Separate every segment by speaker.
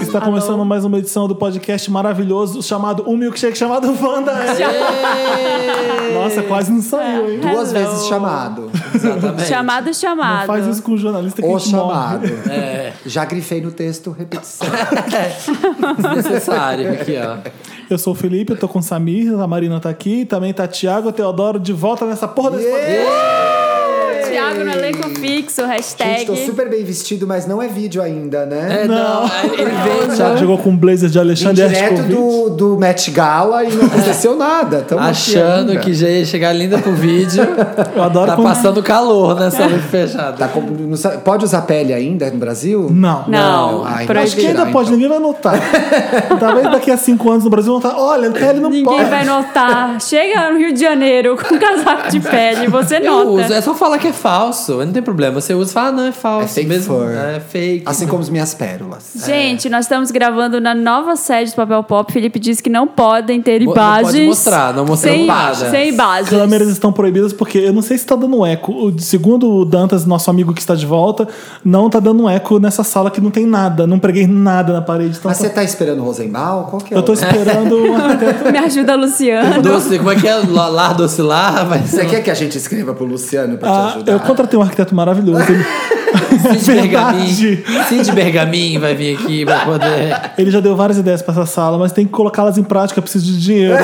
Speaker 1: Está começando mais uma edição do podcast maravilhoso chamado Um Milkshake chamado Wanda. Nossa, quase não saiu, hein?
Speaker 2: Duas
Speaker 3: Hello.
Speaker 2: vezes chamado.
Speaker 4: Exatamente.
Speaker 3: É Chamado, chamado.
Speaker 1: Não faz isso com o jornalista que a
Speaker 2: O
Speaker 1: gente morre.
Speaker 2: chamado.
Speaker 4: É,
Speaker 2: Já grifei no texto, repetição.
Speaker 4: desnecessário aqui, ó.
Speaker 1: Eu sou o Felipe, eu tô com o Samir, a Marina tá aqui, também tá Tiago Teodoro de volta nessa porra desse podcast.
Speaker 3: Thiago no elenco fixo,
Speaker 2: Gente,
Speaker 3: hashtag.
Speaker 2: tô super bem vestido, mas não é vídeo ainda, né?
Speaker 4: É, não. ele tá veio
Speaker 1: Thiago
Speaker 4: já
Speaker 1: chegou com um blazer de
Speaker 2: Vim
Speaker 1: Alexandre
Speaker 2: direto
Speaker 1: Hershkovitch.
Speaker 2: do, do Met Gala e não aconteceu nada. Tamo aqui
Speaker 4: achando
Speaker 2: ainda.
Speaker 4: que já ia chegar linda pro vídeo.
Speaker 1: Eu adoro
Speaker 4: tá
Speaker 1: quando-
Speaker 4: passando calor nessa noite fechada.
Speaker 2: Tá com- não sa- Pode usar pele ainda no Brasil?
Speaker 1: Não.
Speaker 3: Não,
Speaker 2: Ai,
Speaker 1: Acho que
Speaker 3: proibido.
Speaker 1: ainda
Speaker 2: Proibirá,
Speaker 1: pode,
Speaker 2: então.
Speaker 1: ninguém vai notar. Talvez daqui a cinco anos no Brasil vão estar. Olha, o Kelly não
Speaker 3: Ninguém
Speaker 1: pode.
Speaker 3: vai notar. Chega no Rio de Janeiro com um casaco de pele, você
Speaker 4: Eu
Speaker 3: nota.
Speaker 4: uso, é só falar que é falso, não tem problema. Você usa e fala, ah, não, é falso.
Speaker 2: É fake
Speaker 4: mesmo,
Speaker 2: fur.
Speaker 4: É fake.
Speaker 2: Assim como as minhas pérolas.
Speaker 3: Gente, nós estamos gravando na nova sede do Papel Pop. Felipe disse que não podem ter
Speaker 4: Mo- não pode
Speaker 3: imagens.
Speaker 4: mostrar, não mostrou
Speaker 3: sem,
Speaker 4: nada.
Speaker 3: Sem imagens.
Speaker 1: Câmeras estão proibidas porque eu não sei se tá dando eco. O- Segundo o Dantas, nosso amigo que está de volta, não tá dando eco nessa sala que não tem nada. Não preguei nada na parede. Então
Speaker 2: Mas você tá esperando o Rosenbaum? Qual que é
Speaker 1: Eu tô
Speaker 2: o-
Speaker 1: esperando um uma
Speaker 3: Me ajuda, Luciano.
Speaker 4: Doce, como é que é? Lá, lá, doce lá, vai
Speaker 2: Você
Speaker 4: ser
Speaker 2: quer que a gente escreva pro Luciano pra
Speaker 1: Ah,
Speaker 2: te ajudar?
Speaker 1: eu contratei um arquiteto maravilhoso. Ele,
Speaker 4: Cid Bergamin.
Speaker 1: Verdade.
Speaker 4: Cid Bergamin vai vir aqui pra poder.
Speaker 1: ele já deu várias ideias pra essa sala, mas tem que colocá-las em prática, eu preciso de dinheiro.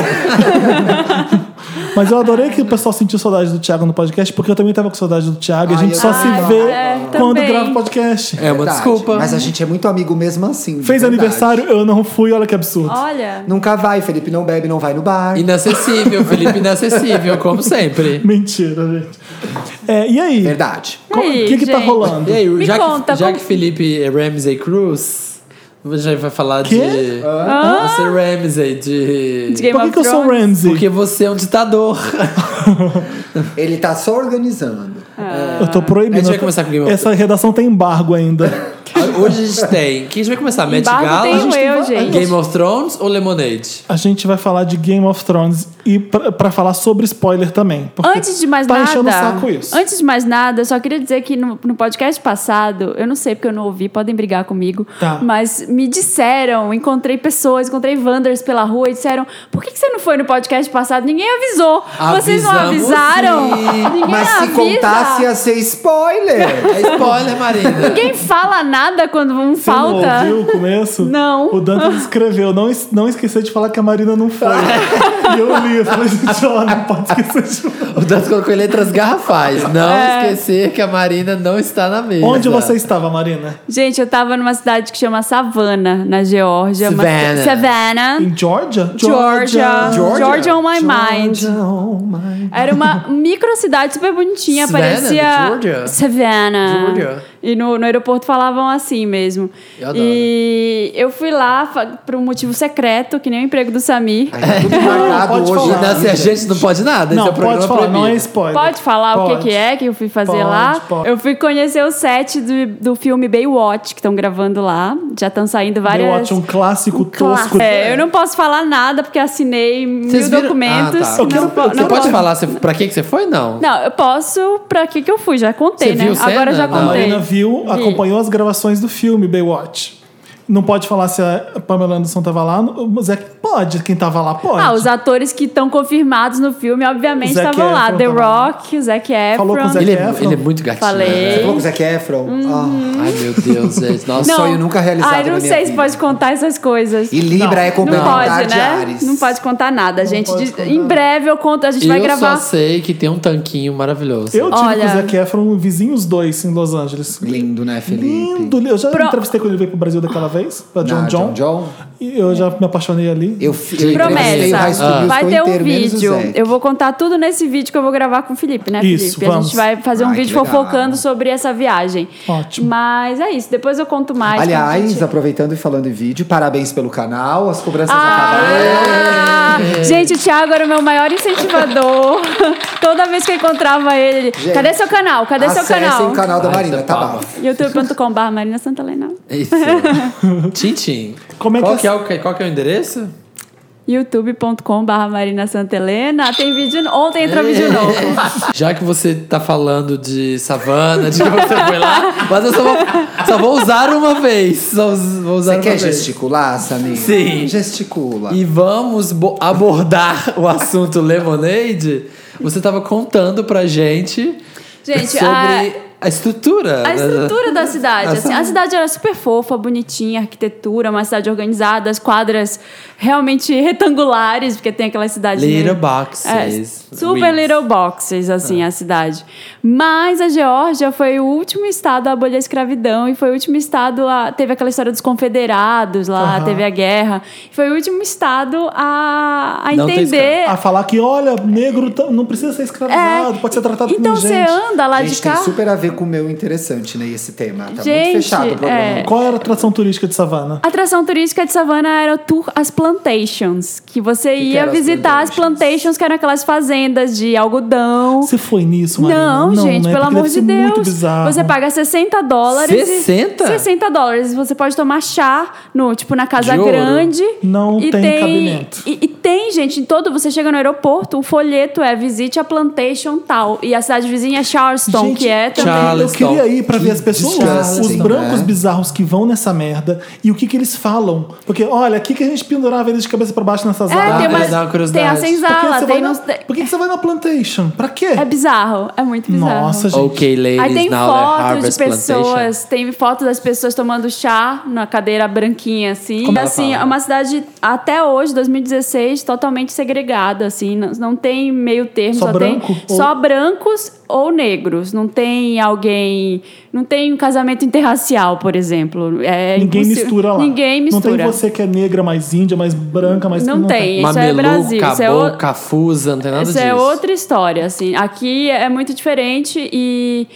Speaker 1: mas eu adorei que o pessoal sentiu saudade do Thiago no podcast, porque eu também tava com saudade do Thiago. e a
Speaker 2: Ai,
Speaker 1: gente
Speaker 2: eu
Speaker 1: só se
Speaker 2: também.
Speaker 1: vê
Speaker 3: É,
Speaker 1: quando
Speaker 3: também.
Speaker 1: grava o podcast.
Speaker 4: É uma
Speaker 2: Verdade,
Speaker 4: desculpa.
Speaker 2: Mas a gente é muito amigo mesmo assim. de
Speaker 1: Fez
Speaker 2: verdade.
Speaker 1: aniversário, eu não fui, olha que absurdo.
Speaker 3: Olha.
Speaker 2: Nunca vai, Felipe não bebe, não vai no bar.
Speaker 4: Inacessível, Felipe inacessível, como sempre.
Speaker 1: Mentira, gente. É, e aí?
Speaker 2: Verdade.
Speaker 1: Co- O
Speaker 3: E aí,
Speaker 1: que, que tá
Speaker 3: gente?
Speaker 1: rolando?
Speaker 4: E aí,
Speaker 3: Me
Speaker 4: já,
Speaker 3: conta,
Speaker 4: que, já
Speaker 3: como-
Speaker 4: que Felipe é Ramsey Cruz, já vai falar
Speaker 1: Quê?
Speaker 4: de. Você é Ramsey de.
Speaker 3: De Game
Speaker 1: Por que,
Speaker 3: of
Speaker 1: que eu sou o
Speaker 3: Thrones.
Speaker 1: Ramsey?
Speaker 4: Porque você é um ditador.
Speaker 2: Ele tá só organizando.
Speaker 1: eu tô proibindo.
Speaker 4: A gente vai começar com Game of
Speaker 1: Essa redação tem embargo ainda.
Speaker 4: Hoje a gente tem. Quem a gente vai começar? Met
Speaker 3: Embargo
Speaker 4: Gala?
Speaker 3: tenho
Speaker 4: A gente tem
Speaker 3: eu,
Speaker 4: vários.
Speaker 3: gente.
Speaker 4: Game of Thrones ou Lemonade?
Speaker 1: A gente vai falar de Game of Thrones e pra, pra falar sobre spoiler também. porque
Speaker 3: Antes de mais
Speaker 1: tá
Speaker 3: nada.
Speaker 1: enchendo o saco isso.
Speaker 3: Antes de mais nada, eu só queria dizer que no, no podcast passado, eu não sei porque eu não ouvi, podem brigar comigo.
Speaker 1: Tá.
Speaker 3: Mas me disseram, encontrei pessoas, encontrei Wanders pela rua e disseram: por que, que você não foi no podcast passado? Ninguém avisou. Vocês não
Speaker 4: Avisamos
Speaker 3: avisaram?
Speaker 4: sim.
Speaker 3: Ninguém
Speaker 2: Mas se
Speaker 3: avisa.
Speaker 2: contasse ia ser spoiler.
Speaker 4: É spoiler, Marina.
Speaker 3: Ninguém fala nada quando um
Speaker 1: Você
Speaker 3: falta.
Speaker 1: não ouviu o começo?
Speaker 3: Não.
Speaker 1: O Dantas escreveu, não, es- não esquecer de falar que a Marina não foi. e eu li, eu falei, gente, ó, não pode esquecer de falar.
Speaker 4: O Dantas colocou em letras garrafais. Não esquecer que a Marina não está na mesa.
Speaker 1: Onde você estava, Marina?
Speaker 3: Gente, eu tava numa cidade que chama Savannah, na Geórgia. Uma-
Speaker 4: Savannah.
Speaker 3: Savannah.
Speaker 1: Em Georgia?
Speaker 3: Georgia.
Speaker 2: Georgia?
Speaker 3: on my mind.
Speaker 2: Georgia, oh my-
Speaker 3: Era uma micro cidade super bonitinha,
Speaker 4: Savannah,
Speaker 3: parecia
Speaker 4: de Georgia?
Speaker 3: Savannah.
Speaker 4: Georgia.
Speaker 3: E no, no aeroporto falavam assim mesmo.
Speaker 4: Eu adoro.
Speaker 3: e eu fui lá fa- por um motivo secreto, que nem o emprego do Samir.
Speaker 2: Ai, tá tudo marcado
Speaker 1: Pode
Speaker 2: hoje.
Speaker 1: falar.
Speaker 4: Não,
Speaker 2: né,
Speaker 4: se assim, a
Speaker 2: gente?
Speaker 4: gente não pode nada.
Speaker 1: Não,
Speaker 4: esse é o programa
Speaker 1: pode falar, não é
Speaker 4: proibido.
Speaker 1: spoiler.
Speaker 3: Pode falar o
Speaker 1: Pode.
Speaker 3: que que, é que eu fui fazer
Speaker 1: Pode,
Speaker 3: lá?
Speaker 1: pode.
Speaker 3: Eu fui conhecer o set do, do filme Baywatch, que estão gravando lá. Já estão saindo várias...
Speaker 1: Baywatch, um clássico tosco.
Speaker 3: Claro. É, eu não posso falar nada porque assinei
Speaker 4: Vocês
Speaker 3: mil
Speaker 4: viram-
Speaker 3: documentos.
Speaker 4: Ah, tá.
Speaker 1: Eu quero-
Speaker 3: não, po-
Speaker 1: eu quero-
Speaker 4: Você
Speaker 3: não
Speaker 4: pode
Speaker 3: posso.
Speaker 4: falar você, pra que que você foi? Não.
Speaker 3: Não, eu posso pra que que eu fui, já contei,
Speaker 4: Você
Speaker 3: né?
Speaker 4: viu cena?
Speaker 3: Agora já
Speaker 4: Não.
Speaker 1: A
Speaker 3: contei.
Speaker 1: Marina viu,
Speaker 3: Vi.
Speaker 1: acompanhou as gravações do filme Baywatch. Não pode falar se a Pamela Anderson tava lá, mas é que pode. Quem tava lá pode.
Speaker 3: Ah, os atores que estão confirmados no filme, obviamente,
Speaker 1: Zac
Speaker 3: estavam lá.
Speaker 1: Efron
Speaker 3: The
Speaker 1: tava lá.
Speaker 3: Rock, Zac Efron.
Speaker 1: Falou com o Zac
Speaker 4: Ele é,
Speaker 1: Efron.
Speaker 4: ele é muito gatinho.
Speaker 2: Você
Speaker 3: Falei.
Speaker 2: falou com o Zac Efron?
Speaker 3: Uhum.
Speaker 2: Ah.
Speaker 4: Ai, meu Deus, gente. Nossa,
Speaker 2: Não. sonho nunca realizado
Speaker 3: Ai, não
Speaker 2: na minha
Speaker 3: sei se
Speaker 2: vida.
Speaker 3: pode contar essas coisas.
Speaker 2: E Libra é
Speaker 3: Não
Speaker 2: complementar
Speaker 3: pode,
Speaker 2: de
Speaker 3: né?
Speaker 2: Ares.
Speaker 3: Não pode contar nada, gente.
Speaker 1: pode
Speaker 3: De-
Speaker 1: contar
Speaker 3: Em
Speaker 1: nada.
Speaker 3: breve eu conto, a gente vai
Speaker 4: eu
Speaker 3: gravar.
Speaker 4: só sei que tem um tanquinho maravilhoso.
Speaker 1: Eu tive com
Speaker 3: Olha.
Speaker 1: o Zac Efron vizinhos dois em Los Angeles.
Speaker 2: Lindo, né, Felipe?
Speaker 1: Lindo. Eu já
Speaker 3: Pro-
Speaker 1: entrevistei quando ele veio pro Brasil daquela vez, pra John
Speaker 2: Na
Speaker 1: John.
Speaker 2: John John.
Speaker 1: E eu já me apaixonei ali.
Speaker 2: Eu, fi- eu entrevistei
Speaker 1: Ah.
Speaker 2: o High School
Speaker 3: Promessa.
Speaker 2: Musical
Speaker 3: Vai ter um
Speaker 2: inteiro, menos o
Speaker 3: vídeo.
Speaker 2: Zac.
Speaker 3: Eu vou contar tudo nesse vídeo que eu vou gravar com o Felipe, né,
Speaker 1: Isso,
Speaker 3: Felipe? A
Speaker 1: vamos.
Speaker 3: gente vai fazer um
Speaker 2: Ai, que
Speaker 3: vídeo
Speaker 2: legal.
Speaker 3: fofocando sobre essa viagem.
Speaker 1: Ótimo.
Speaker 3: Mas é isso, depois eu conto mais.
Speaker 2: Aliás,
Speaker 3: pra gente-
Speaker 2: aproveitando e falando em vídeo, parabéns pelo canal. As cobranças acabaram.
Speaker 3: Ah! Gente, o Thiago era o meu maior incentivador. Toda vez que eu encontrava ele, ele.
Speaker 2: Gente,
Speaker 3: Cadê seu canal? Cadê seu
Speaker 2: Acessem
Speaker 3: é canal?
Speaker 2: o canal da
Speaker 4: Ai, é
Speaker 2: Marina,
Speaker 4: essa
Speaker 2: tá
Speaker 4: palma.
Speaker 2: bom.
Speaker 3: youtube.com.br Marina Santa Helena.
Speaker 4: Isso. Tintim.
Speaker 1: Como é que
Speaker 4: É qual
Speaker 1: é-
Speaker 4: que é o, qual que é o endereço?
Speaker 3: youtube.com.br Marina Santelena. Tem vídeo. Ontem entrou
Speaker 2: É.
Speaker 3: vídeo novo.
Speaker 4: Já que você tá falando de savana, de que você foi lá, mas eu só vou, só vou usar uma vez. Só us- vou usar
Speaker 2: Você
Speaker 4: uma
Speaker 2: quer
Speaker 4: vez.
Speaker 2: gesticular, Samir?
Speaker 4: Sim.
Speaker 2: Gesticula.
Speaker 4: E vamos bo- abordar o assunto Lemonade. Você tava contando pra gente,
Speaker 3: Gente,
Speaker 4: sobre a, estrutura. né?
Speaker 3: A estrutura da cidade.
Speaker 4: Essa-
Speaker 3: assim, a cidade era super fofa, bonitinha, arquitetura, uma cidade organizada, as quadras realmente retangulares, porque tem aquelas cidades.
Speaker 4: Little boxes.
Speaker 3: É, super
Speaker 4: wings.
Speaker 3: little boxes, assim, a cidade. Mas a Geórgia foi o último estado a abolir a escravidão e foi o último estado a. Teve aquela história dos confederados lá, teve a guerra. Foi o último estado a, a
Speaker 4: Não tem
Speaker 3: entender.
Speaker 1: A falar que, olha, negro tá- não precisa ser escravizado,
Speaker 3: É,
Speaker 1: Ah, pode ser tratado
Speaker 3: então
Speaker 1: como
Speaker 3: você
Speaker 1: gente.
Speaker 3: anda lá de
Speaker 2: Gente, tem
Speaker 3: carro.
Speaker 2: super a ver com o meu interessante, né? Esse tema. Tá
Speaker 3: Gente,
Speaker 2: muito fechado o programa.
Speaker 3: é.
Speaker 1: Qual era a atração turística de Savana?
Speaker 3: A atração turística de Savana era o tour As Plantations, que você
Speaker 2: que
Speaker 3: ia
Speaker 2: eram as
Speaker 3: visitar as
Speaker 2: plantations?
Speaker 3: plantations, que eram aquelas fazendas de algodão.
Speaker 1: Você foi nisso, Marina?
Speaker 3: Não, gente,
Speaker 1: né?
Speaker 3: pelo
Speaker 1: Porque
Speaker 3: amor
Speaker 1: deve
Speaker 3: de
Speaker 1: ser Muito
Speaker 3: Deus.
Speaker 1: bizarro.
Speaker 3: Você paga 60 dólares.
Speaker 4: 60?
Speaker 3: E 60 dólares. Você pode tomar chá no, tipo, na Casa
Speaker 4: De ouro?
Speaker 3: Grande.
Speaker 1: Não tem cabimento.
Speaker 3: E, e tem, gente, em todo. Você chega no aeroporto, o folheto é visite a plantation tal. E a cidade vizinha é Charleston,
Speaker 1: Gente,
Speaker 3: que é também.
Speaker 4: Charleston.
Speaker 1: Eu queria ir pra ver as pessoas,
Speaker 2: disgusting,
Speaker 1: os brancos
Speaker 2: né?
Speaker 1: bizarros que vão nessa merda e o que que eles falam. Porque, olha, aqui que a gente pendurava eles de cabeça pra baixo nessas
Speaker 3: É,
Speaker 1: árvores.
Speaker 3: tem,
Speaker 4: Ah,
Speaker 3: uma,
Speaker 4: dá uma curiosidade.
Speaker 3: tem a
Speaker 1: Por que
Speaker 3: senzala,
Speaker 1: você
Speaker 3: tem
Speaker 1: vai
Speaker 3: uns.
Speaker 1: na- Por que que você vai na plantation? Pra quê?
Speaker 3: É bizarro, é muito bizarro.
Speaker 1: Nossa, gente.
Speaker 4: Ok, ladies,
Speaker 3: Aí tem
Speaker 4: now at
Speaker 3: foto de
Speaker 4: Harvest Plantation.
Speaker 3: pessoas, tem foto das pessoas tomando chá na cadeira branquinha, assim.
Speaker 4: Como ela
Speaker 3: assim,
Speaker 4: fala?
Speaker 3: é uma cidade, até hoje, 2016, totalmente segregada, assim. Não, não tem meio termo,
Speaker 1: Só
Speaker 3: só, tem
Speaker 1: branco ou-
Speaker 3: só brancos ou negros. Não tem alguém. Não tem um casamento interracial, por exemplo. É
Speaker 1: Ninguém
Speaker 3: impossi-
Speaker 1: mistura lá.
Speaker 3: Ninguém mistura.
Speaker 1: Não tem você que é negra, mais índia, mais branca, mais...
Speaker 3: Não tem. Isso é
Speaker 4: Mameluco,
Speaker 3: Brasil, isso é o-
Speaker 4: caboclo, cafusa, não tem nada
Speaker 3: Isso
Speaker 4: disso.
Speaker 3: é outra história, assim. Aqui é muito diferente e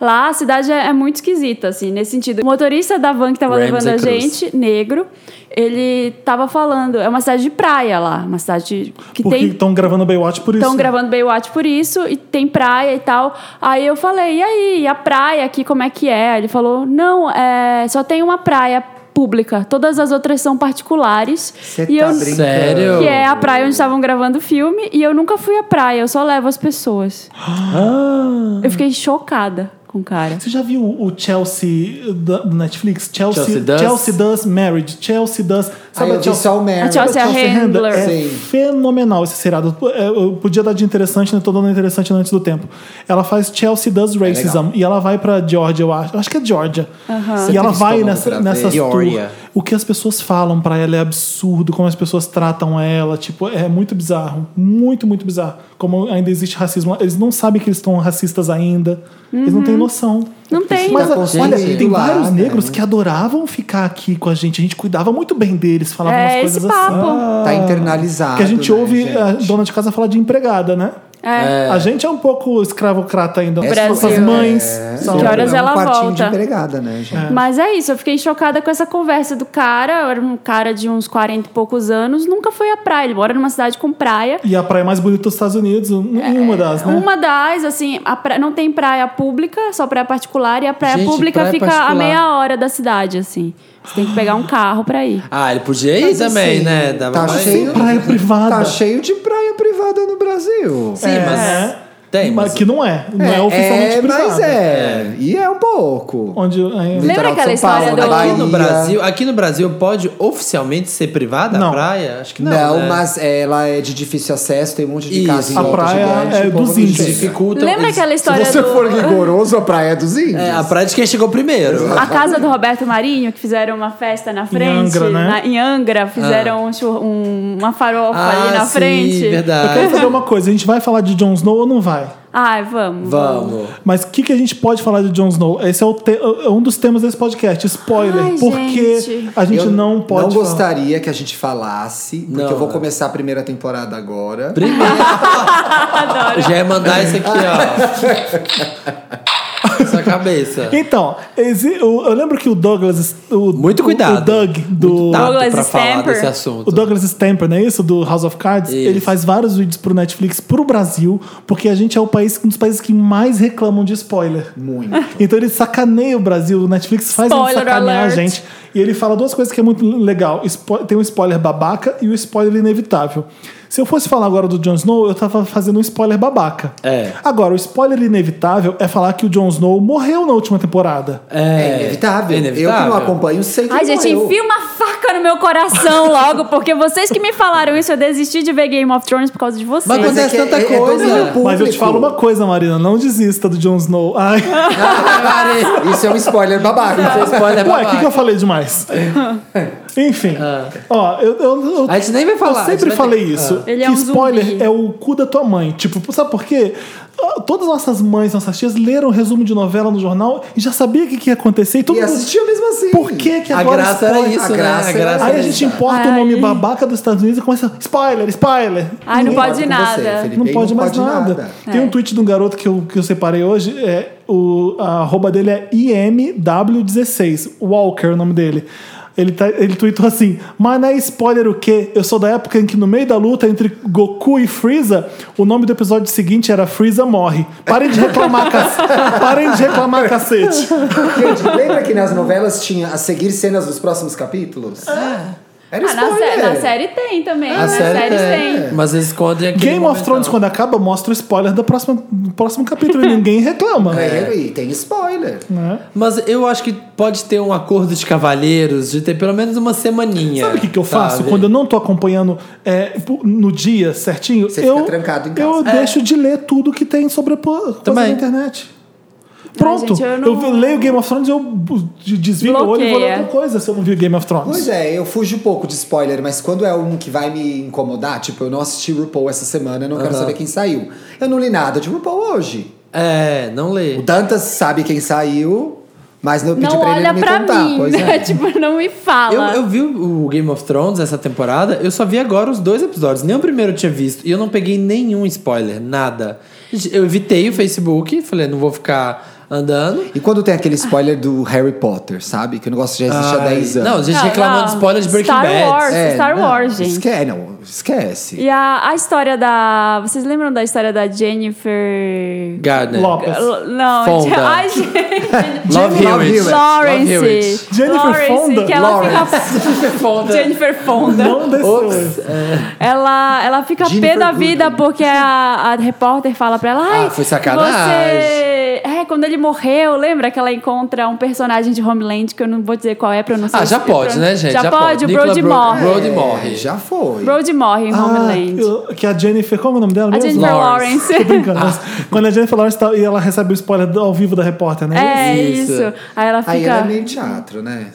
Speaker 3: lá a cidade é é muito esquisita, assim, nesse sentido. O motorista da van que tava
Speaker 4: Ramsey
Speaker 3: levando a
Speaker 4: Cruz.
Speaker 3: gente, negro, ele tava falando, é uma cidade de praia lá, uma cidade que
Speaker 1: Porque
Speaker 3: tem
Speaker 1: estão gravando Baywatch por tá isso.
Speaker 3: Estão
Speaker 1: né?
Speaker 3: gravando Baywatch por isso, e tem praia e tal. Aí eu falei, e aí, e a praia aqui, como é que é? Ele falou, não, é, só tem uma praia pública, todas as outras são particulares.
Speaker 2: Você
Speaker 3: e
Speaker 2: tá
Speaker 3: eu,
Speaker 2: brincando.
Speaker 4: Sério?
Speaker 3: que é a praia onde estavam gravando o filme, e eu nunca fui à praia, eu só levo as pessoas.
Speaker 1: Ah.
Speaker 3: Eu fiquei chocada com o cara.
Speaker 1: Você já viu o Chelsea eh, da do Netflix? Chelsea,
Speaker 4: Chelsea Does?
Speaker 1: Chelsea Does Marriage. Chelsea Does...
Speaker 2: Aí
Speaker 1: a
Speaker 2: eu vi
Speaker 1: Chelsea-
Speaker 2: só o Mary.
Speaker 3: A Chelsea Handler.
Speaker 1: É
Speaker 2: Sim.
Speaker 1: fenomenal esse seriado. É, eu Podia dar de interessante, né? Tô dando interessante antes do tempo. Ela faz Chelsea Does Racism.
Speaker 2: É legal.
Speaker 1: e ela vai pra Georgia, eu acho. Eu Acho que é Georgia.
Speaker 2: Você
Speaker 1: E ela
Speaker 2: tem
Speaker 1: vai
Speaker 2: estômago
Speaker 1: nessa,
Speaker 2: pra
Speaker 1: nessas
Speaker 2: ver?
Speaker 1: tour.
Speaker 2: Georgia.
Speaker 1: O que as pessoas falam pra ela é absurdo. Como as pessoas tratam ela. Tipo, é muito bizarro. Muito, muito bizarro. Como ainda existe racismo. lá. Eles não sabem que eles estão racistas ainda. Eles não têm
Speaker 2: Uhum.
Speaker 1: noção.
Speaker 3: Não tem.
Speaker 1: Mas
Speaker 2: Tá
Speaker 1: olha,
Speaker 2: construído
Speaker 1: tem
Speaker 2: lá,
Speaker 1: vários
Speaker 2: né?
Speaker 1: negros que adoravam ficar aqui com a gente. A gente cuidava muito bem deles, falava
Speaker 3: É,
Speaker 1: umas
Speaker 3: esse
Speaker 1: coisas assim.
Speaker 3: papo.
Speaker 2: Tá internalizado.
Speaker 1: Porque a gente
Speaker 2: né,
Speaker 1: ouve ah,
Speaker 2: gente?
Speaker 1: a dona de casa falar de empregada, né?
Speaker 3: É.
Speaker 1: A gente é um pouco escravocrata ainda.
Speaker 2: É
Speaker 1: Nossas
Speaker 3: Brasil.
Speaker 1: mães.
Speaker 2: É,
Speaker 1: são-
Speaker 3: Que horas
Speaker 2: é um
Speaker 3: ela
Speaker 2: quartinho
Speaker 3: volta?
Speaker 2: de empregada, né, gente?
Speaker 3: Mas é isso, eu fiquei chocada com essa conversa do cara. Era um cara de uns 40 e poucos anos, nunca foi à praia. Ele mora numa cidade com praia.
Speaker 1: E a praia mais bonita dos Estados Unidos, um- uma das, né?
Speaker 3: é? Uma das, assim, a pra- não tem praia pública, só praia particular, e a praia
Speaker 4: Gente,
Speaker 3: pública
Speaker 4: praia
Speaker 3: fica a
Speaker 4: particular.
Speaker 3: meia hora da cidade, assim. Você tem que pegar um carro pra ir.
Speaker 4: Ah, ele podia ir
Speaker 2: Mas,
Speaker 4: também,
Speaker 2: assim,
Speaker 4: né? Dava
Speaker 2: tá
Speaker 4: pra ir.
Speaker 2: cheio-
Speaker 1: É. Sem praia privada.
Speaker 2: Tá cheio de praia privada no Brasil.
Speaker 4: Sim, mas...
Speaker 1: É.
Speaker 4: Tem,
Speaker 1: mas
Speaker 4: mas...
Speaker 1: que não é. Não é, oficialmente
Speaker 2: é,
Speaker 1: privada.
Speaker 2: Mas é. E é um pouco.
Speaker 1: Onde, é,
Speaker 3: Lembra
Speaker 2: Litoral de
Speaker 3: aquela
Speaker 2: São Paulo,
Speaker 3: história
Speaker 2: na
Speaker 3: do-
Speaker 4: Aqui
Speaker 2: Bahia.
Speaker 4: no, Brasil, aqui no Brasil pode oficialmente ser privada
Speaker 1: Não.
Speaker 4: a praia? Acho que não.
Speaker 2: Não,
Speaker 4: né?
Speaker 2: mas ela é de difícil acesso, tem um monte de
Speaker 4: Isso.
Speaker 2: casa em
Speaker 4: A
Speaker 2: volta
Speaker 1: praia
Speaker 2: gigante,
Speaker 1: é
Speaker 2: o povo
Speaker 1: dos
Speaker 2: não
Speaker 1: índios.
Speaker 2: chega.
Speaker 4: dificulta.
Speaker 3: Lembra aquela história
Speaker 2: Se você
Speaker 3: do.
Speaker 2: for rigoroso, a praia é dos índios.
Speaker 4: É, a praia de quem chegou primeiro.
Speaker 3: A casa do Roberto Marinho, que fizeram uma festa na frente.
Speaker 1: Angra, né?
Speaker 3: na- em Angra, fizeram um chur- um- uma farofa ali
Speaker 4: Ah,
Speaker 3: na
Speaker 4: sim,
Speaker 3: frente.
Speaker 1: Eu
Speaker 4: verdade.
Speaker 1: quero saber uma coisa: a gente vai falar de Jon Snow ou não vai?
Speaker 3: Ai, vamos.
Speaker 4: Vamos.
Speaker 1: Mas o que, que a gente pode falar de Jon Snow? Esse é, o te- é um dos temas desse podcast. Spoiler.
Speaker 3: Ai,
Speaker 1: porque
Speaker 3: gente.
Speaker 1: a gente
Speaker 2: Eu
Speaker 1: não pode.
Speaker 2: Não
Speaker 1: falar.
Speaker 2: gostaria que a gente falasse, porque
Speaker 4: Não,
Speaker 2: eu vou
Speaker 4: né?
Speaker 2: começar a primeira temporada agora.
Speaker 4: é Primeiro. Já ia mandar isso aqui, ó. Só cabeça.
Speaker 1: Então, exi- eu, eu lembro que o Douglas. O,
Speaker 4: Muito cuidado.
Speaker 1: O Doug, do.
Speaker 4: Muito tato
Speaker 3: Douglas
Speaker 4: pra falar
Speaker 3: Stamper.
Speaker 4: desse assunto.
Speaker 1: O Douglas Stamper, não é isso? Do House of Cards.
Speaker 4: Isso.
Speaker 1: Ele faz vários vídeos pro Netflix, pro Brasil, porque a gente é o país, um dos países que mais reclamam de spoiler.
Speaker 2: Muito.
Speaker 1: Então ele sacaneia o Brasil, o Netflix faz ele
Speaker 3: Spoiler
Speaker 1: sacanear
Speaker 3: alert.
Speaker 1: a gente. E ele fala duas coisas que é muito legal. Spo- Tem o spoiler babaca e o spoiler inevitável. Se eu fosse falar agora do Jon Snow, eu tava fazendo um spoiler babaca.
Speaker 4: É.
Speaker 1: Agora, o spoiler inevitável é falar que o Jon Snow morreu na última temporada.
Speaker 2: É inevitável.
Speaker 4: É inevitável.
Speaker 2: Eu que não é acompanho sei que
Speaker 3: Ai,
Speaker 2: ele
Speaker 3: gente,
Speaker 2: morreu.
Speaker 3: enfia uma faca no meu coração logo, porque vocês que me falaram isso, eu desisti de ver Game of Thrones por causa de vocês.
Speaker 4: Mas acontece
Speaker 2: é que
Speaker 4: tanta
Speaker 2: é- é todo
Speaker 4: coisa.
Speaker 2: meu público.
Speaker 1: Mas eu te falo uma coisa, Marina, não desista do Jon Snow. Ai.
Speaker 2: Isso é um spoiler babaca.
Speaker 4: Esse spoiler é
Speaker 1: Ué, o
Speaker 4: babaca.
Speaker 1: que, que eu falei demais? Enfim. Ó, eu, eu- eu-
Speaker 4: A gente nem Ah. vai falar,
Speaker 1: Eu
Speaker 4: a gente
Speaker 1: sempre
Speaker 4: vai
Speaker 1: falei
Speaker 4: ter- Ah.
Speaker 1: isso.
Speaker 3: Ele é
Speaker 1: que
Speaker 3: um
Speaker 1: spoiler
Speaker 3: zumbi.
Speaker 1: é o cu da tua mãe. Tipo, sabe por quê? Ah, Todas nossas mães, nossas tias leram um resumo de novela no jornal e já sabia o que, que ia acontecer. E todo
Speaker 2: E
Speaker 1: mundo-
Speaker 2: assistiu mesmo assim.
Speaker 1: Por que que
Speaker 4: A
Speaker 1: agora
Speaker 4: graça era
Speaker 1: spoiler?
Speaker 4: isso,
Speaker 2: a
Speaker 4: né?
Speaker 2: graça
Speaker 4: a
Speaker 2: era-
Speaker 4: graça
Speaker 1: Aí a
Speaker 4: era
Speaker 1: gente
Speaker 4: isso.
Speaker 1: importa o
Speaker 3: Ai. Ah,
Speaker 1: nome babaca dos Estados Unidos e começa spoiler, spoiler.
Speaker 3: Ai, não
Speaker 1: Ninguém-
Speaker 3: pode nada.
Speaker 1: não pode mais nada. Tem
Speaker 3: É.
Speaker 1: um tweet de um garoto que eu, que eu separei hoje. É, o, a arroba dele é IMW16. Walker é o nome dele. Ele, tá, ele tweetou assim: Mas não é spoiler o quê? Eu sou da época em que, no meio da luta entre Goku e Freeza, o nome do episódio seguinte era Freeza Morre. Parem de reclamar, cacete. Parem de reclamar, cacete.
Speaker 2: Gente, lembra que nas novelas tinha a seguir cenas dos próximos capítulos? Era
Speaker 3: Ah, na, sé-
Speaker 2: spoiler.
Speaker 3: na série tem também.
Speaker 4: A
Speaker 3: Nas
Speaker 4: série
Speaker 3: séries tem.
Speaker 4: tem. Mas eles escondem aqui.
Speaker 1: Game of Thrones, quando acaba, mostra o spoiler do próximo, do próximo capítulo e ninguém reclama.
Speaker 2: É, E tem spoiler.
Speaker 1: né?
Speaker 4: Mas eu acho que pode ter um acordo de cavalheiros de ter pelo menos uma semaninha.
Speaker 1: Sabe o que, que eu
Speaker 2: Tá,
Speaker 1: faço
Speaker 4: sabe?
Speaker 1: quando eu não tô acompanhando é, no dia certinho?
Speaker 2: Você
Speaker 1: eu,
Speaker 2: fica trancado em casa. É.
Speaker 1: Eu deixo de ler tudo que tem sobre a po- coisa
Speaker 4: Também.
Speaker 1: na internet. Pronto.
Speaker 3: gente, eu
Speaker 1: eu,
Speaker 3: não-
Speaker 1: leio Game of Thrones, eu bu- de- desvio meu olho e vou ler
Speaker 3: Bloqueia.
Speaker 1: outra coisa se eu não vi Game of Thrones.
Speaker 2: Pois é, eu fujo um pouco de spoiler, mas quando é um que vai me incomodar, tipo, eu não assisti RuPaul essa semana, eu não quero
Speaker 4: Aham.
Speaker 2: saber quem saiu. Eu não li nada de RuPaul hoje.
Speaker 4: É, não
Speaker 2: O
Speaker 4: lê.
Speaker 2: Dantas sabe quem saiu, mas não eu pedi
Speaker 3: Não
Speaker 2: pra ele
Speaker 3: olha
Speaker 2: não me
Speaker 3: pra
Speaker 2: contar.
Speaker 3: mim.
Speaker 2: Pois
Speaker 3: né?
Speaker 2: é.
Speaker 3: tipo, não me
Speaker 4: Eu,
Speaker 3: fala.
Speaker 4: eu vi o Game of Thrones essa temporada, eu só vi agora os dois episódios. Nem o primeiro eu tinha visto. E eu não peguei nenhum spoiler, nada. Gente, Eu evitei o Facebook, falei, não vou ficar andando.
Speaker 2: E quando tem aquele spoiler do Harry Potter, sabe? Que o negócio já existe há
Speaker 4: Ai,
Speaker 2: 10 anos.
Speaker 4: Não, gente
Speaker 3: Não,
Speaker 4: reclamando
Speaker 3: não.
Speaker 4: de spoiler de Breaking
Speaker 3: Star
Speaker 4: Bad.
Speaker 3: Wars. Star Wars, gente.
Speaker 2: Esquece, não, esquece.
Speaker 3: E a, a história da. Vocês lembram da história da Jennifer.
Speaker 4: Gardner.
Speaker 1: Lopes.
Speaker 3: É, L- Não,
Speaker 4: Fonda.
Speaker 3: gente. Ai, gente.
Speaker 4: Love
Speaker 2: Love
Speaker 4: Hewitt.
Speaker 2: Hewitt.
Speaker 4: Love Hewitt.
Speaker 3: Lawrence.
Speaker 1: Jennifer
Speaker 3: Lawrence,
Speaker 1: Fonda?
Speaker 3: Que ela
Speaker 4: Jennifer Fonda.
Speaker 3: fica. Jennifer Fonda.
Speaker 1: Não desceu.
Speaker 3: Ela, ela fica
Speaker 2: Jennifer
Speaker 3: pé da
Speaker 2: Goodwin.
Speaker 3: vida porque a, a repórter fala pra ela. Ai,
Speaker 4: Ah, foi sacanagem."
Speaker 3: Você... É, quando ele morreu, lembra que ela encontra um personagem de Homeland que eu não vou dizer qual é pra não ser.
Speaker 4: Ah, já pode, né, gente?
Speaker 3: Já, pode, o
Speaker 4: Nicola
Speaker 3: Brody
Speaker 4: Bro-
Speaker 3: morre.
Speaker 4: Brody
Speaker 2: É,
Speaker 4: morre.
Speaker 2: Já foi.
Speaker 3: Brody morre em
Speaker 1: Ah,
Speaker 3: Homeland.
Speaker 1: eu- que a Jennifer, como é o nome dela
Speaker 3: A
Speaker 1: mesmo?
Speaker 3: Jennifer
Speaker 4: Lawrence.
Speaker 3: Lawrence.
Speaker 1: Tô brincando. mas Quando a Jennifer Lawrence tá, e ela recebe o spoiler do- ao vivo da repórter, né?
Speaker 3: É
Speaker 4: Isso.
Speaker 3: isso. Aí ela fica.
Speaker 2: Aí ela é meio teatro, né?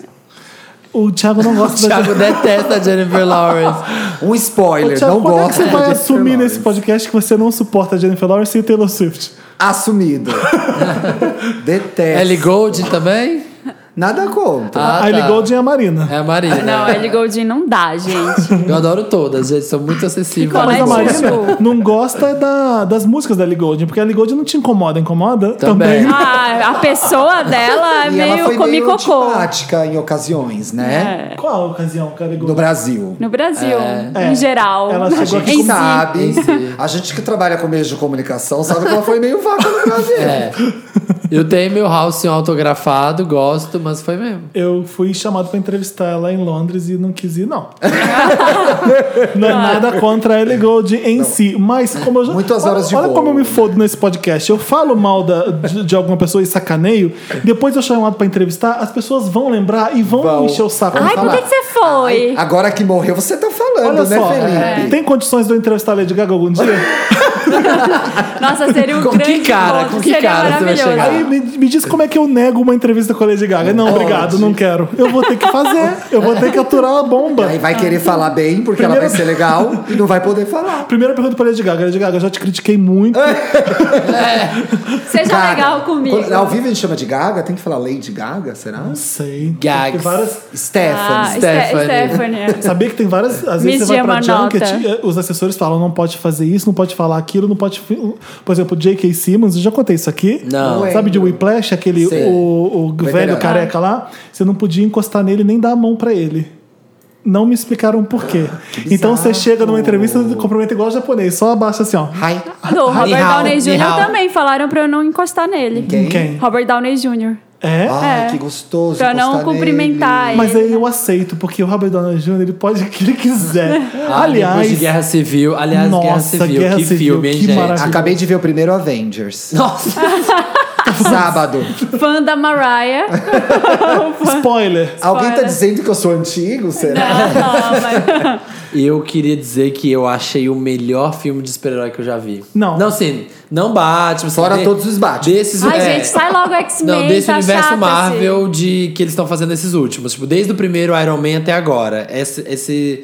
Speaker 1: O Thiago não gosta da
Speaker 4: Thiago detesta a Jennifer Lawrence.
Speaker 2: Um spoiler,
Speaker 1: Ô, Thiago,
Speaker 2: não
Speaker 1: quando
Speaker 2: gosto.
Speaker 1: é que você vai
Speaker 2: de
Speaker 1: assumir
Speaker 2: Jennifer
Speaker 1: nesse
Speaker 2: Lawrence.
Speaker 1: podcast que você não suporta a Jennifer Lawrence e o Taylor Swift?
Speaker 2: Assumido.
Speaker 3: É.
Speaker 2: Detesto.
Speaker 4: Ellie Golding também?
Speaker 2: Nada contra.
Speaker 4: Ah,
Speaker 1: a Ellie
Speaker 4: tá.
Speaker 1: Goulding e a Marina.
Speaker 4: É a Marina.
Speaker 3: Não, Ellie Goulding não dá, gente.
Speaker 4: Eu adoro todas, gente. São muito acessíveis.
Speaker 3: Não,
Speaker 1: Mas a
Speaker 3: Mas,
Speaker 1: Marina
Speaker 3: tipo-
Speaker 1: não gosta é da- das músicas da Ellie Goulding, porque a Ellie Goulding não te incomoda, incomoda
Speaker 4: Também.
Speaker 1: também.
Speaker 3: Ah, a pessoa dela é
Speaker 2: e ela foi
Speaker 3: meio
Speaker 2: meio
Speaker 3: comicocô.
Speaker 2: antipática em ocasiões,
Speaker 3: É.
Speaker 2: né?
Speaker 1: Qual a ocasião que a Ellie
Speaker 2: No
Speaker 1: Goulding...
Speaker 2: Brasil.
Speaker 3: No Brasil,
Speaker 1: É.
Speaker 3: em geral.
Speaker 1: Ela
Speaker 2: A
Speaker 1: chegou aqui
Speaker 2: gente
Speaker 3: Em si.
Speaker 2: sabe,
Speaker 4: Em si.
Speaker 2: a gente que trabalha com meios de comunicação sabe que ela foi meio vaca no Brasil.
Speaker 4: É. Eu tenho meu house autografado, gosto, mas foi mesmo.
Speaker 1: Eu fui chamado pra entrevistar ela em Londres e não quis ir, não. não é nada contra a Ellie Goulding em si, mas como eu já...
Speaker 2: Muitas horas de
Speaker 1: Olha
Speaker 2: voo.
Speaker 1: como eu me fodo nesse podcast. Eu falo mal da- de, de alguma pessoa e sacaneio, depois eu sou chamado pra entrevistar, as pessoas vão lembrar e vão,
Speaker 2: Vão.
Speaker 1: encher o saco.
Speaker 3: Ai, por
Speaker 2: falar.
Speaker 3: que, que você foi?
Speaker 2: Agora que morreu, você tá falando,
Speaker 1: Olha
Speaker 2: né,
Speaker 1: só,
Speaker 3: é.
Speaker 2: Felipe?
Speaker 1: tem condições de eu entrevistar a Lady Gaga algum dia?
Speaker 3: Nossa, seria um
Speaker 4: Com que
Speaker 3: grande
Speaker 4: cara,
Speaker 3: encontro,
Speaker 4: com que
Speaker 3: seria
Speaker 4: cara você vai
Speaker 3: maravilhoso.
Speaker 4: chegar?
Speaker 1: Aí me, me diz como é que eu nego uma entrevista com a Lady Gaga. Não, obrigado, não quero. Eu vou ter que fazer. Eu vou ter que aturar a bomba.
Speaker 2: Aí
Speaker 3: Ah.
Speaker 2: vai querer falar bem, porque ela vai ser legal e não vai poder falar.
Speaker 1: Primeira pergunta pra Lady Gaga. Lady Gaga, eu já te critiquei muito.
Speaker 3: Seja tá legal comigo.
Speaker 2: Quando- ao vivo a gente chama de Gaga? Tem que falar Lady Gaga, será?
Speaker 1: Não sei.
Speaker 4: Gags.
Speaker 1: Tem várias...
Speaker 3: Ah,
Speaker 2: Stephanie.
Speaker 3: Ste-
Speaker 4: Stephanie.
Speaker 3: Stephanie. é.
Speaker 1: Sabia que tem várias. Às vezes
Speaker 3: Miss
Speaker 1: você vai pra
Speaker 3: Diamanota.
Speaker 1: junket, eh, os assessores falam: não pode fazer isso, não pode falar aquilo, não pode. fi- Por exemplo, J.K. Simmons, eu já contei isso aqui.
Speaker 4: Não.
Speaker 2: Não é.
Speaker 1: Sabe de Whiplash, aquele
Speaker 2: Sei.
Speaker 1: o, o velho
Speaker 2: Veterano.
Speaker 1: careca lá? Você não podia encostar nele nem dar a mão pra ele. Não me explicaram por quê.
Speaker 4: Ah,
Speaker 1: Então você chega numa entrevista e cumprimenta igual o japonês, só abaixa assim, ó.
Speaker 2: Hi.
Speaker 3: Do
Speaker 4: Ni
Speaker 3: Robert
Speaker 4: hao,
Speaker 3: Downey
Speaker 4: ni hao.
Speaker 3: Jr. também falaram pra eu não encostar nele.
Speaker 2: Quem?
Speaker 1: Quem?
Speaker 3: Robert Downey Jr.
Speaker 1: É?
Speaker 2: Ai,
Speaker 3: É.
Speaker 2: que gostoso.
Speaker 3: Pra não
Speaker 2: encostar
Speaker 3: cumprimentar
Speaker 2: nele.
Speaker 3: ele.
Speaker 1: Mas aí eu aceito, porque o Robert Downey Jr. ele pode o que ele quiser.
Speaker 4: Ah, depois de
Speaker 1: Aliás,
Speaker 4: Guerra Civil. Aliás, Guerra
Speaker 1: Nossa,
Speaker 4: Civil.
Speaker 1: Guerra
Speaker 4: que
Speaker 1: Civil,
Speaker 4: filme, hein,
Speaker 1: que
Speaker 4: gente?
Speaker 1: maravilha.
Speaker 2: Acabei de ver o primeiro Avengers.
Speaker 4: Nossa,
Speaker 2: Sábado.
Speaker 3: Fã da Mariah.
Speaker 1: spoiler.
Speaker 2: Alguém tá
Speaker 3: Spoiler.
Speaker 2: dizendo que eu sou antigo, será?
Speaker 3: Não, mas-
Speaker 4: eu queria dizer que eu achei o melhor filme de super-herói que eu já vi.
Speaker 1: Não.
Speaker 4: Não, sim. Não Batman. assim,
Speaker 2: Fora
Speaker 4: de-
Speaker 2: todos os Batman.
Speaker 4: Desses,
Speaker 3: Ai,
Speaker 4: é,
Speaker 3: gente, sai logo X-Men.
Speaker 4: Não, desse
Speaker 3: tá assim.
Speaker 4: universo
Speaker 3: chato
Speaker 4: Marvel de que eles estão fazendo esses últimos. Tipo, desde o primeiro Iron Man até agora. Esse, esse-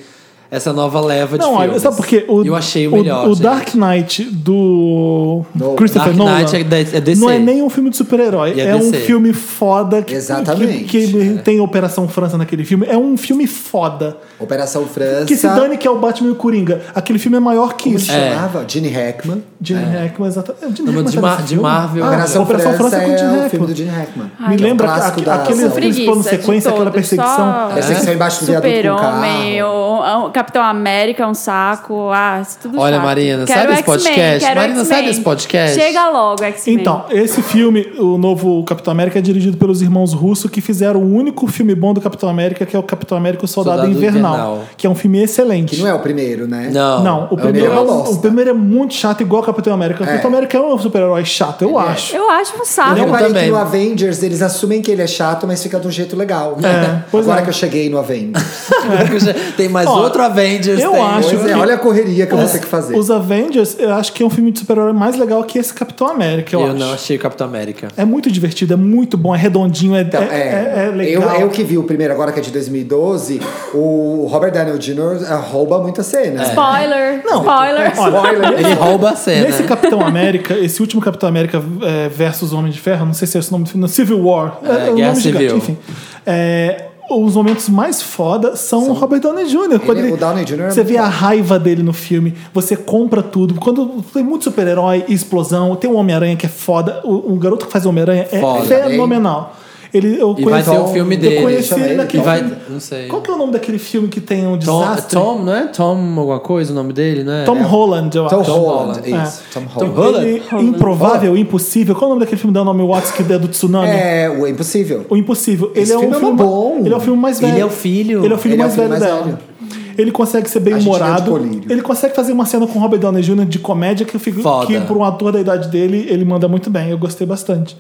Speaker 4: essa nova leva de
Speaker 1: Não, olha,
Speaker 4: filmes.
Speaker 1: sabe por quê? O,
Speaker 4: eu achei o melhor.
Speaker 1: O,
Speaker 4: gente.
Speaker 1: Dark Knight do
Speaker 2: No-
Speaker 1: Christopher
Speaker 4: Dark
Speaker 1: Nolan
Speaker 4: Knight é da- é DC.
Speaker 1: não é nem um filme de super-herói.
Speaker 4: E é
Speaker 1: É, um
Speaker 4: DC.
Speaker 1: filme foda. Que,
Speaker 2: Exatamente.
Speaker 1: Que, que tem Operação França naquele filme. É um filme foda.
Speaker 2: Operação França.
Speaker 1: Que se dane que é o Batman e o Coringa. Aquele filme é maior que
Speaker 2: Como se
Speaker 1: isso.
Speaker 4: É.
Speaker 2: chamava? Gene Hackman.
Speaker 1: Gene Hackman, exatamente. Gene
Speaker 4: Não, mas É. de
Speaker 1: Hackman tá
Speaker 4: Ma-
Speaker 1: nesse
Speaker 4: de
Speaker 1: filme?
Speaker 4: Marvel.
Speaker 1: Ah,
Speaker 2: Operação França,
Speaker 1: com Gene
Speaker 2: é o filme
Speaker 1: Hackman.
Speaker 2: do Gene Hackman.
Speaker 1: Me lembra
Speaker 2: É um clássico
Speaker 1: aque-
Speaker 2: da
Speaker 1: aquele-
Speaker 2: ação.
Speaker 1: Sou frio.
Speaker 3: Preguiça
Speaker 1: plano
Speaker 3: de
Speaker 1: sequência, aquela
Speaker 3: todos,
Speaker 1: perseguição.
Speaker 3: só-
Speaker 2: Perseguição embaixo do viaduto com
Speaker 3: Super-Homem,
Speaker 2: carro.
Speaker 3: o, o Capitão América, um saco. Ah, isso tudo
Speaker 4: Olha,
Speaker 3: chato.
Speaker 4: Marina,
Speaker 3: Quero
Speaker 4: sai desse
Speaker 3: X-Men,
Speaker 4: podcast.
Speaker 3: quero
Speaker 4: Marina, sai
Speaker 3: X-Men.
Speaker 4: desse podcast.
Speaker 3: Chega logo, X-Men.
Speaker 1: Então, esse filme, o novo Capitão América, é dirigido pelos irmãos Russo, que fizeram o único filme bom do Capitão América, que é o Capitão América e o Soldado,
Speaker 4: Soldado
Speaker 1: Invernal,
Speaker 4: Invernal.
Speaker 1: que é um filme excelente.
Speaker 2: Que não é o primeiro, né?
Speaker 4: Não.
Speaker 1: Não, o
Speaker 4: É
Speaker 1: primeiro, é,
Speaker 2: meu.
Speaker 4: melhor.
Speaker 1: um-
Speaker 2: Nossa.
Speaker 1: o primeiro é muito chato, igual o Capitão América. O
Speaker 2: É.
Speaker 1: Capitão América é um super-herói chato, eu acho.
Speaker 3: Eu acho um
Speaker 2: Eu
Speaker 3: saco.
Speaker 4: Não,
Speaker 2: reparei
Speaker 4: também.
Speaker 2: que no Avengers eles assumem que ele é chato, mas fica de um jeito legal.
Speaker 1: É, pois
Speaker 2: Agora
Speaker 1: é.
Speaker 2: que eu cheguei no Avengers.
Speaker 4: Tem mais
Speaker 1: Ó,
Speaker 4: outro Avengers.
Speaker 1: eu
Speaker 4: tem-
Speaker 1: acho-
Speaker 2: Pois é,
Speaker 1: que-
Speaker 2: olha a correria que eu vou ter que fazer.
Speaker 1: Os Avengers, eu acho que é um filme de super-herói mais legal que esse Capitão América, eu,
Speaker 4: Eu,
Speaker 1: acho.
Speaker 4: não achei o Capitão América.
Speaker 1: É muito divertido, é muito bom, é redondinho, é,
Speaker 2: Então,
Speaker 1: é, é- é
Speaker 2: eu,
Speaker 1: legal.
Speaker 2: eu que vi o primeiro agora, que é de 2012, o Robert Daniel Jr. eh, rouba muita cena.
Speaker 3: Spoiler.
Speaker 1: é. Não.
Speaker 3: Spoiler.
Speaker 2: Spoiler.
Speaker 4: Ele rouba a cena.
Speaker 1: É. Nesse é Capitão América, esse último Capitão América é, versus Homem de Ferro, não sei se é esse o nome do filme, não, Civil War. É,
Speaker 4: É,
Speaker 1: é um
Speaker 4: Guerra
Speaker 1: nome gigante,
Speaker 4: Civil.
Speaker 1: enfim. É, os momentos mais foda são, o Robert Downey Jr. quando
Speaker 2: o Downey Jr. é
Speaker 1: você
Speaker 2: muito
Speaker 1: vê a
Speaker 2: bom.
Speaker 1: raiva dele no filme, você compra tudo. Quando tem muito super-herói, explosão, tem um Homem-Aranha que é foda. O, o garoto que faz o Homem-Aranha é
Speaker 4: Foda.
Speaker 1: fenomenal. Ele, eu
Speaker 4: E vai
Speaker 1: conheci-
Speaker 4: ter o filme
Speaker 1: Eu
Speaker 4: dele.
Speaker 1: conheci
Speaker 2: Chama
Speaker 1: ele
Speaker 2: ele,
Speaker 1: naquele
Speaker 4: E vai.
Speaker 1: filme.
Speaker 4: Não sei.
Speaker 1: Qual que é o nome daquele filme que tem um
Speaker 4: Tom,
Speaker 1: desastre?
Speaker 4: Tom, não é Tom alguma coisa o nome dele, não é?
Speaker 1: Tom Holland, eu
Speaker 2: Tom
Speaker 1: acho.
Speaker 2: Holland,
Speaker 1: É.
Speaker 2: isso. Tom
Speaker 4: Tom
Speaker 2: Holland.
Speaker 4: Holland?
Speaker 1: Ele, improvável, impossível. Qual é o nome daquele filme da Naomi Watts que é do tsunami?
Speaker 2: É, o Impossível.
Speaker 1: O impossível. Ele
Speaker 2: Esse
Speaker 1: é um
Speaker 2: filme é
Speaker 1: filme,
Speaker 2: bom.
Speaker 1: Ele é o filme mais velho.
Speaker 4: Ele é o filho.
Speaker 1: Ele é o filho
Speaker 2: Ele é o
Speaker 1: mais,
Speaker 2: filho
Speaker 1: velho
Speaker 2: mais
Speaker 1: dela.
Speaker 2: velho.
Speaker 1: Ele consegue ser bem
Speaker 2: A
Speaker 1: humorado.
Speaker 2: gente vê de colírio.
Speaker 1: Ele consegue fazer uma cena com o Robert Downey Jr. de comédia que eu fico
Speaker 4: Foda.
Speaker 1: que por um ator da idade dele ele manda muito bem. Eu gostei bastante.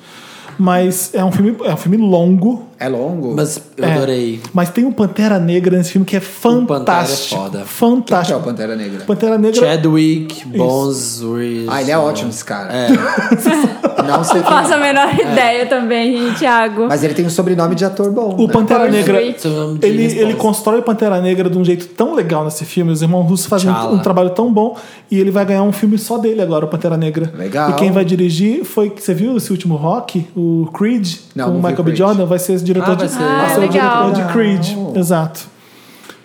Speaker 1: Mas é um filme é um filme longo.
Speaker 2: É longo?
Speaker 4: Mas eu
Speaker 1: É.
Speaker 4: adorei.
Speaker 1: Mas tem um Pantera Negra nesse filme que é
Speaker 4: Pantera é
Speaker 1: fantástico.
Speaker 4: foda.
Speaker 2: Que é
Speaker 1: Fantástico.
Speaker 2: o Pantera Negra.
Speaker 1: Pantera Negra.
Speaker 4: Chadwick Boseman.
Speaker 2: Ah, ele é ótimo esse cara.
Speaker 4: É.
Speaker 2: Não sei
Speaker 3: Não
Speaker 2: quem. é.
Speaker 3: faço a menor ideia também, Thiago.
Speaker 2: Mas ele tem um sobrenome de ator bom.
Speaker 1: O
Speaker 2: né?
Speaker 1: Pantera
Speaker 3: Boris
Speaker 1: Negra.
Speaker 3: Wick.
Speaker 4: Seu nome de
Speaker 1: Ele,
Speaker 4: James
Speaker 1: ele
Speaker 4: Bond.
Speaker 1: constrói o Pantera Negra de um jeito tão legal nesse filme. Os irmãos russos fazem um,
Speaker 4: T'Challa.
Speaker 1: um trabalho tão bom e ele vai ganhar um filme só dele agora, o Pantera Negra.
Speaker 2: Legal.
Speaker 1: E quem vai dirigir foi. Você viu esse último rock? O Creed?
Speaker 2: Não,
Speaker 1: com
Speaker 2: não
Speaker 1: o
Speaker 2: vi
Speaker 1: Michael B.
Speaker 2: Creed.
Speaker 1: Jordan vai ser esse diretor
Speaker 4: Ah,
Speaker 1: de
Speaker 4: vai ser. Ah,
Speaker 1: vai ser o
Speaker 3: legal.
Speaker 1: diretor de Creed. Exato.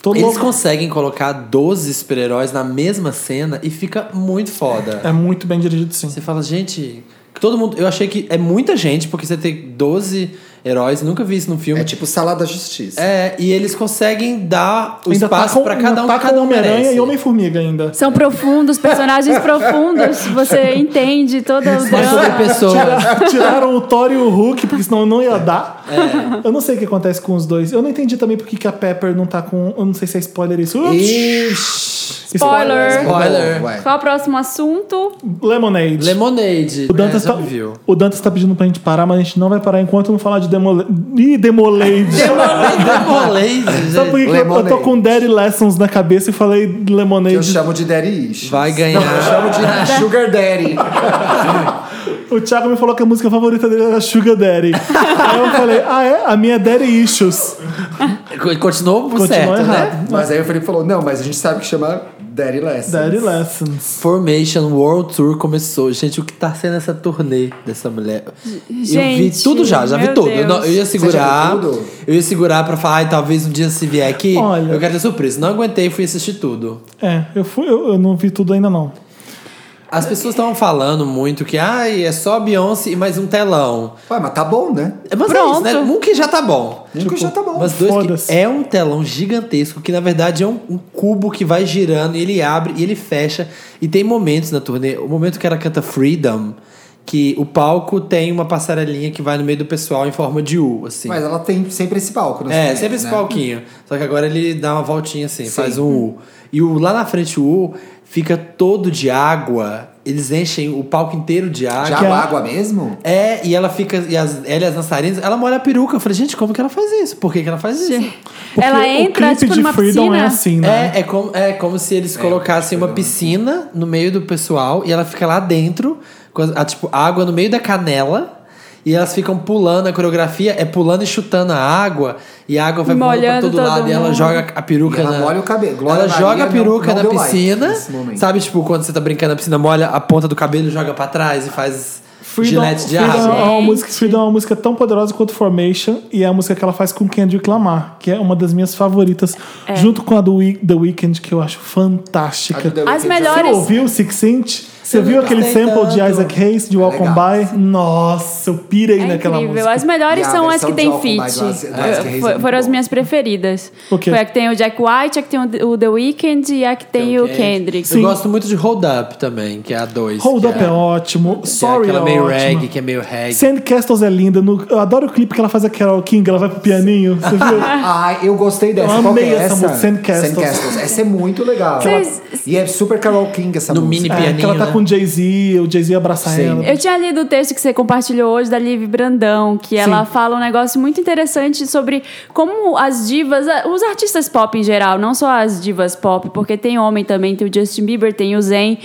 Speaker 1: Todo
Speaker 4: Eles
Speaker 1: mundo-
Speaker 4: conseguem colocar 12 super-heróis na mesma cena e fica muito foda.
Speaker 1: É muito bem dirigido, sim.
Speaker 4: Você fala, gente, todo mundo. Eu achei que é muita gente, porque você tem 12 heróis, nunca vi isso num filme.
Speaker 2: É tipo Sala da Justiça.
Speaker 4: É, e eles conseguem dar o
Speaker 1: Ainda
Speaker 4: espaço
Speaker 1: tá com,
Speaker 4: pra cada um
Speaker 1: tá
Speaker 4: que cada um
Speaker 1: com Homem-Aranha
Speaker 4: merece.
Speaker 1: e Homem-Formiga ainda.
Speaker 3: São profundos, personagens profundos. Você entende todo o
Speaker 4: Mas sobre
Speaker 3: drama.
Speaker 4: pessoas.
Speaker 1: Tira- Tiraram o Thor e o Hulk, porque senão não ia dar. Eu não sei o que acontece com os dois. Eu não entendi também porque que a Pepper não tá com. Eu não sei se é spoiler isso. Ups!
Speaker 2: Ixi.
Speaker 3: Spoiler.
Speaker 4: Spoiler.
Speaker 2: É Ué.
Speaker 3: Qual é o próximo assunto?
Speaker 1: Lemonade.
Speaker 4: Lemonade.
Speaker 1: o Dantas,
Speaker 4: é, já
Speaker 1: tá,
Speaker 4: me viu.
Speaker 1: o Dantas tá pedindo pra gente parar, mas a gente não vai parar enquanto não falar de Demolade. Ih, Demolade!
Speaker 4: Lemonade,
Speaker 1: Sabe por
Speaker 4: gente.
Speaker 1: que que eu- eu tô
Speaker 2: Lemonade.
Speaker 1: com Daddy Lessons na cabeça e falei
Speaker 2: Que eu
Speaker 1: Lemonade?
Speaker 2: chamo de Daddy Issues.
Speaker 4: Vai ganhar.
Speaker 2: Não, eu chamo de Sugar Daddy.
Speaker 1: O Thiago me falou que a música favorita dele era Sugar Daddy. Aí eu falei, ah é? A minha é Daddy Issues.
Speaker 4: Continuou por
Speaker 1: Continua
Speaker 4: certo, né?
Speaker 1: errado.
Speaker 2: Mas aí o Felipe falou, não, mas a gente sabe que chama Daddy Lessons.
Speaker 1: Daddy Lessons.
Speaker 4: Formation World Tour começou. Gente, o que tá sendo essa turnê dessa mulher? eu vi
Speaker 3: Gente,
Speaker 4: tudo já, já vi
Speaker 3: meu
Speaker 4: tudo. Eu, não-
Speaker 3: Deus.
Speaker 4: eu ia segurar.
Speaker 2: Você já viu tudo?
Speaker 4: Eu ia segurar pra falar, ai, talvez um dia se vier aqui,
Speaker 1: Olha.
Speaker 4: eu quero ter surpresa. Não aguentei, fui assistir tudo.
Speaker 1: É, eu, fui, eu, eu não vi tudo ainda não.
Speaker 4: As pessoas estavam falando muito que, ai, é só Beyoncé e mais um telão.
Speaker 2: Ué, mas tá bom, né?
Speaker 4: Mas é isso,
Speaker 3: Pronto.
Speaker 4: né? Um que já tá bom.
Speaker 2: Nunca já tá bom.
Speaker 4: Mas dois que
Speaker 1: Foda-se.
Speaker 4: é um telão gigantesco que na verdade é um, um cubo que vai girando e ele abre e ele fecha e tem momentos na turnê, o momento que ela canta Freedom, que o palco tem uma passarelinha que vai no meio do pessoal em forma de U, assim.
Speaker 2: Mas ela tem sempre esse palco, né?
Speaker 4: É, sempre esse palquinho. Só que agora ele dá uma voltinha assim,
Speaker 2: Sim.
Speaker 4: faz um U. E o, lá na frente, o U fica todo de água. Eles enchem o palco inteiro de água.
Speaker 2: Já
Speaker 1: Que a-
Speaker 2: água mesmo?
Speaker 4: É, e ela fica. E as, ela e as dançarinas, ela molha a peruca. Eu falei, gente, como que ela faz isso? Por que, que ela faz isso?
Speaker 1: Porque
Speaker 3: Ela entra,
Speaker 1: o clipe
Speaker 3: tipo,
Speaker 1: de
Speaker 3: numa
Speaker 1: Freedom
Speaker 3: piscina.
Speaker 1: é assim, né?
Speaker 4: É, é, como, é como se eles colocassem
Speaker 2: é.
Speaker 4: uma piscina no meio do pessoal e ela fica lá dentro, com a, a, tipo, água no meio da canela. E elas ficam pulando a coreografia, é pulando e chutando a água, e a água vai pulando pra
Speaker 3: Molhando
Speaker 4: todo,
Speaker 3: todo
Speaker 4: lado, e ela
Speaker 3: mundo.
Speaker 4: joga a peruca
Speaker 2: E ela
Speaker 4: na.
Speaker 2: molha o cabelo. Glória
Speaker 4: ela
Speaker 2: Maria
Speaker 4: joga a
Speaker 2: não-
Speaker 4: peruca
Speaker 2: não
Speaker 4: na
Speaker 2: deu like
Speaker 4: piscina.
Speaker 2: nesse momento.
Speaker 4: sabe, tipo, quando você tá brincando na piscina, molha a ponta do cabelo, joga pra trás e faz gilete de
Speaker 1: Freedom
Speaker 4: água.
Speaker 1: é uma
Speaker 3: Gente.
Speaker 1: música, Freedom é uma música tão poderosa quanto Formation e é a música que ela faz com Kendrick Lamar, que é uma das minhas favoritas,
Speaker 3: É.
Speaker 1: junto com a do We- The Weeknd, que eu acho
Speaker 4: é
Speaker 2: A do
Speaker 1: fantástica.
Speaker 2: The Weeknd,
Speaker 3: As
Speaker 1: Você
Speaker 3: melhores-
Speaker 1: ouviu Six Inch? Você
Speaker 4: Eu
Speaker 1: viu
Speaker 4: não
Speaker 1: aquele
Speaker 4: gostei
Speaker 1: sample de
Speaker 4: tanto. É
Speaker 1: Isaac Hayes de Walk On
Speaker 2: legal.
Speaker 1: By? Nossa, eu pirei
Speaker 3: É
Speaker 1: naquela
Speaker 3: incrível.
Speaker 1: música.
Speaker 3: As melhores
Speaker 2: E a
Speaker 3: são as
Speaker 2: versão
Speaker 3: que
Speaker 2: de
Speaker 3: tem
Speaker 2: All
Speaker 3: feat.
Speaker 2: By Glass- Glass Case é
Speaker 3: Foi-
Speaker 2: muito
Speaker 3: Foram as
Speaker 2: boa.
Speaker 3: minhas preferidas.
Speaker 1: O quê?
Speaker 3: Foi a que tem o Jack White, a que tem o o The Weeknd e a que tem o Kendrick.
Speaker 4: Eu gosto muito de Hold Up também, que é a 2.
Speaker 1: Hold Up é, ótimo, Sorry
Speaker 4: que
Speaker 1: é,
Speaker 4: aquela meio
Speaker 1: ótimo.
Speaker 4: reggae, que é meio reggae.
Speaker 1: Sandcastles é linda. no- eu adoro o clipe que ela faz a Carol King, ela vai pro pianinho, você viu?
Speaker 2: Ai, eu gostei dessa.
Speaker 1: Eu
Speaker 2: Qual que
Speaker 1: amei
Speaker 2: é
Speaker 1: essa
Speaker 2: essa?
Speaker 1: música, Sandcastles.
Speaker 2: Sandcastles. Essa é muito legal.
Speaker 3: Vocês-
Speaker 2: E é super Carol King essa
Speaker 4: No
Speaker 2: música.
Speaker 4: mini-
Speaker 1: É, que ela
Speaker 4: Pianinho,
Speaker 1: tá
Speaker 4: né?
Speaker 1: com o Jay-Z, o Jay-Z abraça
Speaker 2: Sim.
Speaker 1: ela.
Speaker 3: Eu tinha lido o texto que você compartilhou hoje da Liv Brandão, que ela fala um negócio muito interessante sobre como as divas, a- os artistas pop em geral, não só as divas pop, porque tem homem também, tem o Justin Bieber, tem o Zayn,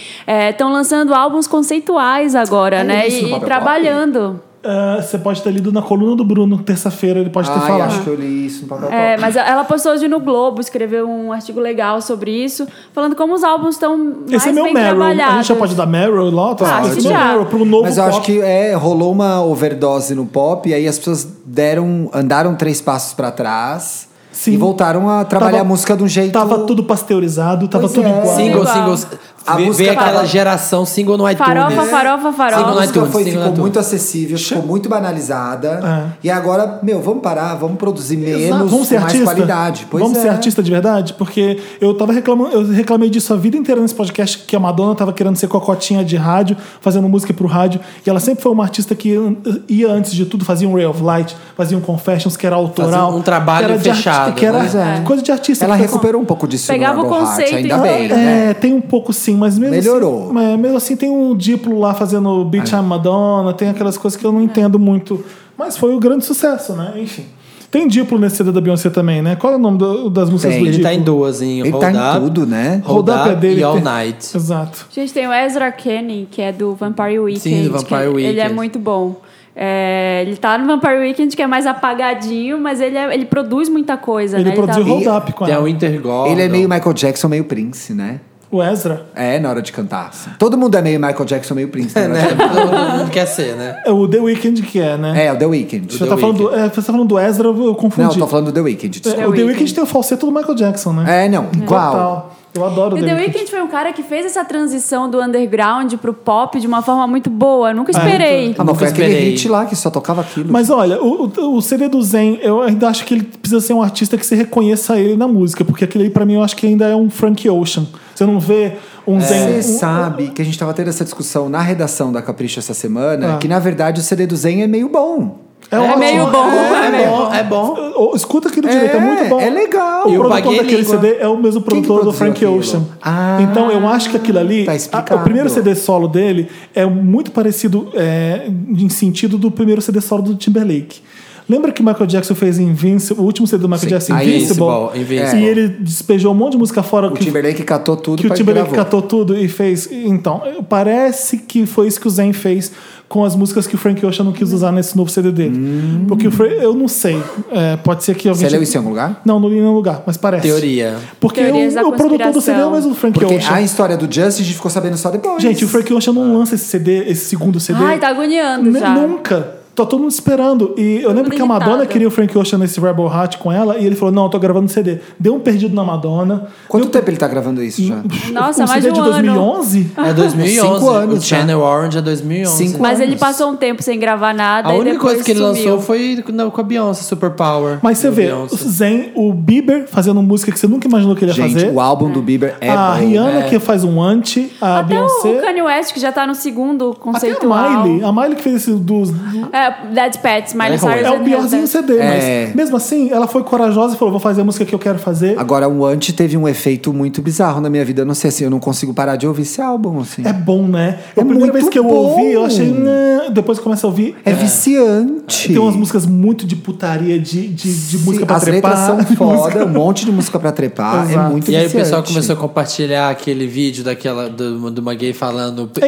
Speaker 3: estão lançando álbuns conceituais agora,
Speaker 2: É
Speaker 3: né?
Speaker 2: isso,
Speaker 3: E-
Speaker 2: o
Speaker 3: e
Speaker 2: pop é
Speaker 3: trabalhando.
Speaker 1: Ah, você pode ter lido na coluna do Bruno, terça-feira, ele pode ter
Speaker 2: Ai,
Speaker 1: falado.
Speaker 2: acho que eu li isso no
Speaker 1: Tá
Speaker 2: papel
Speaker 3: É,
Speaker 2: pop.
Speaker 3: mas ela postou hoje no Globo, escreveu um artigo legal sobre isso, falando como os álbuns estão mais
Speaker 1: Esse é meu
Speaker 3: bem
Speaker 1: Meryl. A
Speaker 3: trabalhados.
Speaker 1: gente já pode dar Meryl lá? Tá?
Speaker 3: Pode,
Speaker 1: Esse é meu
Speaker 3: já.
Speaker 1: Meryl pro novo
Speaker 2: Mas eu acho
Speaker 1: pop.
Speaker 2: que é, rolou uma overdose no pop e aí as pessoas deram, andaram três passos pra trás
Speaker 1: Sim.
Speaker 2: e voltaram a trabalhar
Speaker 1: Tava-
Speaker 2: a música de um jeito.
Speaker 1: Tava tudo pasteurizado, tava
Speaker 2: Pois
Speaker 1: tudo
Speaker 2: é.
Speaker 1: igual.
Speaker 4: Single,
Speaker 3: Igual.
Speaker 4: singles.
Speaker 2: A
Speaker 4: Vê-
Speaker 2: música
Speaker 4: Vê aquela
Speaker 2: tava-
Speaker 4: geração single no iTunes.
Speaker 1: É.
Speaker 3: Farofa, farofa,
Speaker 4: Single no
Speaker 2: A
Speaker 3: farofa.
Speaker 2: música
Speaker 4: iTunes, single
Speaker 2: foi, ficou
Speaker 4: no iTunes.
Speaker 2: muito acessível, ficou muito banalizada. E agora, meu, vamos parar, vamos produzir
Speaker 1: É. Exato.
Speaker 2: menos,
Speaker 1: Vamos ser
Speaker 2: com mais
Speaker 1: artista?
Speaker 2: qualidade. Pois
Speaker 1: Vamos
Speaker 2: é.
Speaker 1: ser artista de verdade? Porque eu tava reclamando, eu reclamei disso a vida inteira nesse podcast, que a Madonna tava querendo ser cocotinha de rádio, fazendo música pro rádio. E ela sempre foi uma artista que uh, ia antes de tudo, fazia um Ray of Light, fazia um Confessions, que era autoral.
Speaker 4: Fazia um trabalho
Speaker 1: que era de arti-
Speaker 4: fechado,
Speaker 1: que era
Speaker 4: Pois
Speaker 2: é.
Speaker 1: coisa de artista.
Speaker 2: Ela
Speaker 1: que-
Speaker 2: recuperou um pouco disso
Speaker 3: Pegava
Speaker 2: no
Speaker 3: o
Speaker 2: Rebel Heart,
Speaker 3: conceito
Speaker 2: ainda
Speaker 3: e-
Speaker 2: bem,
Speaker 3: Ah,
Speaker 2: né?
Speaker 1: É, tem um pouco sim, mas mesmo
Speaker 2: Melhorou.
Speaker 1: Assim, mas mesmo assim tem um Diplo lá fazendo Beach I'm Madonna, tem aquelas coisas que eu não entendo muito. Mas foi um grande sucesso, né? Enfim. Tem Diplo nesse CD da Beyoncé também, né? Qual é o nome do- das músicas
Speaker 2: Tem.
Speaker 1: do
Speaker 4: Ele
Speaker 1: Diplo?
Speaker 4: tá em duas, em
Speaker 2: Ele
Speaker 4: Hold
Speaker 2: tá em
Speaker 4: Up,
Speaker 2: tudo, né?
Speaker 4: Hold
Speaker 1: Hold Up é
Speaker 4: Up
Speaker 1: dele,
Speaker 4: e All
Speaker 1: tem-
Speaker 4: Night.
Speaker 1: Exato.
Speaker 3: Gente, tem o Ezra Kenny, que é do Vampire Weekend.
Speaker 4: Sim, do Vampire
Speaker 3: que
Speaker 4: Weekend.
Speaker 3: Ele é muito bom. É, ele tá no Vampire Weekend, que é mais apagadinho, mas ele, é- ele produz muita coisa,
Speaker 1: Ele
Speaker 3: né?
Speaker 1: produziu
Speaker 3: tá...
Speaker 1: Hold Up com
Speaker 4: Tem a
Speaker 1: ela.
Speaker 4: Winter Gordon.
Speaker 2: Ele é meio Michael Jackson, meio Prince, né?
Speaker 1: O Ezra.
Speaker 2: É, na hora de cantar. Todo mundo é meio Michael Jackson, meio Prince. na hora de
Speaker 4: Né? Todo mundo quer ser, né?
Speaker 1: É o The Weeknd que é,
Speaker 2: cantar.
Speaker 1: né?
Speaker 2: É, o The Weeknd.
Speaker 1: Você, tá
Speaker 4: The
Speaker 1: falando do, é, você tá falando do Ezra, eu confundi.
Speaker 2: Não, eu tô falando do The Weeknd,
Speaker 1: É,
Speaker 2: desculpa.
Speaker 1: o The
Speaker 3: The
Speaker 1: Weeknd
Speaker 3: Weeknd.
Speaker 1: tem o falseto do Michael Jackson, né?
Speaker 2: É, não, igual.
Speaker 1: Total. Eu adoro
Speaker 3: E
Speaker 1: o
Speaker 3: The Weeknd foi um cara que fez essa transição do underground pro pop de uma forma muito boa. Eu Nunca esperei.
Speaker 1: então,
Speaker 2: Ah, mas
Speaker 4: Nunca
Speaker 2: foi aquele
Speaker 4: esperei.
Speaker 2: hit lá que só tocava aquilo.
Speaker 1: Mas olha, o, o- o CD do Zen, eu ainda acho que ele precisa ser um artista que se reconheça ele na música, porque aquele aí pra mim eu acho que ainda é um Frank Ocean. Você não vê um Zen.
Speaker 2: É. Você
Speaker 1: um-
Speaker 2: sabe que a gente tava tendo essa discussão na redação da Capricho essa semana,
Speaker 1: Ah.
Speaker 2: que na verdade o CD do Zen é meio bom.
Speaker 1: É,
Speaker 3: É
Speaker 1: ótimo.
Speaker 3: meio bom.
Speaker 4: É bom, é bom.
Speaker 1: Ô, Escuta aqui do direito, é,
Speaker 2: É,
Speaker 1: muito bom.
Speaker 2: é legal.
Speaker 1: O
Speaker 4: Eu
Speaker 1: produtor
Speaker 4: paguei
Speaker 1: daquele
Speaker 4: língua.
Speaker 1: CD é o mesmo
Speaker 2: Quem que
Speaker 1: produtor do
Speaker 2: produziu
Speaker 1: Frank
Speaker 2: aquilo?
Speaker 1: Ocean.
Speaker 2: Ah,
Speaker 1: então eu acho que aquilo ali.
Speaker 2: tá
Speaker 1: a-
Speaker 2: explicado.
Speaker 1: o primeiro CD solo dele é muito parecido é, em sentido do primeiro CD solo do Timberlake. Lembra que o Michael Jackson fez Invincible, o último CD do Michael Jackson,
Speaker 2: Ah,
Speaker 1: Invincible,
Speaker 4: Invincible, Invincible.
Speaker 1: E ele despejou um monte de música fora.
Speaker 2: O
Speaker 1: que-
Speaker 2: Timberlake catou tudo
Speaker 1: que o
Speaker 2: pra-
Speaker 1: Timberlake
Speaker 2: gravou.
Speaker 1: catou tudo e fez. Então, parece que foi isso que o Zen fez com as músicas que o Frank Ocean não quis usar nesse novo CD dele. Porque o Frank, eu não sei. É, pode ser que alguém.
Speaker 2: Hum. Você leu isso em algum lugar?
Speaker 1: Não, não li em nenhum lugar, mas parece.
Speaker 4: Teoria.
Speaker 1: Porque
Speaker 3: Teorias
Speaker 1: o,
Speaker 3: da
Speaker 1: o produtor do CD é o
Speaker 3: conspiração.
Speaker 1: mesmo Frank
Speaker 2: Porque
Speaker 1: Ocean.
Speaker 2: a história do Justice a gente ficou sabendo só depois.
Speaker 1: Gente, o Frank Ocean não lança esse CD, esse segundo CD.
Speaker 3: Ai, tá agoniando
Speaker 1: Ne-
Speaker 3: já.
Speaker 1: Nunca. Tá todo mundo esperando. E eu lembro
Speaker 3: mundo
Speaker 1: que a Madonna
Speaker 3: irritado.
Speaker 1: queria o Frank Ocean nesse Rebel Heart com ela e ele falou: Não, eu tô gravando CD. Deu um perdido na Madonna.
Speaker 2: Quanto tempo ele tá gravando isso já?
Speaker 3: Nossa,
Speaker 1: um
Speaker 3: mais
Speaker 1: CD
Speaker 3: de um
Speaker 1: de
Speaker 3: ano.
Speaker 1: 2011?
Speaker 4: É 2011.
Speaker 2: Cinco
Speaker 1: né?
Speaker 2: anos,
Speaker 4: o Channel Orange é 2011.
Speaker 2: Cinco
Speaker 3: Mas ele
Speaker 2: anos.
Speaker 3: passou um tempo sem gravar nada.
Speaker 4: A
Speaker 3: e
Speaker 4: única
Speaker 3: depois
Speaker 4: coisa que ele
Speaker 3: sumiu.
Speaker 4: lançou foi na- com a Beyoncé, Superpower.
Speaker 1: Mas você
Speaker 4: do
Speaker 1: vê,
Speaker 4: Beyoncé.
Speaker 1: o Zen, o Bieber fazendo música que você nunca imaginou que ele ia
Speaker 2: Gente,
Speaker 1: fazer.
Speaker 2: o álbum do Bieber é
Speaker 1: a
Speaker 2: bom.
Speaker 1: Rihanna que faz um anti, a
Speaker 3: Até o
Speaker 1: Beyoncé.
Speaker 3: Kanye um West, que já tá no segundo
Speaker 1: Até a
Speaker 3: conceitual.
Speaker 1: Miley. A Miley que fez esse dos.
Speaker 3: É, Dead Pets, Miley
Speaker 4: É
Speaker 3: Cyrus.
Speaker 4: ruim.
Speaker 1: É o
Speaker 3: and
Speaker 1: piorzinho
Speaker 3: Dead Pets.
Speaker 1: CD,
Speaker 2: É.
Speaker 1: mas mesmo assim, ela foi corajosa e falou: vou fazer a música que eu quero fazer.
Speaker 2: Agora, o Anti teve um efeito muito bizarro na minha vida. Eu não sei, assim, eu não consigo parar de ouvir esse álbum, assim.
Speaker 1: É bom, né? Eu,
Speaker 2: É
Speaker 1: a primeira
Speaker 2: muito
Speaker 1: vez que eu
Speaker 2: bom.
Speaker 1: ouvi, eu achei. "Nã", Depois que começa a ouvir.
Speaker 2: É viciante.
Speaker 1: Tem umas músicas muito de putaria, de, de, de música pra
Speaker 2: As
Speaker 1: trepar.
Speaker 2: letras são foda, um monte de música pra trepar. é
Speaker 1: Exato.
Speaker 2: muito
Speaker 4: E aí o
Speaker 2: viciante.
Speaker 4: pessoal começou a compartilhar aquele vídeo daquela do- de uma gay falando.
Speaker 1: É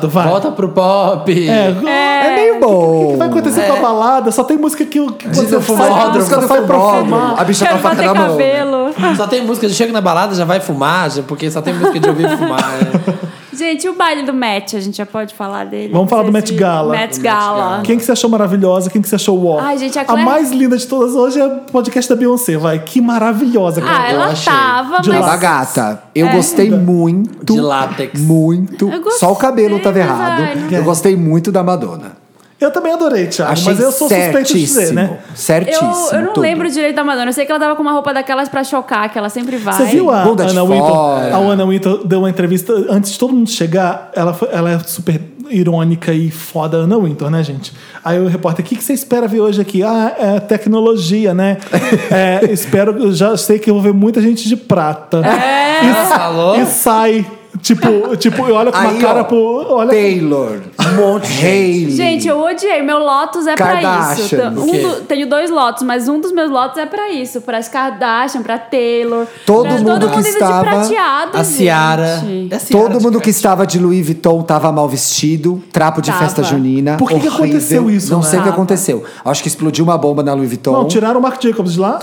Speaker 4: do povo,
Speaker 1: vai.
Speaker 4: Volta pro pop.
Speaker 1: É,
Speaker 2: É meio bom.
Speaker 1: O que vai acontecer com a balada? Só tem música que, que
Speaker 2: Diz
Speaker 1: você
Speaker 2: eu fumar,
Speaker 1: faz.
Speaker 2: a música do
Speaker 1: vai
Speaker 2: fumódromo. A bicha com a
Speaker 3: Quero
Speaker 2: faca
Speaker 3: bater
Speaker 2: na mão.
Speaker 3: cabelo.
Speaker 4: Só tem música, chega na balada, já vai fumar, já- porque só tem música de ouvir fumar. né?
Speaker 3: Gente, e o baile do Met, a gente já pode falar dele.
Speaker 1: Vamos falar do
Speaker 3: Vocês
Speaker 1: Met
Speaker 3: viram?
Speaker 1: Gala.
Speaker 3: Met
Speaker 4: Do Met
Speaker 3: Gala.
Speaker 4: Gala.
Speaker 1: Quem que você achou maravilhosa? Quem que você achou uó?
Speaker 3: Ai, gente, a Claire-
Speaker 1: mais linda de todas hoje é o podcast da Beyoncé, vai. Que maravilhosa.
Speaker 3: Ah,
Speaker 1: cara.
Speaker 4: Eu
Speaker 3: ela
Speaker 4: achei.
Speaker 3: tava,
Speaker 1: De
Speaker 3: mas...
Speaker 2: Da gata. Eu
Speaker 1: É.
Speaker 2: gostei muito.
Speaker 4: De látex.
Speaker 2: Muito.
Speaker 3: Eu gostei,
Speaker 2: Só o cabelo tava
Speaker 3: mas,
Speaker 2: errado.
Speaker 3: ai, não-
Speaker 2: Eu gostei muito da Madonna.
Speaker 1: Eu também adorei, Thiago.
Speaker 2: Achei
Speaker 1: mas eu sou suspeito de dizer,
Speaker 2: certíssimo.
Speaker 1: né?
Speaker 2: Certíssimo.
Speaker 3: Eu, eu não
Speaker 2: tudo.
Speaker 3: lembro direito da Madonna. Eu sei que ela tava com uma roupa daquelas pra chocar, que ela sempre vai.
Speaker 1: Você viu a
Speaker 2: bunda de
Speaker 1: Ana Winton?
Speaker 2: fora.
Speaker 1: A Ana Winton deu uma entrevista antes de todo mundo chegar. Ela, foi- ela é super irônica e foda a Ana Winton, né, gente? Aí o repórter, o que, que você espera ver hoje aqui? Ah, é tecnologia, né? É, espero, eu já sei que eu vou ver muita gente de prata. É.
Speaker 4: Ela falou.
Speaker 1: E sai. Tipo, tipo, eu olho com uma
Speaker 2: Aí,
Speaker 1: cara
Speaker 2: ó,
Speaker 1: pro. Olha,
Speaker 2: Taylor. um Hailey.
Speaker 3: Gente, eu odiei. Meu Lotus é pra isso.
Speaker 2: Kardashian.
Speaker 3: Um
Speaker 4: O quê?
Speaker 3: do- tenho dois Lotus, mas um dos meus Lotus é pra isso. Pra Kardashian, pra Taylor.
Speaker 2: Todo
Speaker 3: pra
Speaker 2: mundo
Speaker 3: todo
Speaker 2: que
Speaker 3: mundo indo
Speaker 2: estava-
Speaker 3: de prateado,
Speaker 4: A
Speaker 3: gente.
Speaker 4: Ciara. É a Ciara,
Speaker 2: Todo mundo
Speaker 4: tipo,
Speaker 2: que estava de Louis Vuitton estava mal vestido, trapo de
Speaker 3: Tava.
Speaker 2: festa junina.
Speaker 1: Por que que
Speaker 2: horrível.
Speaker 1: aconteceu isso,
Speaker 2: Não
Speaker 1: né?
Speaker 2: sei o que
Speaker 3: Tava.
Speaker 2: aconteceu. Acho que explodiu uma bomba na Louis Vuitton.
Speaker 1: Não, tiraram o Mark Jacobs de lá?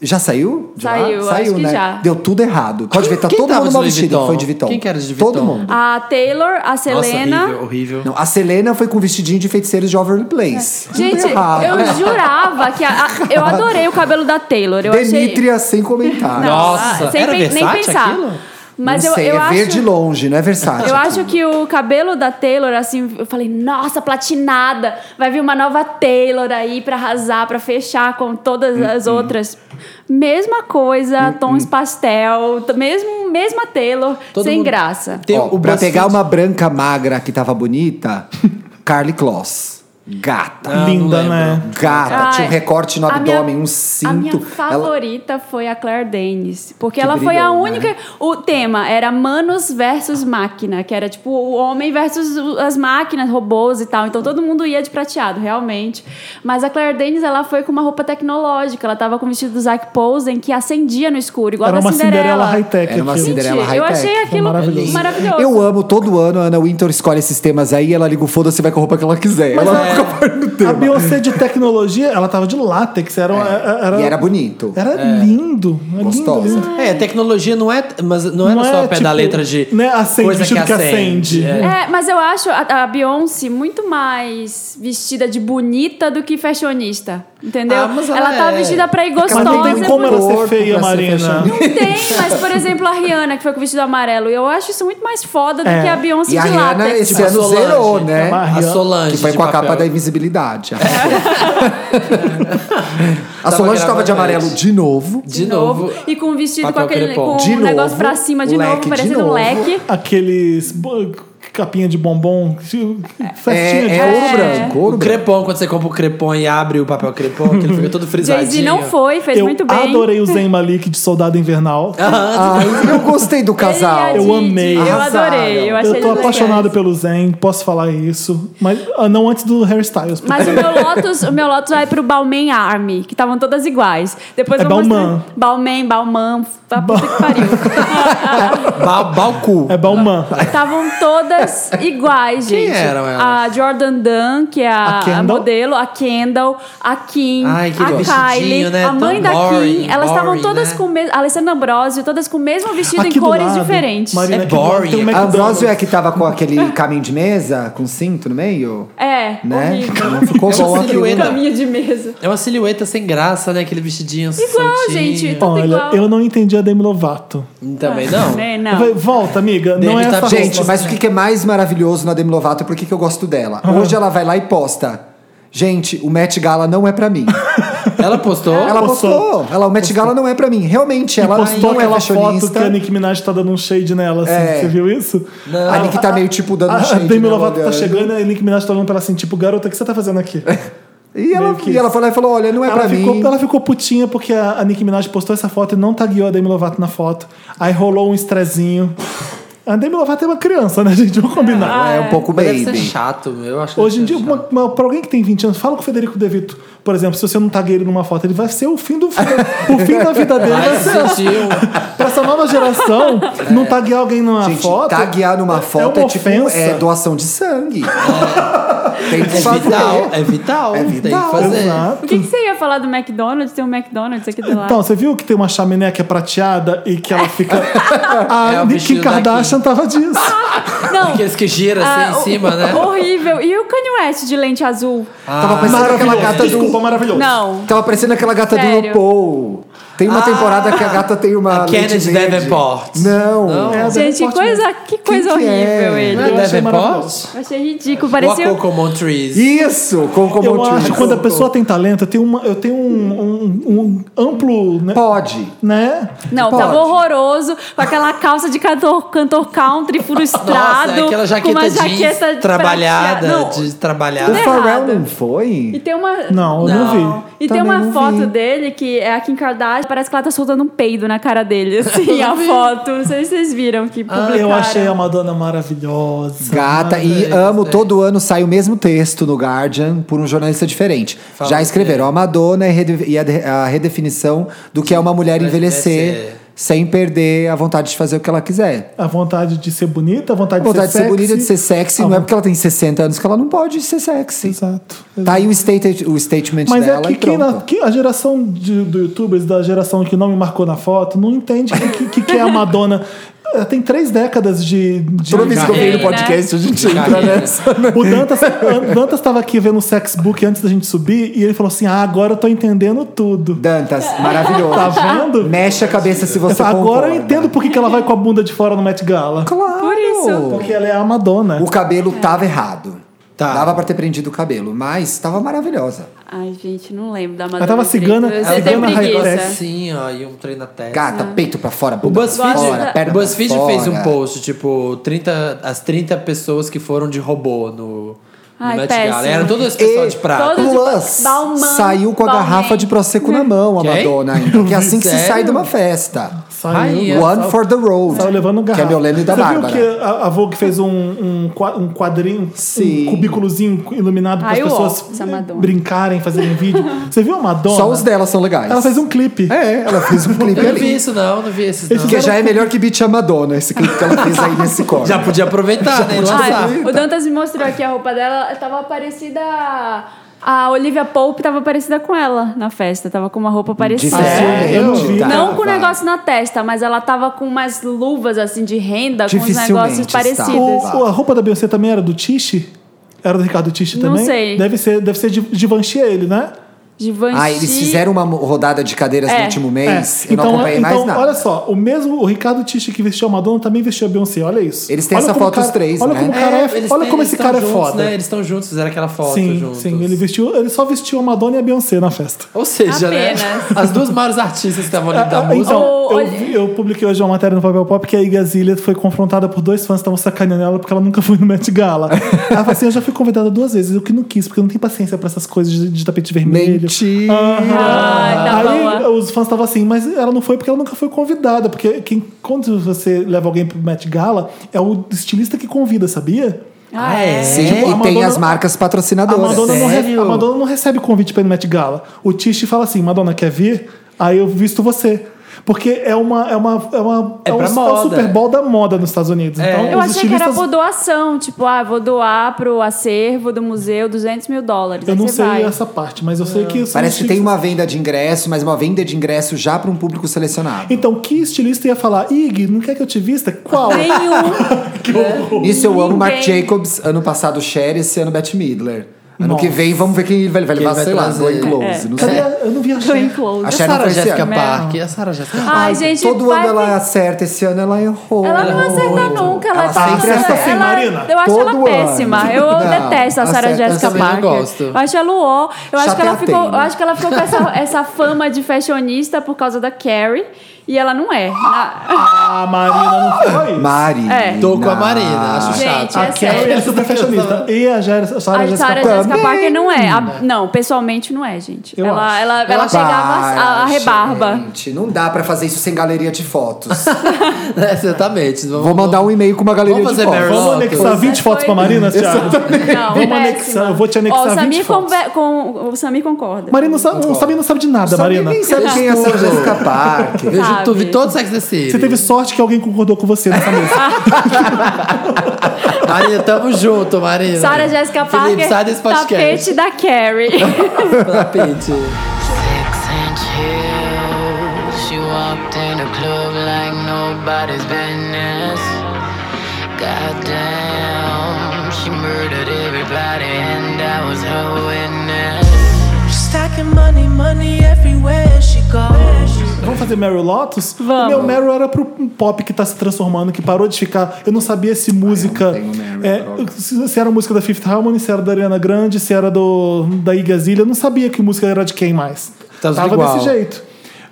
Speaker 2: Já saiu? De lá?
Speaker 3: Saiu, acho
Speaker 2: saiu,
Speaker 3: que
Speaker 2: né?
Speaker 3: já.
Speaker 2: Deu tudo errado. Pode ver, tá
Speaker 4: Quem
Speaker 2: todo
Speaker 4: tava
Speaker 2: mundo
Speaker 4: de
Speaker 2: mal
Speaker 4: Louis
Speaker 2: vestido.
Speaker 4: Vuitton?
Speaker 2: Foi de Vuitton.
Speaker 4: Quem que era de
Speaker 2: Todo
Speaker 4: Vuitton?
Speaker 2: mundo.
Speaker 3: A Taylor, a
Speaker 4: Nossa,
Speaker 3: Selena.
Speaker 4: horrível, horrível.
Speaker 2: Não, a Selena foi com vestidinho de feiticeiros de Overly Place. Tudo
Speaker 3: É. Gente,
Speaker 2: errado.
Speaker 3: eu jurava que. A, a- eu adorei o cabelo da Taylor. Eu achei.
Speaker 2: Demetria sem comentar.
Speaker 3: Não,
Speaker 4: Nossa,
Speaker 3: ah, sem
Speaker 4: era
Speaker 3: pe- nem
Speaker 4: Versace
Speaker 3: pensar.
Speaker 4: aquilo?
Speaker 3: Mas
Speaker 2: não
Speaker 3: eu,
Speaker 2: sei,
Speaker 3: eu
Speaker 2: é
Speaker 3: acho.
Speaker 2: ver de longe, não é Versace.
Speaker 3: Eu acho que o cabelo da Taylor, assim, eu falei, nossa, platinada. Vai vir uma nova Taylor aí pra arrasar, pra fechar com todas as
Speaker 4: Uhum.
Speaker 3: outras. Mesma coisa, tons pastel, t- mesmo, mesma Taylor,
Speaker 4: Todo
Speaker 3: sem
Speaker 4: mundo-
Speaker 3: graça.
Speaker 4: Tem
Speaker 2: Ó,
Speaker 4: o
Speaker 2: pra
Speaker 4: BuzzFeed.
Speaker 2: pegar uma branca magra que tava bonita, Carly Kloss. Gata.
Speaker 4: Ah, não
Speaker 1: Linda,
Speaker 4: lembro.
Speaker 1: né?
Speaker 2: Gata,
Speaker 3: Ai,
Speaker 2: tinha um recorte no
Speaker 3: Ah, é. a minha-
Speaker 2: abdômen, um
Speaker 3: A minha
Speaker 2: cinto. Ela-
Speaker 3: favorita foi a Claire Danes. Porque
Speaker 2: Que
Speaker 3: ela foi a
Speaker 2: brilhou,
Speaker 3: única.
Speaker 2: né?
Speaker 3: O tema era manos versus máquina, que era tipo o homem versus o- as máquinas, robôs e tal. Então todo mundo ia de prateado, realmente. Mas a Claire Danes, ela foi com uma roupa tecnológica. Ela tava com o vestido do Zac Posen, que acendia no escuro, igual
Speaker 1: Era
Speaker 3: da
Speaker 1: uma
Speaker 3: Cinderela.
Speaker 1: Cinderela high-tech.
Speaker 2: Era uma
Speaker 1: aquilo.
Speaker 2: Cinderela.
Speaker 3: Gente, eu
Speaker 2: high-tech.
Speaker 3: achei
Speaker 2: Foi
Speaker 3: aquilo
Speaker 1: maravilhoso.
Speaker 3: maravilhoso.
Speaker 2: Eu amo, todo ano a Ana Winter escolhe esses temas aí, ela liga o foda-se e vai com a roupa que ela quiser.
Speaker 3: é.
Speaker 2: ela fica falando do
Speaker 1: A
Speaker 2: tema.
Speaker 1: Beyoncé de tecnologia, ela tava de látex. Era, era,
Speaker 2: É. E era bonito.
Speaker 1: Era lindo. Era
Speaker 2: Gostosa.
Speaker 1: Lindo, lindo.
Speaker 4: É, tecnologia não é. Mas não,
Speaker 1: Não
Speaker 4: era só
Speaker 1: é,
Speaker 4: o pé da
Speaker 1: tipo,
Speaker 4: letra de.
Speaker 1: né, acende,
Speaker 4: coisa que
Speaker 1: vestido que
Speaker 4: acende.
Speaker 1: acende.
Speaker 4: É.
Speaker 3: É, mas eu acho a, a Beyoncé muito mais vestida de bonita do que fashionista. Entendeu?
Speaker 4: Ah, mas ela
Speaker 3: tá
Speaker 4: é.
Speaker 3: vestida pra ir
Speaker 1: Mas
Speaker 3: gostosa.
Speaker 1: não tem como ela
Speaker 3: bonita.
Speaker 1: ser
Speaker 2: Corpo
Speaker 1: feia,
Speaker 2: pra ser
Speaker 1: Marina.
Speaker 2: fechado.
Speaker 3: Tem, mas por exemplo, a Rihanna, que foi com o vestido amarelo. Eu acho isso muito mais foda do
Speaker 1: É.
Speaker 3: que a Beyoncé
Speaker 2: E a
Speaker 3: de
Speaker 2: Rihanna é
Speaker 3: látex.
Speaker 2: esse
Speaker 4: A
Speaker 2: ano
Speaker 4: Solange,
Speaker 2: zerou, né?
Speaker 1: tá
Speaker 4: A Solange.
Speaker 2: Que foi
Speaker 4: de
Speaker 2: com a
Speaker 4: papel.
Speaker 2: capa da invisibilidade. a
Speaker 4: Tava
Speaker 2: Solange tava de
Speaker 4: gravando
Speaker 2: amarelo
Speaker 4: antes.
Speaker 2: de novo. Tá
Speaker 4: De novo.
Speaker 3: E com o vestido com
Speaker 4: Papel
Speaker 3: aquele
Speaker 4: crepom.
Speaker 3: com
Speaker 2: De
Speaker 3: um negócio
Speaker 2: novo,
Speaker 3: pra cima de
Speaker 2: o
Speaker 3: novo,
Speaker 2: leque de
Speaker 3: parecendo um
Speaker 2: novo.
Speaker 3: leque.
Speaker 1: Aqueles bo- capinha de bombom. se- Festinha
Speaker 2: É,
Speaker 1: de
Speaker 2: é ouro branco, ouro
Speaker 4: O
Speaker 2: branco.
Speaker 4: crepom, quando você compra o crepom e abre o papel crepom, que ele fica todo frisadinho.
Speaker 3: Jay-Z não foi, fez
Speaker 1: Eu
Speaker 3: muito bem.
Speaker 1: adorei o Zayn Malik de Soldado Invernal.
Speaker 3: Ah,
Speaker 4: Ah,
Speaker 2: Ai, eu gostei do
Speaker 3: Ele e a
Speaker 2: casal.
Speaker 1: Eu
Speaker 3: Didi,
Speaker 1: amei.
Speaker 3: é Eu
Speaker 2: Arrasaram.
Speaker 3: adorei. Eu achei
Speaker 1: Eu
Speaker 3: eles
Speaker 1: tô
Speaker 3: legais.
Speaker 1: apaixonado pelo Zayn, posso falar isso. Mas ah, não antes do hairstyles.
Speaker 3: Mas o meu Lotus, o meu Lotus vai pro Balmain Army, que estavam todas iguais. Depois
Speaker 1: É
Speaker 3: eu vou
Speaker 1: Balmain.
Speaker 3: mostrar- Balmain, Balmain, pra puta que pariu.
Speaker 4: Ba- Balcu.
Speaker 1: É Balmain.
Speaker 3: Estavam todas todas iguais,
Speaker 4: Quem
Speaker 3: gente.
Speaker 4: eram elas?
Speaker 3: A Jordan Dunn, que é
Speaker 1: A
Speaker 3: a, a
Speaker 1: Kendall?
Speaker 3: modelo, a Kendall, a Kim,
Speaker 4: Ai, aquele
Speaker 3: a
Speaker 4: vestidinho,
Speaker 3: Kylie,
Speaker 4: né?
Speaker 3: a mãe
Speaker 4: Tão
Speaker 3: da
Speaker 4: boring,
Speaker 3: Kim. Elas estavam
Speaker 4: boring,
Speaker 3: todas
Speaker 4: né?
Speaker 3: com o mesmo. A Alessandra Ambrosio, todas com o mesmo vestido
Speaker 1: Aqui do
Speaker 3: em cores
Speaker 1: lado,
Speaker 3: diferentes.
Speaker 1: Marina,
Speaker 4: É
Speaker 1: aqui do lado
Speaker 4: boring.
Speaker 1: tem um
Speaker 4: A
Speaker 2: A
Speaker 1: McDonald's.
Speaker 2: Ambrósio é que tava com aquele caminho de mesa, com cinto no meio?
Speaker 3: É,
Speaker 2: Né?
Speaker 3: horrível. Tipo assim, um
Speaker 2: Não ficou
Speaker 4: É uma
Speaker 2: bom aquilo.
Speaker 4: silhueta.
Speaker 3: Caminho de mesa.
Speaker 4: É uma silhueta sem graça, né? Aquele vestidinho
Speaker 3: Igual,
Speaker 4: soltinho.
Speaker 3: gente. Tudo
Speaker 1: Olha,
Speaker 3: igual.
Speaker 1: eu não entendi a Demi Lovato.
Speaker 4: Também não.
Speaker 3: Né,
Speaker 1: Eu falei,
Speaker 3: não.
Speaker 1: Volta, amiga.
Speaker 4: Demi
Speaker 1: não é
Speaker 4: tá-
Speaker 1: essa
Speaker 2: Gente,
Speaker 1: roupa.
Speaker 2: mas o que que é mais maravilhoso na Demi Lovato e por que que eu gosto dela? Hoje ela vai lá e posta. Gente, o Met Gala não é pra mim.
Speaker 4: Ela postou.
Speaker 2: Ela
Speaker 1: Postou.
Speaker 2: postou. Ela, o Met Gala não é pra mim. Realmente, ela
Speaker 1: postou
Speaker 2: não é
Speaker 1: aquela foto que
Speaker 2: fashionista.
Speaker 1: a Nicki Minaj tá dando um shade nela, assim.
Speaker 2: É.
Speaker 1: Você viu isso?
Speaker 4: Não.
Speaker 2: A Nick tá meio tipo dando
Speaker 1: a,
Speaker 2: um
Speaker 1: a
Speaker 2: shade.
Speaker 1: Demi
Speaker 2: né,
Speaker 1: Lovato tá
Speaker 2: olhando.
Speaker 1: chegando e a Nicki Minaj tá olhando pra ela assim, tipo, garota, o que você tá fazendo aqui?
Speaker 2: E ela,
Speaker 1: Meio que
Speaker 2: e ela foi lá e falou: olha, não é
Speaker 1: ela,
Speaker 2: pra
Speaker 1: ficou,
Speaker 2: mim.
Speaker 1: ela ficou putinha porque a, a Nicki Minaj postou essa foto e não tagueou a Demi Lovato na foto. Aí rolou um estrezinho. A Demi Lovato é uma criança, né, gente? Vamos combinar.
Speaker 2: É um pouco
Speaker 4: Mas Deve ser
Speaker 2: baby.
Speaker 4: chato, meu. Eu acho que
Speaker 1: Hoje em
Speaker 4: deve
Speaker 1: dia,
Speaker 4: ser
Speaker 1: uma, uma- pra alguém que tem 20 anos, fala com o Federico De Vito, por exemplo, se você não tagueia ele numa foto, ele vai ser o fim do fim. o fim da vida dele vai ser.
Speaker 4: chato. Ai, sentiu.
Speaker 1: Pra essa nova geração, não taguear alguém numa
Speaker 2: Gente,
Speaker 1: foto.
Speaker 2: taguear numa foto é,
Speaker 1: uma
Speaker 2: tipo
Speaker 1: ofensa.
Speaker 2: é doação de sangue. Tem que
Speaker 4: É
Speaker 2: fazer.
Speaker 4: vital, é vital.
Speaker 2: É
Speaker 4: Tem
Speaker 2: vital.
Speaker 4: que fazer.
Speaker 1: Exato.
Speaker 3: O que, que você ia falar do McDonald's? Tem um McDonald's aqui do lado.
Speaker 1: Então, você viu que tem uma chaminé que é prateada e que ela fica. A
Speaker 4: É, o
Speaker 1: Kim
Speaker 4: vestido da
Speaker 1: Kardashian tava disso.
Speaker 3: Não.
Speaker 4: Aqueles que giram assim
Speaker 3: Ah,
Speaker 4: em cima, né? Ah,
Speaker 3: Horrível. E o Kanye West de lente azul?
Speaker 2: Tava parecendo é aquela
Speaker 1: Maravilhoso.
Speaker 2: gata do.
Speaker 1: Desculpa, maravilhoso.
Speaker 3: Não.
Speaker 2: Tava parecendo aquela gata
Speaker 3: Sério?
Speaker 2: do RuPaul. Tem uma temporada que a gata tem uma.
Speaker 4: Ah. A
Speaker 2: lente
Speaker 4: Kennedy
Speaker 2: verde.
Speaker 4: Davenport.
Speaker 2: Não.
Speaker 4: Não.
Speaker 1: É, a Demi
Speaker 3: Gente, que
Speaker 1: Portman.
Speaker 3: coisa, que coisa
Speaker 2: que
Speaker 3: horrível
Speaker 2: é?
Speaker 3: ele.
Speaker 4: Não
Speaker 1: Eu
Speaker 4: é
Speaker 1: achei
Speaker 4: Davenport?
Speaker 1: maravilhoso.
Speaker 3: Eu achei ridícoco.
Speaker 4: Ou a
Speaker 3: Parecia. um
Speaker 4: Cocomon Trees?
Speaker 2: Isso, com como
Speaker 1: Eu acho que quando a
Speaker 2: Trees.
Speaker 1: pessoa tem talento, eu tenho, uma, eu tenho um, um- um amplo. Né?
Speaker 2: Pode.
Speaker 1: né?
Speaker 3: Não,
Speaker 2: Pode.
Speaker 3: tava horroroso, com aquela calça de cantor, cantor country frustrado.
Speaker 4: Nossa, é aquela jaqueta,
Speaker 3: com uma
Speaker 4: jeans
Speaker 3: jaqueta de
Speaker 4: trabalhada,
Speaker 3: prateado. Não,
Speaker 4: de
Speaker 2: O
Speaker 4: trabalhada.
Speaker 3: Tá
Speaker 2: Pharrell
Speaker 3: errado.
Speaker 2: não
Speaker 3: E
Speaker 2: foi?
Speaker 3: tem uma.
Speaker 1: Não, eu não vi.
Speaker 3: E
Speaker 2: Também
Speaker 3: tem uma
Speaker 2: não
Speaker 3: foto
Speaker 2: vi.
Speaker 3: dele que é a Kim Kardashian, parece que ela tá soltando um peido na cara dele, assim, a foto. Não sei se vocês viram que
Speaker 4: Ah,
Speaker 3: publicaram.
Speaker 1: eu achei a Madonna maravilhosa.
Speaker 2: Gata, e
Speaker 4: Adorei,
Speaker 2: amo,
Speaker 4: gostei.
Speaker 2: todo ano sai o mesmo texto no Guardian por um jornalista diferente.
Speaker 4: Fala
Speaker 2: Já
Speaker 4: dele.
Speaker 2: escreveram a Madonna e rede- e a de- a redefinição do que é uma mulher
Speaker 4: Vai
Speaker 2: envelhecer,
Speaker 4: envelhecer.
Speaker 2: sem perder a vontade de fazer o que ela quiser.
Speaker 1: A vontade de ser bonita, a
Speaker 2: A
Speaker 1: vontade,
Speaker 2: vontade de ser
Speaker 1: sexy.
Speaker 2: bonita, de ser sexy,
Speaker 1: A
Speaker 2: não é
Speaker 1: vo-
Speaker 2: porque ela tem 60 anos que ela não pode ser sexy.
Speaker 1: Exato.
Speaker 2: Tá aí o, state, o statement
Speaker 1: Mas é
Speaker 2: dela
Speaker 1: que,
Speaker 2: e
Speaker 1: quem na-
Speaker 2: pronto.
Speaker 1: que a geração de, do youtubers, da geração que não me marcou na foto, não entende o que, que, que é a Madonna. Ela tem três décadas de. de
Speaker 2: Toda vez que eu venho no
Speaker 3: Né?
Speaker 2: podcast, a gente entra
Speaker 4: Carreira.
Speaker 2: nessa. né?
Speaker 1: O Dantas o Dantas estava aqui vendo o sexbook antes da gente subir e ele falou assim: Ah, agora eu tô entendendo tudo.
Speaker 2: Dantas, maravilhoso.
Speaker 1: Tá vendo?
Speaker 2: Mexe a cabeça se
Speaker 1: Eu
Speaker 2: você
Speaker 1: falei, agora
Speaker 2: concorda. né?"
Speaker 1: eu entendo por que que ela vai com a bunda de fora no Met Gala.
Speaker 2: Claro.
Speaker 3: Por isso. É.
Speaker 1: Porque ela é a Madonna.
Speaker 2: O cabelo tava errado.
Speaker 4: Tá.
Speaker 2: Dava pra ter prendido o cabelo, mas tava maravilhosa.
Speaker 3: Ai, gente, não lembro da Madonna.
Speaker 1: tava
Speaker 3: direito.
Speaker 1: cigana-
Speaker 3: Eu
Speaker 1: Ela
Speaker 4: Ela
Speaker 3: tenho
Speaker 4: tem
Speaker 1: cigana
Speaker 4: um
Speaker 3: preguiça.
Speaker 4: negócio assim, ó, e um trem na testa.
Speaker 2: Gata, peito pra fora,
Speaker 4: O
Speaker 2: bunda
Speaker 4: BuzzFeed, tá-
Speaker 2: pra fora, perna
Speaker 4: o
Speaker 2: pra
Speaker 4: BuzzFeed
Speaker 2: fora.
Speaker 4: fez um post, tipo, 30, as 30 pessoas que foram de robô no, no
Speaker 3: Ai,
Speaker 4: Met
Speaker 3: péssimo.
Speaker 4: Gala. Eram todas as
Speaker 2: E-
Speaker 4: pessoas É de prata.
Speaker 3: Todo de
Speaker 2: Plus,
Speaker 1: um
Speaker 3: Balmain,
Speaker 2: saiu com a
Speaker 3: Balmain.
Speaker 2: garrafa de Prosecco
Speaker 1: né?
Speaker 2: na mão, a
Speaker 4: Quem?
Speaker 2: Madonna ainda. Que é assim que se
Speaker 4: Sério?
Speaker 2: sai de uma festa.
Speaker 1: Saiu.
Speaker 4: Ai,
Speaker 2: One
Speaker 4: só-
Speaker 2: for the road.
Speaker 1: Saiu Tá levando
Speaker 2: que
Speaker 1: garrafa.
Speaker 2: é meu leme da
Speaker 1: Você
Speaker 2: Bárbara.
Speaker 1: viu que é? a, a Vogue fez um, um, qua- um quadrinho,
Speaker 2: Sim.
Speaker 1: um cubículozinho iluminado para as
Speaker 3: Ai, Ah, eu amo
Speaker 1: pessoas
Speaker 3: essa Madonna.
Speaker 1: brincarem, fazerem vídeo? Você viu a Madonna?
Speaker 2: Só os delas são legais.
Speaker 1: Ela fez um clipe.
Speaker 2: É, ela fez um clipe
Speaker 4: Eu não vi
Speaker 2: ali.
Speaker 4: isso, não, não vi esses
Speaker 1: Esse
Speaker 4: não.
Speaker 2: Que já é melhor que Beat a Madonna, esse clipe que ela fez aí nesse corte.
Speaker 4: Já podia aproveitar, né? e lançar.
Speaker 3: Ai, o Dantas me mostrou aqui a roupa dela, tava parecida. A Olivia Pope tava parecida com ela na festa, tava com uma roupa parecida.
Speaker 2: assim, né?
Speaker 1: É, eu não vi.
Speaker 3: Não com o negócio na testa, mas ela tava com umas luvas assim de renda, com os
Speaker 2: Dificilmente
Speaker 3: negócios
Speaker 2: está.
Speaker 3: parecidos.
Speaker 1: O, o- a roupa da Beyoncé também era do Tiche? Era do Ricardo Tiche
Speaker 3: Não
Speaker 1: também?
Speaker 3: sei.
Speaker 1: Deve ser, deve ser de Givenchy ele, né?
Speaker 3: Givenchy.
Speaker 2: Ah, eles fizeram uma mo- rodada de cadeiras no
Speaker 3: É.
Speaker 2: último
Speaker 1: É.
Speaker 2: mês. Eu não
Speaker 1: Então,
Speaker 2: acompanhei
Speaker 1: então
Speaker 2: mais nada.
Speaker 1: olha só, o mesmo o Ricardo Tiche que vestiu a Madonna também vestiu a Beyoncé, olha isso.
Speaker 2: Eles têm
Speaker 1: Olha
Speaker 2: essa
Speaker 1: como o
Speaker 2: foto, os
Speaker 1: cara-
Speaker 2: três,
Speaker 1: olha
Speaker 2: né?
Speaker 1: Como o cara é,
Speaker 4: eles
Speaker 1: olha
Speaker 4: têm-
Speaker 1: como
Speaker 4: eles
Speaker 1: esse
Speaker 4: tão
Speaker 1: cara é
Speaker 4: juntos,
Speaker 1: foda.
Speaker 4: né? Eles estão juntos, fizeram aquela foto
Speaker 1: sim,
Speaker 4: juntos.
Speaker 1: sim, ele vestiu, ele só vestiu a Madonna e a Beyoncé na festa.
Speaker 4: Ou seja,
Speaker 3: Apenas.
Speaker 4: né? As duas maiores artistas que estavam ali da
Speaker 1: Ah,
Speaker 4: música.
Speaker 1: Então,
Speaker 3: Ou-
Speaker 1: eu,
Speaker 3: olha-
Speaker 1: vi- eu publiquei hoje uma matéria no Papel Pop que a Iggy Azalea foi confrontada por dois fãs que estavam sacaneando ela porque ela nunca foi no Met Gala. ela falou assim, eu já fui convidada duas vezes, eu que não quis, porque eu não tenho paciência pra essas coisas de, de tapete vermelho.
Speaker 2: Mentira.
Speaker 3: Ai, tá
Speaker 1: Aí
Speaker 3: boa.
Speaker 1: os fãs estavam assim, mas ela não foi porque ela nunca foi convidada, porque quem, quando você leva alguém pro Met Gala, é o estilista que convida, sabia?
Speaker 3: Ah, é.
Speaker 2: Sim,
Speaker 1: É?
Speaker 2: e
Speaker 1: A
Speaker 2: tem
Speaker 1: Madonna-
Speaker 2: as marcas
Speaker 1: A
Speaker 2: patrocinadoras.
Speaker 1: Madonna, não recebe,
Speaker 4: Sério?
Speaker 1: a Madonna não recebe convite pra ir no Met Gala. O Tish fala assim: Madonna, quer vir? Aí eu visto você. Porque é uma. É, uma, é, uma,
Speaker 4: É
Speaker 1: um,
Speaker 4: pra
Speaker 1: o
Speaker 4: moda.
Speaker 1: Super Bowl da moda nos Estados Unidos.
Speaker 4: É.
Speaker 1: Então,
Speaker 3: Eu
Speaker 1: os
Speaker 3: achei que
Speaker 1: estilistas...
Speaker 3: era por doação, tipo, ah, vou doar pro acervo do museu 200 mil dólares.
Speaker 1: Eu
Speaker 3: Aí
Speaker 1: não
Speaker 3: você
Speaker 1: sei
Speaker 3: vai.
Speaker 1: essa parte, mas eu sei
Speaker 4: É.
Speaker 1: que. são
Speaker 2: Parece que
Speaker 1: estilistas-
Speaker 2: tem uma venda de ingresso, mas uma venda de ingresso já para um público selecionado.
Speaker 1: Então, que estilista ia falar, Ig, não quer que eu te vista? Qual?
Speaker 3: Nenhum.
Speaker 2: Isso eu amo Mark
Speaker 3: Então, Ninguém.
Speaker 2: Jacobs, ano passado Cher, esse ano Bette Midler. Ano
Speaker 1: Nossa.
Speaker 2: que vem, vamos ver quem ele vai vai levar,
Speaker 4: Quem vai
Speaker 2: sei lá,
Speaker 4: trazer.
Speaker 2: Glenn Close,
Speaker 3: É.
Speaker 2: não
Speaker 1: Cadê
Speaker 2: sei.
Speaker 1: a- Eu não vi a
Speaker 3: Tô em
Speaker 1: Cher.
Speaker 3: close.
Speaker 2: A
Speaker 4: E
Speaker 2: Cher
Speaker 4: a
Speaker 2: não
Speaker 4: Sarah
Speaker 2: foi esse
Speaker 4: Jessica
Speaker 2: ano.
Speaker 1: é-
Speaker 4: Parker. A Sarah Jessica Parker.
Speaker 3: Ai, gente,
Speaker 2: Todo
Speaker 3: vai
Speaker 2: ano ela
Speaker 3: ver-
Speaker 2: acerta, esse ano ela errou.
Speaker 3: Ela não acerta nunca, ela,
Speaker 2: Ela
Speaker 3: é
Speaker 2: tá
Speaker 3: sempre-
Speaker 2: certa
Speaker 1: assim,
Speaker 3: ela-
Speaker 1: Marina.
Speaker 3: Eu acho
Speaker 2: Todo
Speaker 3: ela
Speaker 2: ano.
Speaker 3: péssima. Eu
Speaker 2: Não,
Speaker 3: detesto a Sarah
Speaker 2: acerta, eu
Speaker 3: Jessica
Speaker 4: também não
Speaker 3: Parker.
Speaker 4: gosto.
Speaker 3: Eu acho ela uó. Eu acho que ela
Speaker 2: Chateatei,
Speaker 3: ficou, eu
Speaker 2: né?
Speaker 3: acho que ela ficou com essa, essa fama de fashionista por causa da Carrie e ela não é. Na-
Speaker 1: A Ah, Marina não foi.
Speaker 2: Marina.
Speaker 3: É.
Speaker 4: Tô com a Marina, acho
Speaker 3: Gente,
Speaker 4: chato.
Speaker 1: A
Speaker 3: é
Speaker 1: Carrie é
Speaker 3: sério.
Speaker 1: super fashionista. E a Ger- a Sarah
Speaker 3: A
Speaker 1: Jessica
Speaker 3: Sarah
Speaker 1: Parker.
Speaker 3: Jessica Parker não é. A- não, pessoalmente não é, gente.
Speaker 1: Eu
Speaker 3: ela
Speaker 1: acho.
Speaker 3: ela, ela pegava a, a
Speaker 2: Para,
Speaker 3: rebarba.
Speaker 2: Gente, não dá pra fazer isso sem galeria de fotos.
Speaker 4: É, exatamente. Vamos,
Speaker 2: Vou mandar um e-mail com uma galeria
Speaker 4: Vamos
Speaker 2: de
Speaker 4: fazer
Speaker 2: fotos.
Speaker 4: Meryl.
Speaker 1: Vamos
Speaker 4: Nossa,
Speaker 1: anexar
Speaker 4: coisa.
Speaker 1: 20 fotos pra Marina, Thiago?
Speaker 3: Não,
Speaker 1: Vamos
Speaker 3: péssima.
Speaker 1: anexar, eu vou te anexar
Speaker 3: Ó, o
Speaker 1: 20
Speaker 3: Samir
Speaker 1: fotos.
Speaker 3: conver- com, O Samir concorda.
Speaker 1: Marina não sabe, o Samir não sabe de nada,
Speaker 2: Sabe,
Speaker 1: Marina.
Speaker 2: Nem sabe quem é a Sarah Jessica Parker.
Speaker 4: Vejo,
Speaker 3: um Sabe.
Speaker 4: tu vi todo Sex and the City.
Speaker 1: Você teve sorte que alguém concordou com você nessa mesa.
Speaker 3: Ah.
Speaker 4: Marina, tamo junto, Marina.
Speaker 3: Sarah Jessica
Speaker 4: Felipe,
Speaker 3: Parker,
Speaker 4: sai desse podcast.
Speaker 3: tapete da Carrie.
Speaker 4: Tapete.
Speaker 5: Six and chills. She walked in a club like nobody's business. Goddamn, she murdered everybody, and I was her witness.
Speaker 6: Stacking money, money everywhere she goes.
Speaker 1: Vamos fazer Meryl Lotus?
Speaker 3: Vamos.
Speaker 1: O meu Meryl era pro pop que tá se transformando, que parou de ficar. Eu não sabia se música.
Speaker 2: tenho Meryl,
Speaker 1: é,
Speaker 2: droga.
Speaker 1: se, se era música da Fifth Harmony, se era da Ariana Grande, se era do, da Iggy Azalea. Eu não sabia que música era de quem mais.
Speaker 4: Tá tudo
Speaker 1: Tava
Speaker 4: igual.
Speaker 1: desse jeito.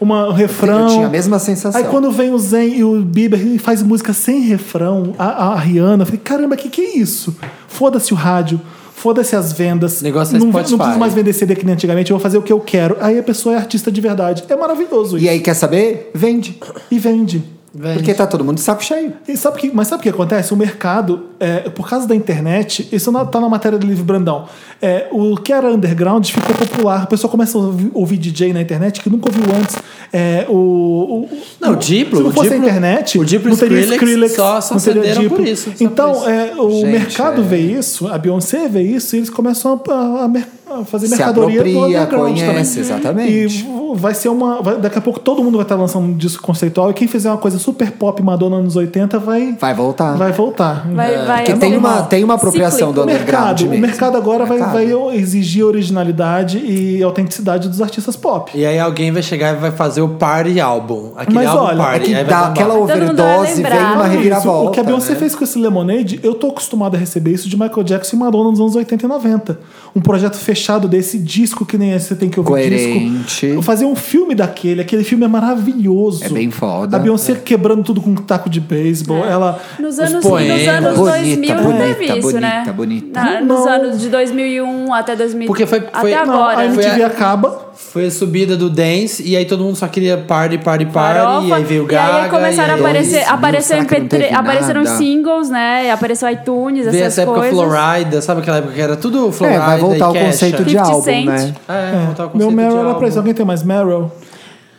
Speaker 1: Uma, um refrão.
Speaker 2: Eu tinha a mesma
Speaker 4: Tá
Speaker 2: sensação.
Speaker 1: Aí quando vem o Zen e o Bieber e faz música sem refrão, a, a Rihanna, eu falei, caramba, que que é isso? Foda-se o rádio, foda-se as vendas.
Speaker 4: O negócio é
Speaker 1: não,
Speaker 4: Spotify.
Speaker 1: não preciso mais vender CD que nem antigamente, eu vou fazer o que eu quero. Aí a pessoa é artista de verdade. É maravilhoso isso.
Speaker 2: E aí, quer saber? Vende.
Speaker 4: é
Speaker 1: E vende.
Speaker 2: Porque tá todo mundo de saco cheio.
Speaker 1: E sabe que, mas sabe o que acontece? O mercado, é, por causa da internet, isso não tá na matéria do livro Brandão. É, o que era underground ficou popular. O pessoal começa a ouvir, ouvir DJ na internet que nunca ouviu antes. É, o, o-
Speaker 4: Não, o Diplo,
Speaker 1: Se não
Speaker 4: o
Speaker 1: fosse a
Speaker 4: Diplo-
Speaker 1: internet,
Speaker 4: o Diplo e
Speaker 1: não teria
Speaker 4: Skrillex só- só
Speaker 1: não teria
Speaker 4: venderam
Speaker 1: Diplo.
Speaker 4: por isso, só por
Speaker 1: Então,
Speaker 4: isso.
Speaker 1: é, o
Speaker 2: Gente,
Speaker 1: mercado
Speaker 2: é.
Speaker 1: vê isso, a Beyoncé vê isso, e eles começam a, a- a mer- a fazer
Speaker 2: Se
Speaker 1: mercadoria do
Speaker 2: apropria,
Speaker 1: underground
Speaker 2: conhece,
Speaker 1: também.
Speaker 2: exatamente.
Speaker 1: E Tipo, vai ser uma. vai- daqui a pouco todo mundo vai estar lançando um disco conceitual e quem fizer uma coisa super pop Madonna anos 80 vai,
Speaker 2: Vai voltar.
Speaker 1: vai voltar.
Speaker 3: Vai, vai,
Speaker 2: Porque É, tem uma,
Speaker 3: normal.
Speaker 2: tem uma apropriação
Speaker 3: Cíclico.
Speaker 2: do
Speaker 1: O
Speaker 2: underground
Speaker 1: mercado, o
Speaker 2: mesmo.
Speaker 1: mercado agora vai,
Speaker 2: Mercado.
Speaker 1: vai exigir originalidade e autenticidade dos artistas pop.
Speaker 4: E aí alguém vai chegar e vai fazer o party álbum. Aquele
Speaker 1: Mas
Speaker 4: álbum
Speaker 1: olha,
Speaker 2: É
Speaker 4: party. aí
Speaker 2: que
Speaker 4: vai É.
Speaker 2: dá
Speaker 4: bombar.
Speaker 2: aquela
Speaker 3: Todo mundo vai
Speaker 2: overdose, vem
Speaker 3: lembrar.
Speaker 2: uma
Speaker 1: Então é Isso,
Speaker 2: reviravolta.
Speaker 1: o que a Beyoncé
Speaker 2: né?
Speaker 1: fez com esse Lemonade, eu tô acostumado a receber isso de Michael Jackson e Madonna nos anos 80 e 90. Um projeto fechado desse disco que nem esse, você tem que ouvir
Speaker 2: Coerente.
Speaker 1: disco. Fazer um filme daquele, aquele filme é maravilhoso.
Speaker 2: É bem foda.
Speaker 1: A Beyoncé quebrando tudo com um taco de beisebol. Ela
Speaker 3: Nos anos, nos
Speaker 4: poemas.
Speaker 3: anos 2000 não
Speaker 2: Bonita,
Speaker 3: teve isso,
Speaker 2: bonita,
Speaker 3: né?
Speaker 2: bonita.
Speaker 3: Na- nos
Speaker 1: Não.
Speaker 3: anos de 2001 até 2000.
Speaker 4: Porque foi- foi-
Speaker 3: até
Speaker 4: não,
Speaker 1: Não,
Speaker 3: agora.
Speaker 1: a MTV
Speaker 4: Foi a-
Speaker 1: acaba.
Speaker 4: Foi a subida do dance e aí todo mundo só queria party, party, party.
Speaker 3: Farofa,
Speaker 4: E aí veio o
Speaker 3: e
Speaker 4: Gaga.
Speaker 3: aí começaram
Speaker 4: e
Speaker 3: a aparecer,
Speaker 4: aí-
Speaker 3: apareceu
Speaker 2: será que não teve
Speaker 3: MP3, apareceram
Speaker 2: nada?
Speaker 3: singles, né? E apareceu iTunes,
Speaker 4: Veio
Speaker 3: essas
Speaker 4: essa época
Speaker 3: coisas.
Speaker 4: Florida, sabe aquela época que era tudo
Speaker 2: É,
Speaker 4: Florida
Speaker 2: vai voltar
Speaker 4: e
Speaker 2: o
Speaker 4: Kesha.
Speaker 2: conceito de
Speaker 3: 50
Speaker 2: álbum,
Speaker 3: Cent.
Speaker 2: né?
Speaker 4: É, vai voltar o
Speaker 1: Meu
Speaker 4: conceito de
Speaker 1: Meryl era
Speaker 4: álbum.
Speaker 1: pra isso. Alguém tem mais Meryl?
Speaker 2: Eu tô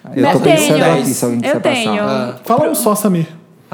Speaker 3: Eu tenho.
Speaker 2: pensando aqui se alguém quiser
Speaker 3: Eu tenho.
Speaker 2: passar.
Speaker 1: Fala um só, Samir.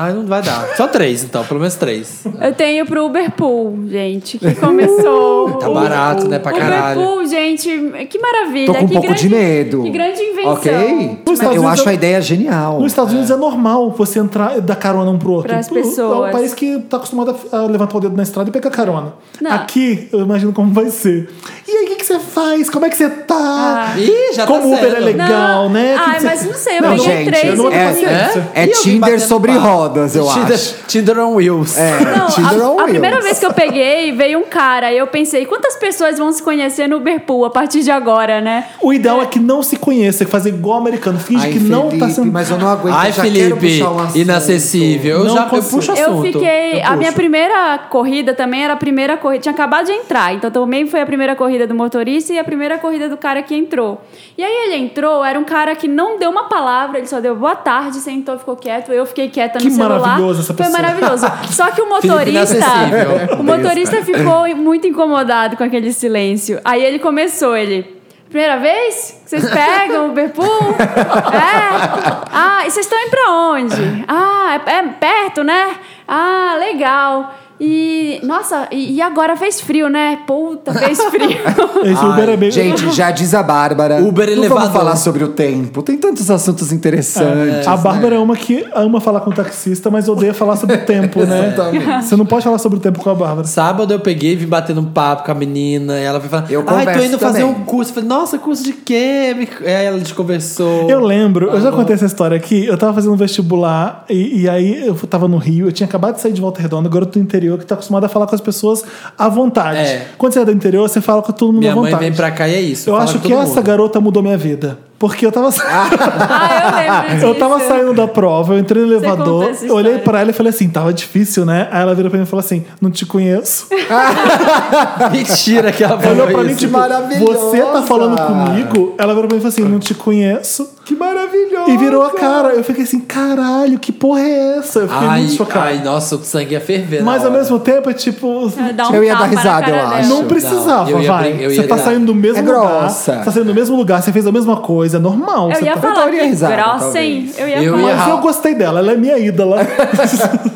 Speaker 4: Ah, não vai dar. Só três, então. Pelo menos três.
Speaker 3: Eu tenho pro Uberpool, gente, que começou.
Speaker 4: Tá barato, né? Pra caralho.
Speaker 3: Uberpool, gente, que maravilha.
Speaker 2: Tô com um
Speaker 3: que
Speaker 2: pouco
Speaker 3: grande,
Speaker 2: de medo.
Speaker 3: Que grande invenção.
Speaker 2: Ok?
Speaker 1: Nos Estados
Speaker 2: Eu
Speaker 1: Unidos
Speaker 2: acho
Speaker 1: eu-
Speaker 2: a ideia genial.
Speaker 1: Nos Estados Unidos é normal você entrar e dar carona um pro outro.
Speaker 3: Pras
Speaker 1: O- É
Speaker 3: pessoas.
Speaker 1: um país que tá acostumado a- a levantar o dedo na estrada e pegar carona.
Speaker 3: Não.
Speaker 1: Aqui, eu imagino como vai ser. E aí, o que, que você faz? Como é que você tá?
Speaker 4: Ih, já
Speaker 1: como
Speaker 4: tá
Speaker 1: o Uber
Speaker 4: certo.
Speaker 1: é legal,
Speaker 3: Ah. Não.
Speaker 1: né?
Speaker 3: Ai,
Speaker 1: Que que
Speaker 3: mas
Speaker 1: você...
Speaker 3: não sei, eu
Speaker 2: Não,
Speaker 3: peguei
Speaker 2: gente,
Speaker 3: três.
Speaker 2: eu
Speaker 1: não
Speaker 3: e-
Speaker 1: tenho
Speaker 2: É,
Speaker 1: paciência.
Speaker 4: E
Speaker 2: é
Speaker 4: eu vim
Speaker 2: Tinder
Speaker 4: batendo
Speaker 2: sobre
Speaker 4: papo.
Speaker 2: rodas, eu
Speaker 4: Tinder,
Speaker 2: acho.
Speaker 4: Tinder on Wheels.
Speaker 2: É, Tinder
Speaker 1: um
Speaker 3: Não,
Speaker 2: on
Speaker 3: a, a primeira
Speaker 2: wheels.
Speaker 3: vez que eu peguei, veio um cara e eu pensei, quantas pessoas vão se conhecer no Uberpool a partir de agora, né?
Speaker 1: O ideal é que não se conheça, que fazer igual americano. Finge
Speaker 2: Ai,
Speaker 1: que não tá
Speaker 2: Felipe,
Speaker 1: sendo.
Speaker 2: Mas eu não aguento,
Speaker 4: Ai,
Speaker 2: eu já quero
Speaker 4: Felipe,
Speaker 2: puxar um assunto.
Speaker 4: inacessível. Eu
Speaker 1: Não
Speaker 4: já eu
Speaker 1: consigo.
Speaker 4: puxo assunto.
Speaker 3: Eu fiquei.
Speaker 1: Eu
Speaker 3: a minha
Speaker 1: puxo.
Speaker 3: primeira corrida também era a primeira corrida. Tinha acabado de entrar. Então também foi a primeira corrida do motorista e a primeira corrida do cara que entrou. E aí ele entrou, era um cara que não deu uma palavra, ele só deu boa tarde, sentou, ficou quieto. Eu fiquei quieta no
Speaker 1: Que
Speaker 3: celular.
Speaker 1: maravilhoso essa pessoa.
Speaker 3: Foi maravilhoso. Só que o
Speaker 4: Felipe
Speaker 3: motorista.
Speaker 4: inacessível.
Speaker 3: o motorista ficou muito incomodado com aquele silêncio. Aí ele começou, ele. Primeira vez? que Vocês pegam o Berpool? É? Ah, e vocês estão indo pra onde? Ah, é, é perto, né? Ah, legal. E, nossa, e, e agora fez frio, né? Puta, fez frio.
Speaker 1: Esse Uber é bem.
Speaker 2: Gente, já diz a Bárbara.
Speaker 4: Uber
Speaker 2: não
Speaker 4: elevador.
Speaker 2: vamos falar sobre o tempo. Tem tantos assuntos interessantes.
Speaker 4: né?
Speaker 1: a Bárbara é uma que ama falar com o taxista, mas odeia falar sobre o tempo, né?
Speaker 2: Exatamente.
Speaker 1: Você não pode falar sobre o tempo com a Bárbara.
Speaker 4: Sábado eu peguei e vim batendo um papo com a menina. E ela foi falar:
Speaker 2: Eu
Speaker 4: Ai, tô
Speaker 2: converso
Speaker 4: indo fazer
Speaker 2: também.
Speaker 4: um curso. Eu falei: Nossa, curso de quê? Aí ela desconversou.
Speaker 1: Eu lembro, eu
Speaker 4: Tá
Speaker 1: já contei essa história aqui. Eu tava fazendo um vestibular e, e aí eu tava no Rio, eu tinha acabado de sair de Volta Redonda, garoto do interior que tá acostumado a falar com as pessoas à vontade.
Speaker 4: É.
Speaker 1: Quando você é do interior, você fala com todo mundo
Speaker 4: Minha
Speaker 1: à
Speaker 4: mãe
Speaker 1: vontade.
Speaker 4: vem pra cá e é isso.
Speaker 1: eu
Speaker 4: fala
Speaker 1: acho
Speaker 4: com
Speaker 1: que
Speaker 4: todo
Speaker 1: essa
Speaker 4: mundo.
Speaker 1: garota mudou minha vida. Porque eu tava.
Speaker 3: ah, eu lembro disso.
Speaker 1: Eu tava saindo da prova, eu entrei no
Speaker 3: contou
Speaker 1: elevador,
Speaker 3: essa
Speaker 1: eu olhei
Speaker 3: história.
Speaker 1: pra ela e falei assim, tava difícil, né? Aí ela virou pra mim e falou assim, não te conheço.
Speaker 4: Mentira que ela falou
Speaker 1: Olhou pra mim
Speaker 4: isso.
Speaker 1: tipo,
Speaker 2: É maravilhosa!
Speaker 1: você tá falando comigo? Ela virou pra mim e falou assim, não te conheço.
Speaker 2: Que maravilhoso!
Speaker 1: E virou a cara. Eu fiquei assim, caralho, que porra é essa? Eu fiquei
Speaker 4: Ai,
Speaker 1: muito chocado.
Speaker 4: ai, nossa, o sangue ia ferver. na
Speaker 1: Mas ao
Speaker 4: hora.
Speaker 1: mesmo tempo é tipo...
Speaker 3: Dá um
Speaker 2: Eu ia dar
Speaker 3: tapa na
Speaker 2: risada,
Speaker 3: cara
Speaker 2: eu
Speaker 3: dela.
Speaker 2: acho.
Speaker 1: Não precisava,
Speaker 4: eu ia
Speaker 1: vai.
Speaker 4: brin- eu
Speaker 1: Você
Speaker 4: ia
Speaker 1: tá
Speaker 4: dar-
Speaker 1: saindo do mesmo
Speaker 2: É
Speaker 1: lugar.
Speaker 2: grossa.
Speaker 1: Tá saindo do mesmo lugar, você fez a mesma coisa, é normal.
Speaker 3: Eu
Speaker 1: você
Speaker 3: ia
Speaker 1: tá...
Speaker 3: falar
Speaker 2: daria
Speaker 3: que
Speaker 2: risada,
Speaker 3: grossa, hein?
Speaker 2: talvez.
Speaker 3: Eu ia
Speaker 4: Eu
Speaker 3: falar.
Speaker 4: ia
Speaker 1: Mas eu gostei dela, ela é minha ídola.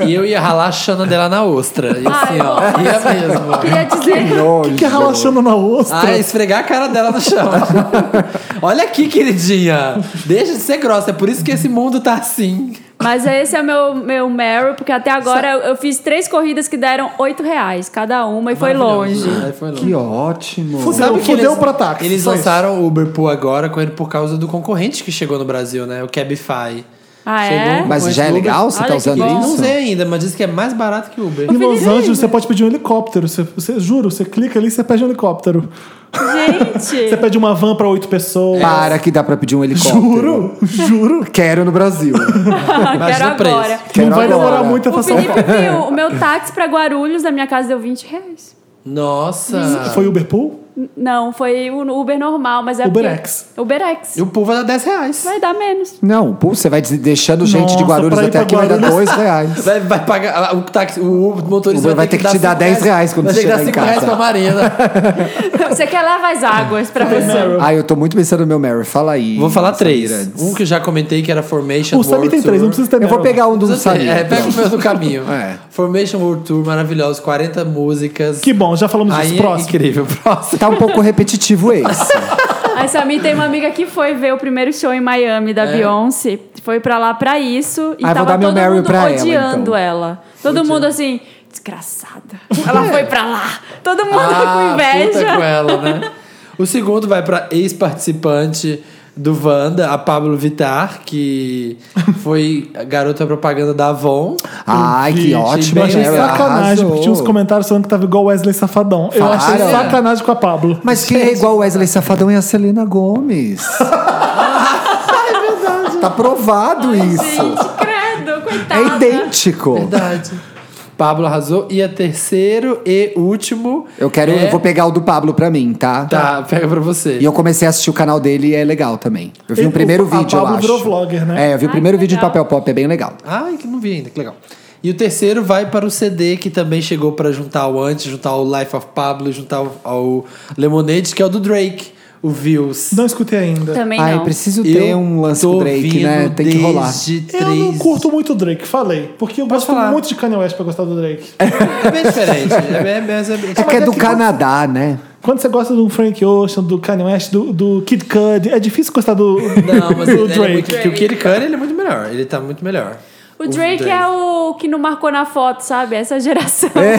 Speaker 4: E eu ia ralar a Xana dela na ostra. E assim,
Speaker 3: Ai,
Speaker 4: ó. Ia mesmo.
Speaker 3: Queria dizer...
Speaker 1: que é relaxando na ostra.
Speaker 4: Ah, esfregar a cara dela no chão. Olha aqui, queridinha. Deixa de ser grossa. É por isso que esse mundo tá assim.
Speaker 3: Mas esse é meu, meu Meryl, porque até agora eu, eu fiz três corridas que deram oito reais cada uma e foi longe.
Speaker 4: Aí foi longe.
Speaker 2: Que ótimo!
Speaker 1: Fudeu, fudeu pra táxi.
Speaker 4: Eles
Speaker 1: só isso.
Speaker 4: lançaram o Uberpool agora com ele por causa do concorrente que chegou no Brasil, né? O Cabify.
Speaker 3: Ah,
Speaker 4: Chegou
Speaker 3: é?
Speaker 4: um
Speaker 2: Mas já é
Speaker 4: Uber.
Speaker 2: legal? Você
Speaker 3: Olha
Speaker 2: tá
Speaker 3: que
Speaker 2: usando
Speaker 4: Eu
Speaker 3: bom.
Speaker 2: isso?
Speaker 4: não usei ainda, mas disse que é mais barato que o Uber.
Speaker 1: Em Los Angeles, você pode pedir um helicóptero. Você, você- juro, você clica ali e você pede um helicóptero. Você
Speaker 3: Gente!
Speaker 1: pede uma van pra oito
Speaker 4: É.
Speaker 1: pessoas.
Speaker 2: Para que dá pra pedir um helicóptero.
Speaker 1: Juro, juro.
Speaker 2: Quero no Brasil.
Speaker 3: Quero
Speaker 4: Imagina o preço. Então um
Speaker 3: agora.
Speaker 2: Quero
Speaker 1: não vai
Speaker 2: agora.
Speaker 1: demorar muito
Speaker 3: O
Speaker 1: pra São
Speaker 3: Felipe
Speaker 1: Paulo.
Speaker 3: viu, o meu táxi pra Guarulhos da minha casa deu 20 reais.
Speaker 2: Ah.
Speaker 4: Nossa.
Speaker 1: Foi Uber Pool?
Speaker 3: N- Não, foi o Uber normal, mas é
Speaker 1: UberX.
Speaker 3: porque- UberX.
Speaker 4: E o pool vai dar 10 reais.
Speaker 3: Vai dar menos.
Speaker 2: Não, pô, você vai des- deixando gente de
Speaker 1: Nossa,
Speaker 2: Guarulhos
Speaker 1: pra ir
Speaker 2: até
Speaker 1: pra
Speaker 2: aqui, vai dar
Speaker 1: Guarulhos.
Speaker 2: dois reais.
Speaker 4: Vai, vai pagar. O, táxi, o motorista
Speaker 2: Uber vai ter que te dar
Speaker 4: cinco
Speaker 2: 10 reais quando
Speaker 4: vai
Speaker 2: você
Speaker 4: ter que dar
Speaker 2: chegar em
Speaker 4: 5 reais
Speaker 2: casa.
Speaker 4: pra Marina.
Speaker 3: Você quer levar as águas pra você.
Speaker 1: Meryl.
Speaker 2: Ah, eu tô muito pensando no meu Mary. Fala aí.
Speaker 4: Vou falar três.
Speaker 2: Samira.
Speaker 4: Um que eu já comentei que era Formation
Speaker 1: O Samir
Speaker 4: World
Speaker 1: tem três,
Speaker 4: Tour.
Speaker 1: não precisa ter
Speaker 2: Eu vou
Speaker 1: Meryl.
Speaker 2: pegar um do
Speaker 4: Precisa ter,
Speaker 2: Samir.
Speaker 4: É, pega o meu do caminho.
Speaker 2: É.
Speaker 4: Formation World Tour, maravilhoso. 40 músicas.
Speaker 1: Que bom, já falamos
Speaker 4: Aí
Speaker 1: disso.
Speaker 4: é
Speaker 1: Próximo.
Speaker 4: incrível. Próximo.
Speaker 2: Tá um pouco repetitivo esse.
Speaker 3: A Samir tem uma amiga que foi ver o primeiro show em Miami da Beyoncé. Foi pra lá pra isso. E
Speaker 2: Ah, vou
Speaker 3: tava
Speaker 2: dar meu
Speaker 3: todo
Speaker 2: Meryl
Speaker 3: mundo
Speaker 2: pra ela,
Speaker 3: odiando
Speaker 2: então.
Speaker 3: ela. Todo mundo assim, desgraçada. Ela foi pra lá. Todo mundo com
Speaker 4: Ah, puta com
Speaker 3: inveja.
Speaker 4: ela, né? O segundo vai pra ex-participante do Wanda, a Pablo Vittar, que foi a garota propaganda da Avon.
Speaker 2: Ai, que
Speaker 1: Gente,
Speaker 2: ótimo.
Speaker 1: Eu achei
Speaker 2: Meryl,
Speaker 1: sacanagem,
Speaker 2: arrasou.
Speaker 1: porque tinha uns comentários falando que tava igual Wesley Safadão. Eu
Speaker 2: Para.
Speaker 1: achei sacanagem com a Pablo.
Speaker 2: Mas quem é igual Wesley Safadão é a Selena Gomes. é verdade. Tá provado isso.
Speaker 3: Gente, credo, coitada.
Speaker 2: É idêntico.
Speaker 4: Verdade. Pablo arrasou. E a terceiro e último.
Speaker 2: Eu quero,
Speaker 4: é-
Speaker 2: eu vou pegar o do Pablo pra mim, tá?
Speaker 4: Tá, pega pra você.
Speaker 2: E eu comecei a assistir o canal dele e é legal também. Eu vi
Speaker 1: Ele-
Speaker 2: um primeiro
Speaker 1: o- a
Speaker 2: vídeo, eu
Speaker 1: Pablo
Speaker 2: acho.
Speaker 1: virou vlogger, né?
Speaker 2: É, eu vi o
Speaker 3: Ai,
Speaker 2: primeiro
Speaker 3: que
Speaker 2: vídeo de
Speaker 3: legal.
Speaker 2: papel pop, é bem legal.
Speaker 4: Ai, que não vi ainda, que legal. E o terceiro vai para o CD, que também chegou para juntar o antes, juntar o Life of Pablo, juntar o, ao Lemonade, que é o do Drake, o Views.
Speaker 1: Não escutei ainda.
Speaker 3: Também
Speaker 2: Ai,
Speaker 3: não.
Speaker 2: preciso ter um lance do Drake, né? Tem que rolar.
Speaker 1: Eu não curto muito o Drake, falei. Porque eu gosto
Speaker 4: falar.
Speaker 1: muito de Kanye West pra gostar do Drake.
Speaker 4: É bem diferente. É bem, é bem- é bem-
Speaker 2: É que é
Speaker 1: é
Speaker 2: do
Speaker 1: que
Speaker 2: Canadá, né?
Speaker 1: Quando você gosta do Frank Ocean, do Kanye West, do, do Kid Cudi, é difícil gostar do,
Speaker 4: Não, mas
Speaker 1: do
Speaker 4: ele, ele é muito,
Speaker 1: Drake.
Speaker 4: que o que ele canta, ele é muito melhor. Ele tá muito melhor.
Speaker 3: O Drake é o que não marcou na foto, sabe? Essa geração.
Speaker 2: É.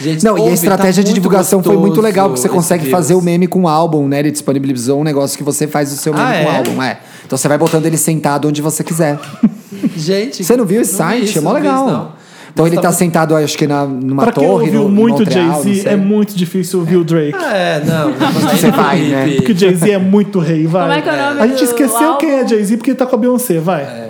Speaker 4: Gente,
Speaker 2: Não, e
Speaker 4: ouve,
Speaker 2: a
Speaker 4: tá
Speaker 2: estratégia de
Speaker 4: muito
Speaker 2: divulgação foi muito
Speaker 4: gostoso
Speaker 2: legal, que você
Speaker 4: esse
Speaker 2: consegue
Speaker 4: Views.
Speaker 2: fazer o meme com o álbum, né? Ele disponibilizou um negócio que você faz o seu meme
Speaker 4: Ah,
Speaker 2: com o
Speaker 4: é?
Speaker 2: álbum, é. Então você vai botando ele sentado onde você quiser.
Speaker 4: Gente,
Speaker 2: Você não viu esse
Speaker 4: não vi
Speaker 2: site?
Speaker 4: isso,
Speaker 2: é mó
Speaker 4: não vi isso,
Speaker 2: legal.
Speaker 4: não.
Speaker 2: Então ele
Speaker 4: Mas
Speaker 2: tá,
Speaker 4: tá muito-
Speaker 2: sentado, acho que na, numa
Speaker 1: Pra quem
Speaker 2: torre.
Speaker 1: ouviu
Speaker 2: no, em
Speaker 1: muito
Speaker 2: Montreal, não
Speaker 1: Jay-Z,
Speaker 2: sei.
Speaker 1: é muito difícil ouvir o Drake.
Speaker 4: É, não. mas
Speaker 2: Você vai, né?
Speaker 4: Felipe.
Speaker 1: Porque Jay-Z é muito rei, vai.
Speaker 3: Como é que é o nome
Speaker 1: A gente
Speaker 3: do
Speaker 1: esqueceu
Speaker 3: álbum?
Speaker 1: quem é Jay-Z porque ele tá com a Beyoncé, vai.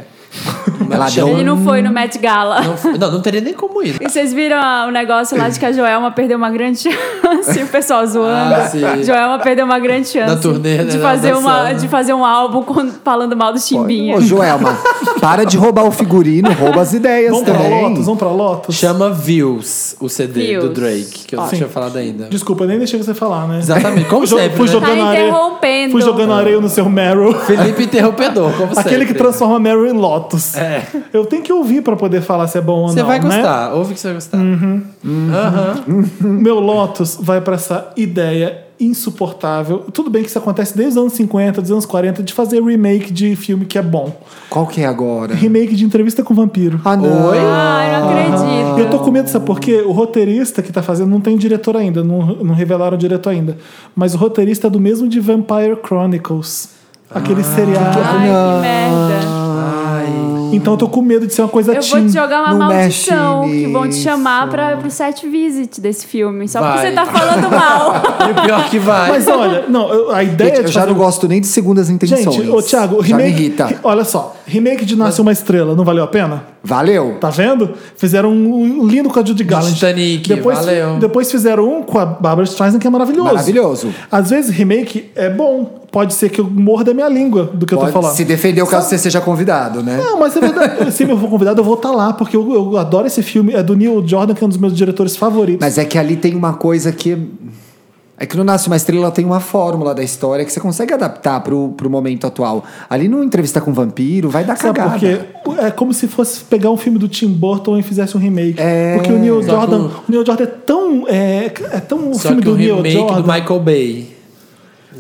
Speaker 4: Não
Speaker 2: É ladrão.
Speaker 3: Ele não foi no Met Gala.
Speaker 4: Não, foi- não, não teria nem como ir.
Speaker 3: E vocês viram a- o negócio lá de que a Joelma perdeu uma grande chance, o pessoal zoando.
Speaker 4: Ah, sim.
Speaker 3: Joelma perdeu uma grande chance
Speaker 4: Da turnê, né,
Speaker 3: de,
Speaker 4: da-
Speaker 3: fazer
Speaker 4: da
Speaker 3: uma,
Speaker 4: Sana.
Speaker 3: de fazer um álbum com- falando mal do
Speaker 1: é
Speaker 3: Chimbinha.
Speaker 2: Ô, Joelma, para de roubar o figurino, rouba as ideias
Speaker 1: Vamos pra
Speaker 2: também.
Speaker 1: Lotus, vamos pra Lotus.
Speaker 4: Chama Views, o CD do
Speaker 3: Views.
Speaker 4: Drake, que eu não
Speaker 1: Sim.
Speaker 4: tinha falado ainda.
Speaker 1: Desculpa, nem deixei você falar, né?
Speaker 4: Exatamente, como
Speaker 1: Fui jo-
Speaker 4: sempre,
Speaker 1: Fui
Speaker 4: né?
Speaker 1: jogando
Speaker 3: Tá
Speaker 1: areia.
Speaker 3: interrompendo.
Speaker 1: Fui jogando areia no seu Meryl.
Speaker 4: Felipe Interrompedor, como sempre.
Speaker 1: Aquele que transforma Meryl em Lotus.
Speaker 4: É.
Speaker 1: Eu tenho que ouvir pra poder falar se é bom ou
Speaker 4: Você
Speaker 1: não.
Speaker 4: vai
Speaker 1: né? Uhum.
Speaker 4: gostar, ouve que você vai gostar. Aham.
Speaker 1: Meu Lotus vai pra essa ideia insuportável. Tudo bem que isso acontece desde os anos 50, dos anos 40, de fazer remake de filme que é bom.
Speaker 2: Qual que é agora?
Speaker 1: Remake de entrevista com vampiro.
Speaker 2: Ah, não.
Speaker 4: Oi?
Speaker 3: Ai, não acredito.
Speaker 1: Eu tô com medo, sabe por quê? O roteirista que tá fazendo não tem diretor ainda, não, não revelaram o diretor ainda. Mas o roteirista é do mesmo de Vampire Chronicles. Aquele
Speaker 2: Ah.
Speaker 1: seriado.
Speaker 3: Ai, que merda.
Speaker 2: é?
Speaker 1: Então eu tô com medo de ser uma coisa
Speaker 3: Eu vou
Speaker 1: teen.
Speaker 3: te jogar uma
Speaker 2: não
Speaker 3: maldição
Speaker 2: mexe
Speaker 3: que vão te
Speaker 2: nisso.
Speaker 3: chamar pra, pro set visit desse filme. Só porque
Speaker 4: Vai.
Speaker 3: você tá falando mal.
Speaker 4: E o pior que vai.
Speaker 1: Mas olha, não, eu- a ideia
Speaker 2: Gente,
Speaker 1: de
Speaker 2: eu já
Speaker 1: fazer
Speaker 2: não
Speaker 1: um-
Speaker 2: gosto nem de segundas intenções.
Speaker 1: Gente, ô Thiago, o
Speaker 2: já me
Speaker 1: remake.
Speaker 2: irrita.
Speaker 1: Olha só, remake de Nasce uma Estrela, não valeu a pena?
Speaker 2: Valeu.
Speaker 1: Tá vendo? Fizeram um um lindo com a Judy Garland.
Speaker 4: Titanic,
Speaker 1: depois,
Speaker 4: valeu.
Speaker 1: Depois fizeram um com a Barbara Streisand, que é maravilhoso.
Speaker 2: Maravilhoso.
Speaker 1: Às vezes remake é bom. Pode ser que eu morda a minha língua do que eu tô
Speaker 2: Pode
Speaker 1: falando.
Speaker 2: se defender o caso você seja convidado, né?
Speaker 1: Não, mas é verdade. se eu for convidado, eu vou estar lá, porque eu, eu adoro esse filme. É do Neil Jordan, que é um dos meus diretores favoritos.
Speaker 2: Mas é que ali tem uma coisa que. É que no Nasce uma Estrela tem uma fórmula da história que você consegue adaptar pro, pro momento atual. Ali no Entrevista com o Vampiro vai dar
Speaker 1: Sabe
Speaker 2: cagada.
Speaker 1: por quê? É como se fosse pegar um filme do Tim Burton e fizesse um remake.
Speaker 2: É.
Speaker 1: Porque o Neil
Speaker 4: Só com-
Speaker 1: Jordan. O Neil Jordan é tão. É, é tão o
Speaker 4: Só
Speaker 1: filme
Speaker 4: que
Speaker 1: do
Speaker 4: o
Speaker 1: Neil
Speaker 4: remake
Speaker 1: Jordan.
Speaker 4: do Michael Bay.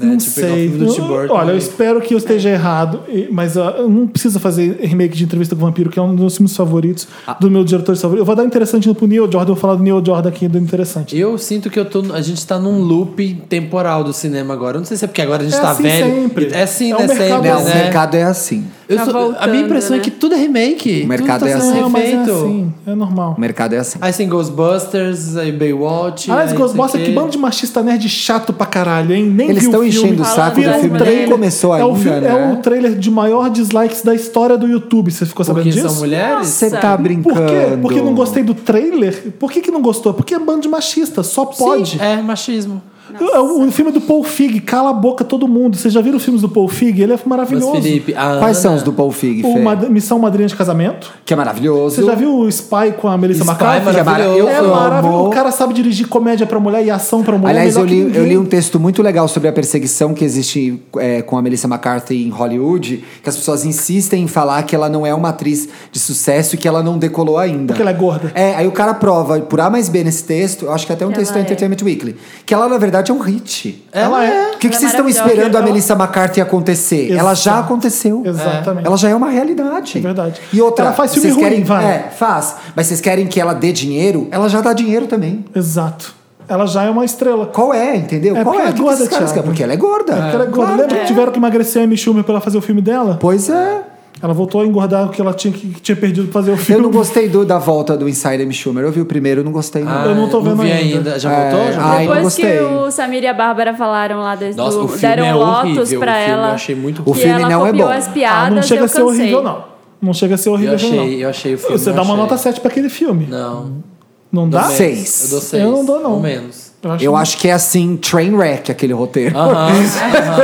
Speaker 4: Né?
Speaker 1: Não
Speaker 4: tipo, pegar o
Speaker 1: sei. Hum,
Speaker 4: filme do Tim Burton.
Speaker 1: Olha,
Speaker 4: e-
Speaker 1: eu
Speaker 4: É.
Speaker 1: espero que eu esteja errado, e- mas ah, eu não preciso fazer remake de Entrevista com o Vampiro, que é um dos meus filmes favoritos,
Speaker 4: Ah.
Speaker 1: do meu diretor favorito. Eu vou dar interessante pro Neil Jordan, eu vou falar do Neil Jordan aqui do interessante.
Speaker 4: Eu sinto que eu tô, a gente tá num loop temporal do cinema agora. Eu não sei se é porque agora a gente
Speaker 1: É
Speaker 4: tá
Speaker 1: assim
Speaker 4: velho.
Speaker 1: sempre.
Speaker 4: É assim,
Speaker 1: É um
Speaker 4: né?
Speaker 1: mercado
Speaker 4: Sempre,
Speaker 2: Não,
Speaker 1: assim.
Speaker 2: o
Speaker 4: né?
Speaker 2: mercado é assim.
Speaker 4: Eu
Speaker 3: Tá
Speaker 4: sou- a
Speaker 3: voltando,
Speaker 4: minha impressão é
Speaker 3: né?
Speaker 4: que tudo é remake.
Speaker 2: O mercado
Speaker 4: tudo
Speaker 2: é
Speaker 4: tá
Speaker 2: assim.
Speaker 4: sendo
Speaker 1: Não, mas é
Speaker 4: refeito.
Speaker 1: assim, é normal.
Speaker 2: O mercado é assim.
Speaker 4: Aí tem Ghostbusters, aí Baywatch.
Speaker 1: Aliás,
Speaker 4: aí
Speaker 1: Ah, Ghostbusters, é
Speaker 4: não sei o
Speaker 1: que
Speaker 4: quê.
Speaker 1: bando de machista nerd chato pra caralho, hein? Nem
Speaker 2: Eles
Speaker 1: viu
Speaker 2: estão
Speaker 1: o filme. Ah,
Speaker 2: enchendo o saco do
Speaker 3: Falando das
Speaker 2: filme.
Speaker 3: mulheres.
Speaker 2: Nem começou
Speaker 1: É
Speaker 2: ainda,
Speaker 1: o, filme-
Speaker 2: né?
Speaker 1: é o trailer de maior dislikes da história do YouTube. Você ficou sabendo
Speaker 4: Porque
Speaker 1: disso? Ah,
Speaker 4: são mulheres?
Speaker 2: Você tá brincando.
Speaker 1: Por quê? Porque não gostei do trailer? Por que, que não gostou? Porque é bando de machista, só pode.
Speaker 4: Sim, é machismo.
Speaker 1: É O, o filme do Paul Fig, cala a boca todo mundo. Vocês já viram os filmes do Paul Fig? Ele é
Speaker 4: Mas,
Speaker 1: maravilhoso.
Speaker 4: Felipe, a
Speaker 2: Quais
Speaker 4: Ana-
Speaker 2: são os do Paul Fig,
Speaker 1: o
Speaker 2: Fê?
Speaker 1: Mad- Missão Madrinha de Casamento.
Speaker 2: Que é maravilhoso.
Speaker 1: Você já viu o Spy com a Melissa
Speaker 4: Spy
Speaker 1: McCarthy?
Speaker 4: é maravilhoso.
Speaker 1: É
Speaker 2: Eu
Speaker 1: maravilhoso.
Speaker 2: amo.
Speaker 1: O cara sabe dirigir comédia pra mulher e ação pra mulher.
Speaker 2: Aliás, eu
Speaker 1: melhor que
Speaker 2: li, eu
Speaker 1: ninguém.
Speaker 2: li um texto muito legal sobre a perseguição que existe é, com a Melissa McCarthy em Hollywood, que as pessoas insistem em falar que ela não é uma atriz de sucesso e que ela não decolou ainda.
Speaker 1: Porque ela é gorda.
Speaker 2: É, aí o cara prova, por A mais B nesse texto, eu acho que até um
Speaker 3: Que
Speaker 2: texto do
Speaker 3: ela é.
Speaker 2: Entertainment Weekly, que ela, na verdade, é um hit.
Speaker 1: Ela é.
Speaker 2: O que, que
Speaker 3: Ela é
Speaker 2: vocês estão
Speaker 3: maravilhosa.
Speaker 2: esperando a
Speaker 1: Ela-
Speaker 2: Melissa McCarthy acontecer?
Speaker 1: Exato.
Speaker 2: Ela já aconteceu.
Speaker 1: Exatamente.
Speaker 2: Ela já é uma realidade.
Speaker 1: É verdade.
Speaker 2: E outra,
Speaker 1: Ela faz filme
Speaker 2: vocês
Speaker 1: ruim,
Speaker 2: querem,
Speaker 1: vai.
Speaker 2: É, faz. Mas vocês querem que ela dê dinheiro? Ela já dá dinheiro também.
Speaker 1: é. Exato. Ela já é uma estrela.
Speaker 2: Qual é, entendeu?
Speaker 1: É
Speaker 2: Qual
Speaker 1: porque
Speaker 2: é?
Speaker 1: ela é
Speaker 2: O que que
Speaker 1: gorda,
Speaker 2: esses caras
Speaker 1: Thiago.
Speaker 2: querem? Porque ela é
Speaker 1: Porque
Speaker 2: gorda.
Speaker 1: ela é gorda.
Speaker 2: Claro.
Speaker 1: Lembra que tiveram que emagrecer a Amy Schumer pra ela fazer o filme dela?
Speaker 2: Pois é.
Speaker 1: Ela voltou a engordar o que ela tinha, que tinha perdido pra fazer o
Speaker 2: Eu
Speaker 1: filme.
Speaker 2: não gostei do- da volta do Inside M. Schumer. Eu vi o primeiro, eu não gostei não.
Speaker 4: Ah,
Speaker 1: Eu não tô vendo
Speaker 4: vi
Speaker 1: ainda.
Speaker 4: Já
Speaker 2: É,
Speaker 4: voltou? Já
Speaker 2: ah,
Speaker 4: voltou?
Speaker 2: eu não
Speaker 3: Depois que
Speaker 2: gostei.
Speaker 3: o Samir e a Bárbara falaram lá desse,
Speaker 4: Nossa,
Speaker 3: do-
Speaker 4: o filme
Speaker 3: deram
Speaker 4: é horrível. O
Speaker 3: Lotus
Speaker 4: filme
Speaker 3: pra ela.
Speaker 4: eu achei muito
Speaker 2: O
Speaker 3: que
Speaker 2: filme
Speaker 3: ela
Speaker 2: não é
Speaker 3: copiou
Speaker 2: bom.
Speaker 3: as
Speaker 1: Ah,
Speaker 3: piadas,
Speaker 1: não chega
Speaker 3: eu
Speaker 1: a ser horrível,
Speaker 3: cansei.
Speaker 1: não. Não chega a ser horrível,
Speaker 4: Eu achei,
Speaker 1: não.
Speaker 4: eu achei o filme.
Speaker 1: Você
Speaker 4: eu
Speaker 1: dá uma
Speaker 4: achei.
Speaker 1: nota 7 pra aquele filme.
Speaker 4: Não.
Speaker 1: Não dá?
Speaker 4: menos.
Speaker 2: Seis.
Speaker 4: Eu dou seis.
Speaker 1: Eu não dou, não.
Speaker 4: Ou menos.
Speaker 2: Eu acho que é assim, train wreck aquele roteiro.
Speaker 4: Aham, aham.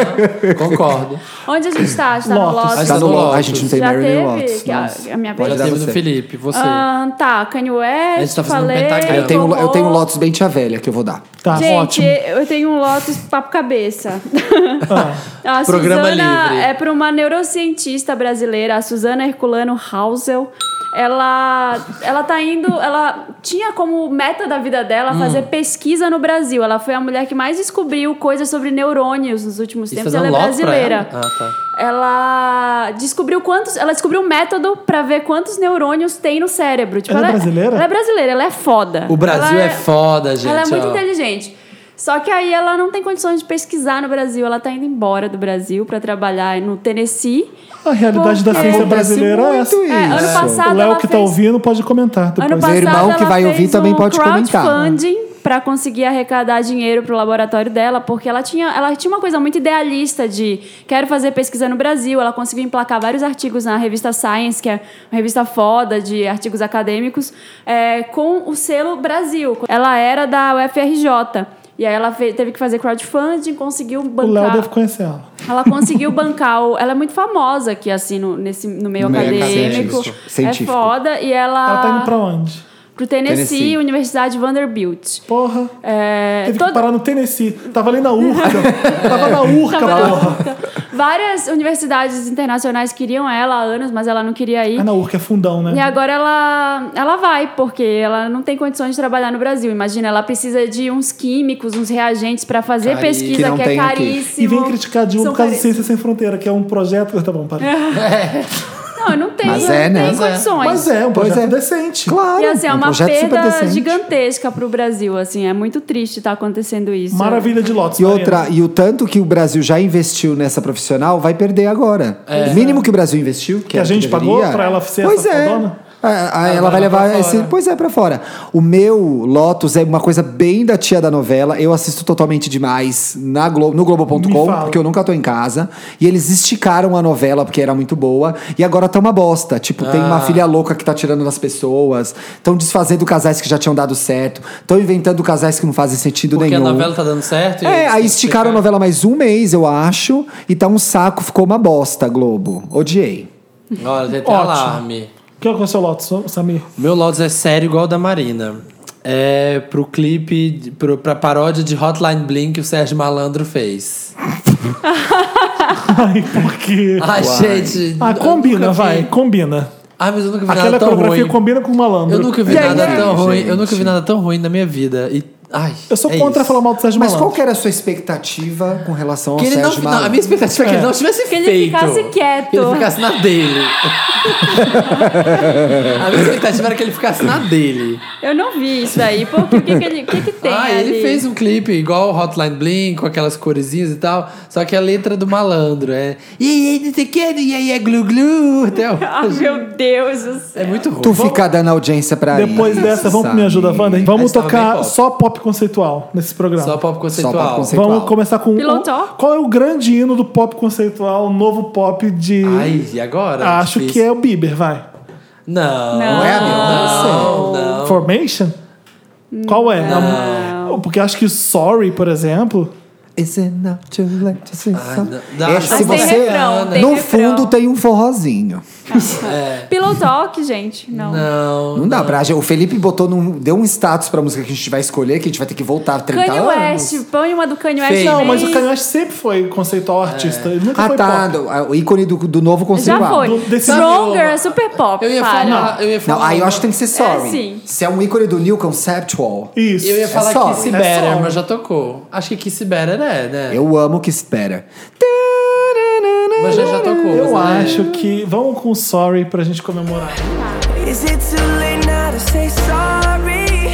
Speaker 4: Concordo.
Speaker 3: Onde a gente tá? A gente tá no
Speaker 1: Lotus.
Speaker 2: Tá
Speaker 3: Lotus.
Speaker 4: Mas
Speaker 2: no
Speaker 4: no
Speaker 2: Lotus.
Speaker 4: Lotus.
Speaker 2: A gente não tem
Speaker 3: Já
Speaker 2: Mary
Speaker 3: teve?
Speaker 2: nem Lotus.
Speaker 3: Que a-
Speaker 2: Nossa.
Speaker 3: a minha
Speaker 2: Pode
Speaker 3: vez?
Speaker 4: Já
Speaker 2: dar
Speaker 4: teve do
Speaker 2: você.
Speaker 4: Felipe, você.
Speaker 3: Ah, tá, Kanye West,
Speaker 4: A gente tá fazendo um
Speaker 3: falei.
Speaker 4: pentagrama.
Speaker 2: Eu
Speaker 3: Tá
Speaker 2: tenho, eu tenho
Speaker 3: Horror.
Speaker 2: Lotus Dente a Velha que eu vou dar.
Speaker 1: Tá,
Speaker 3: Gente,
Speaker 1: ótimo.
Speaker 3: eu tenho um Lotus papo cabeça.
Speaker 1: Ah.
Speaker 3: a
Speaker 4: Programa
Speaker 3: Suzana
Speaker 4: livre.
Speaker 3: é para uma neurocientista brasileira, a Suzana Herculano Hausel. Ela, ela tá indo, ela tinha como meta da vida dela
Speaker 4: Hum.
Speaker 3: fazer pesquisa no Brasil. Ela foi a mulher que mais descobriu coisas sobre neurônios nos últimos
Speaker 4: Isso
Speaker 3: tempos.
Speaker 4: fazer um
Speaker 3: Ela é
Speaker 4: Lotus pra
Speaker 3: brasileira.
Speaker 4: ela? Ah, tá.
Speaker 3: Ela descobriu quantos. Ela descobriu um método pra ver quantos neurônios tem no cérebro. Tipo,
Speaker 1: Ela é brasileira?
Speaker 3: Ela é brasileira, ela é foda.
Speaker 4: O Brasil
Speaker 3: Ela
Speaker 4: é foda, gente.
Speaker 3: ela é muito
Speaker 4: ó.
Speaker 3: inteligente. Só que aí ela não tem condições de pesquisar no Brasil. Ela tá indo embora do Brasil pra trabalar no Tennessee.
Speaker 1: A realidade da
Speaker 3: Porque-
Speaker 1: ciência brasileira é essa.
Speaker 2: muito
Speaker 3: É, ano
Speaker 2: Isso.
Speaker 3: passado
Speaker 1: o Léo
Speaker 3: ela
Speaker 1: que
Speaker 3: fez... Ah,
Speaker 1: tá ouvindo pode comentar depois.
Speaker 3: Ano passado
Speaker 2: irmão que
Speaker 3: ela
Speaker 2: vai ouvir
Speaker 3: fez
Speaker 2: também
Speaker 3: um
Speaker 2: pode comentar.
Speaker 3: crowdfunding para conseguir arrecadar dinheiro para o laboratório dela, porque ela tinha, ela tinha uma coisa muito idealista de quero fazer pesquisa no Brasil. Ela conseguiu emplacar vários artigos na revista Science, que é uma revista foda de artigos acadêmicos, é, com o selo Brasil. Ela era da UFRJ. E aí ela fe- teve que fazer crowdfunding, conseguiu
Speaker 1: O
Speaker 3: bancar.
Speaker 1: Léo deve conhecer ela.
Speaker 3: Ela conseguiu bancar o... Ela é muito famosa aqui, assim, no, nesse, no meio
Speaker 2: No meio
Speaker 3: acadêmico.
Speaker 2: acadêmico, científico.
Speaker 3: É foda. E ela...
Speaker 1: Ela tá indo pra onde?
Speaker 3: Pro Tennessee,
Speaker 2: Tennessee.
Speaker 3: Universidade Vanderbilt.
Speaker 1: Porra.
Speaker 3: É,
Speaker 1: Teve
Speaker 3: todo-
Speaker 1: que parar no Tennessee. Tava ali na Urca. Tava
Speaker 2: É.
Speaker 1: na Urca,
Speaker 3: Tava na
Speaker 1: porra.
Speaker 3: luta. Várias universidades internacionais queriam ela há anos, mas ela não queria ir.
Speaker 1: Ah, na Urca é fundão, né?
Speaker 3: E agora ela, ela vai, porque ela não tem condições de trabalhar no Brasil. Imagina, ela precisa de uns químicos, uns reagentes para fazer
Speaker 4: Cari-
Speaker 3: pesquisa,
Speaker 2: que
Speaker 3: que,
Speaker 2: não
Speaker 3: é
Speaker 2: tem aqui.
Speaker 3: caríssimo.
Speaker 1: E vem criticar de um
Speaker 3: São É.
Speaker 1: por causa do
Speaker 3: caríssimos.
Speaker 1: Ciência Sem Fronteira, que é um projeto. Tá bom, parei.
Speaker 3: Não, eu não tenho,
Speaker 2: Mas
Speaker 3: eu
Speaker 2: é,
Speaker 3: não
Speaker 2: né?
Speaker 3: tenho
Speaker 2: Mas é.
Speaker 3: condições.
Speaker 1: Mas é, um
Speaker 2: Pois
Speaker 1: projeto
Speaker 2: é.
Speaker 1: decente.
Speaker 2: Claro.
Speaker 3: E assim, é
Speaker 2: um
Speaker 3: uma
Speaker 2: projeto super
Speaker 3: perda
Speaker 2: decente.
Speaker 3: gigantesca pro Brasil, assim, é muito triste estar acontecendo isso.
Speaker 1: Maravilha de Lotus.
Speaker 2: E
Speaker 1: Mariana.
Speaker 2: outra, e o tanto que o Brasil já investiu nessa profissional vai perder agora. O mínimo que o Brasil investiu, que,
Speaker 1: É. a
Speaker 2: era o
Speaker 1: gente pagou
Speaker 2: deveria,
Speaker 1: pra ela ser
Speaker 2: pois
Speaker 1: essa
Speaker 2: é.
Speaker 1: fodona?
Speaker 2: A- a-
Speaker 4: Ela
Speaker 2: ela
Speaker 4: vai
Speaker 2: vai
Speaker 4: lá pra
Speaker 2: levar esse.
Speaker 4: fora.
Speaker 2: Pois é, pra fora. O meu Lotus é uma coisa bem da tia da novela. Eu assisto totalmente demais na Globo, no
Speaker 1: Me
Speaker 2: Globo.com,
Speaker 1: fala.
Speaker 2: porque eu nunca tô em casa. E eles esticaram a novela porque era muito boa. E agora tá uma bosta. Tipo, tem
Speaker 1: Ah.
Speaker 2: uma filha louca que tá tirando nas pessoas. Estão desfazendo casais que já tinham dado certo. Estão inventando casais que não fazem sentido
Speaker 4: Porque a
Speaker 2: nenhum.
Speaker 4: novela tá dando certo. e
Speaker 2: um. É,
Speaker 4: eles
Speaker 2: aí
Speaker 4: têm que
Speaker 2: esticaram a
Speaker 4: ficar-
Speaker 2: novela mais um mês, eu acho, e tá um saco, ficou uma bosta, Globo. Odiei.
Speaker 4: Olha, tem até
Speaker 1: Ótimo.
Speaker 4: alarme.
Speaker 1: O que é o seu Lotus, Samir?
Speaker 4: Meu Lotus é sério igual o da Marina. É pro clipe, de- pro, pra paródia de Hotline Bling que o Sérgio Malandro fez.
Speaker 1: Ai, por quê?
Speaker 4: Ai, gente.
Speaker 1: Ah,
Speaker 4: eu
Speaker 1: combina,
Speaker 4: nunca vi-
Speaker 1: vai, combina.
Speaker 4: Ai, mas eu nunca vi
Speaker 1: Aquela
Speaker 4: nada tão
Speaker 1: coreografia
Speaker 4: ruim.
Speaker 1: combina com o malandro.
Speaker 4: Eu nunca vi
Speaker 1: E aí,
Speaker 4: nada
Speaker 1: né?
Speaker 4: tão ruim. Eu
Speaker 2: gente?
Speaker 4: nunca vi nada tão ruim na minha vida. E, ai,
Speaker 1: Eu sou
Speaker 4: é
Speaker 1: contra
Speaker 4: isso.
Speaker 1: falar mal do Sérgio
Speaker 2: Mas
Speaker 1: Malandro.
Speaker 2: qual que era a sua expectativa com relação ao
Speaker 4: Que ele não,
Speaker 2: Sérgio
Speaker 4: não, a
Speaker 2: Malandro?
Speaker 4: minha expectativa é que ele não tivesse
Speaker 3: Que ele
Speaker 4: feito.
Speaker 3: ficasse quieto.
Speaker 4: Que ele ficasse na dele. a minha expectativa era que ele ficasse na dele.
Speaker 3: Eu não vi isso daí, porque o que, que, ele, o que, que tem
Speaker 4: ah,
Speaker 3: ali?
Speaker 4: ele fez um clipe igual o Hotline Bling, com aquelas corezinhas e tal. Só que a letra do malandro é... E aí, não sei o que, e aí, é glu-glu. Até
Speaker 3: Ah,
Speaker 4: hoje.
Speaker 3: meu Deus do céu.
Speaker 4: É muito ruim.
Speaker 2: Tu ficar dando audiência
Speaker 4: é
Speaker 2: pra
Speaker 1: Depois
Speaker 2: isso,
Speaker 1: dessa, vamos pro
Speaker 2: sabe?
Speaker 1: Me Ajuda, Wanda. Vamos
Speaker 4: Mas tava é bem
Speaker 1: tocar
Speaker 4: pop.
Speaker 1: só pop conceitual nesse programa.
Speaker 4: Só pop conceitual.
Speaker 2: Só pop conceitual.
Speaker 1: Vamos começar com.
Speaker 3: Pillow
Speaker 1: o-
Speaker 3: Talk.
Speaker 1: qual é o grande hino do pop conceitual, o novo pop de.
Speaker 4: Ai, e agora?
Speaker 1: Acho que é o Bieber, vai.
Speaker 4: Não.
Speaker 3: Não. Não é, amigo?
Speaker 4: Não, não.
Speaker 1: Formation? Qual é? Porque acho que Sorry, por exemplo.
Speaker 2: Is it é not too late to say
Speaker 4: Ah,
Speaker 2: something?
Speaker 4: não.
Speaker 2: É,
Speaker 4: Mas
Speaker 2: se
Speaker 4: tem
Speaker 2: você,
Speaker 3: refrão, tem
Speaker 2: no
Speaker 3: refrão.
Speaker 2: fundo tem um forrozinho.
Speaker 3: Pillow Talk, gente, não.
Speaker 4: Não.
Speaker 2: Não dá pra. O Felipe botou num, deu um status pra música que a gente vai escolher, que a gente vai ter que voltar
Speaker 4: tá
Speaker 2: 30
Speaker 3: Kanye
Speaker 2: anos.
Speaker 3: West, põe uma do Kanye West.
Speaker 4: Feio.
Speaker 1: Não, mas
Speaker 3: também.
Speaker 1: o Kanye West sempre foi conceitual artista. Ele nunca
Speaker 2: Ah,
Speaker 1: foi
Speaker 2: tá.
Speaker 1: pop.
Speaker 2: do- a- O ícone do, do novo
Speaker 3: Já
Speaker 2: conceitual.
Speaker 3: foi.
Speaker 1: Do- desse-
Speaker 3: Stronger é super pop,
Speaker 4: Eu ia
Speaker 3: para.
Speaker 4: falar... Eu ia falar
Speaker 2: Não, aí eu acho que tem que ser sorry.
Speaker 3: É, sim.
Speaker 2: Se é um ícone do New Conceptual,
Speaker 1: Isso.
Speaker 4: Eu ia falar
Speaker 2: sorry.
Speaker 4: Kiss
Speaker 2: É
Speaker 4: Better,
Speaker 1: sorry.
Speaker 4: mas já tocou. Acho que Kiss Better é, né?
Speaker 2: eu amo que espera.
Speaker 4: Mas já, já tocou.
Speaker 1: Eu
Speaker 4: mas, né?
Speaker 1: acho que. Vamos com Sorry pra gente comemorar.
Speaker 6: Is it too late now to say sorry?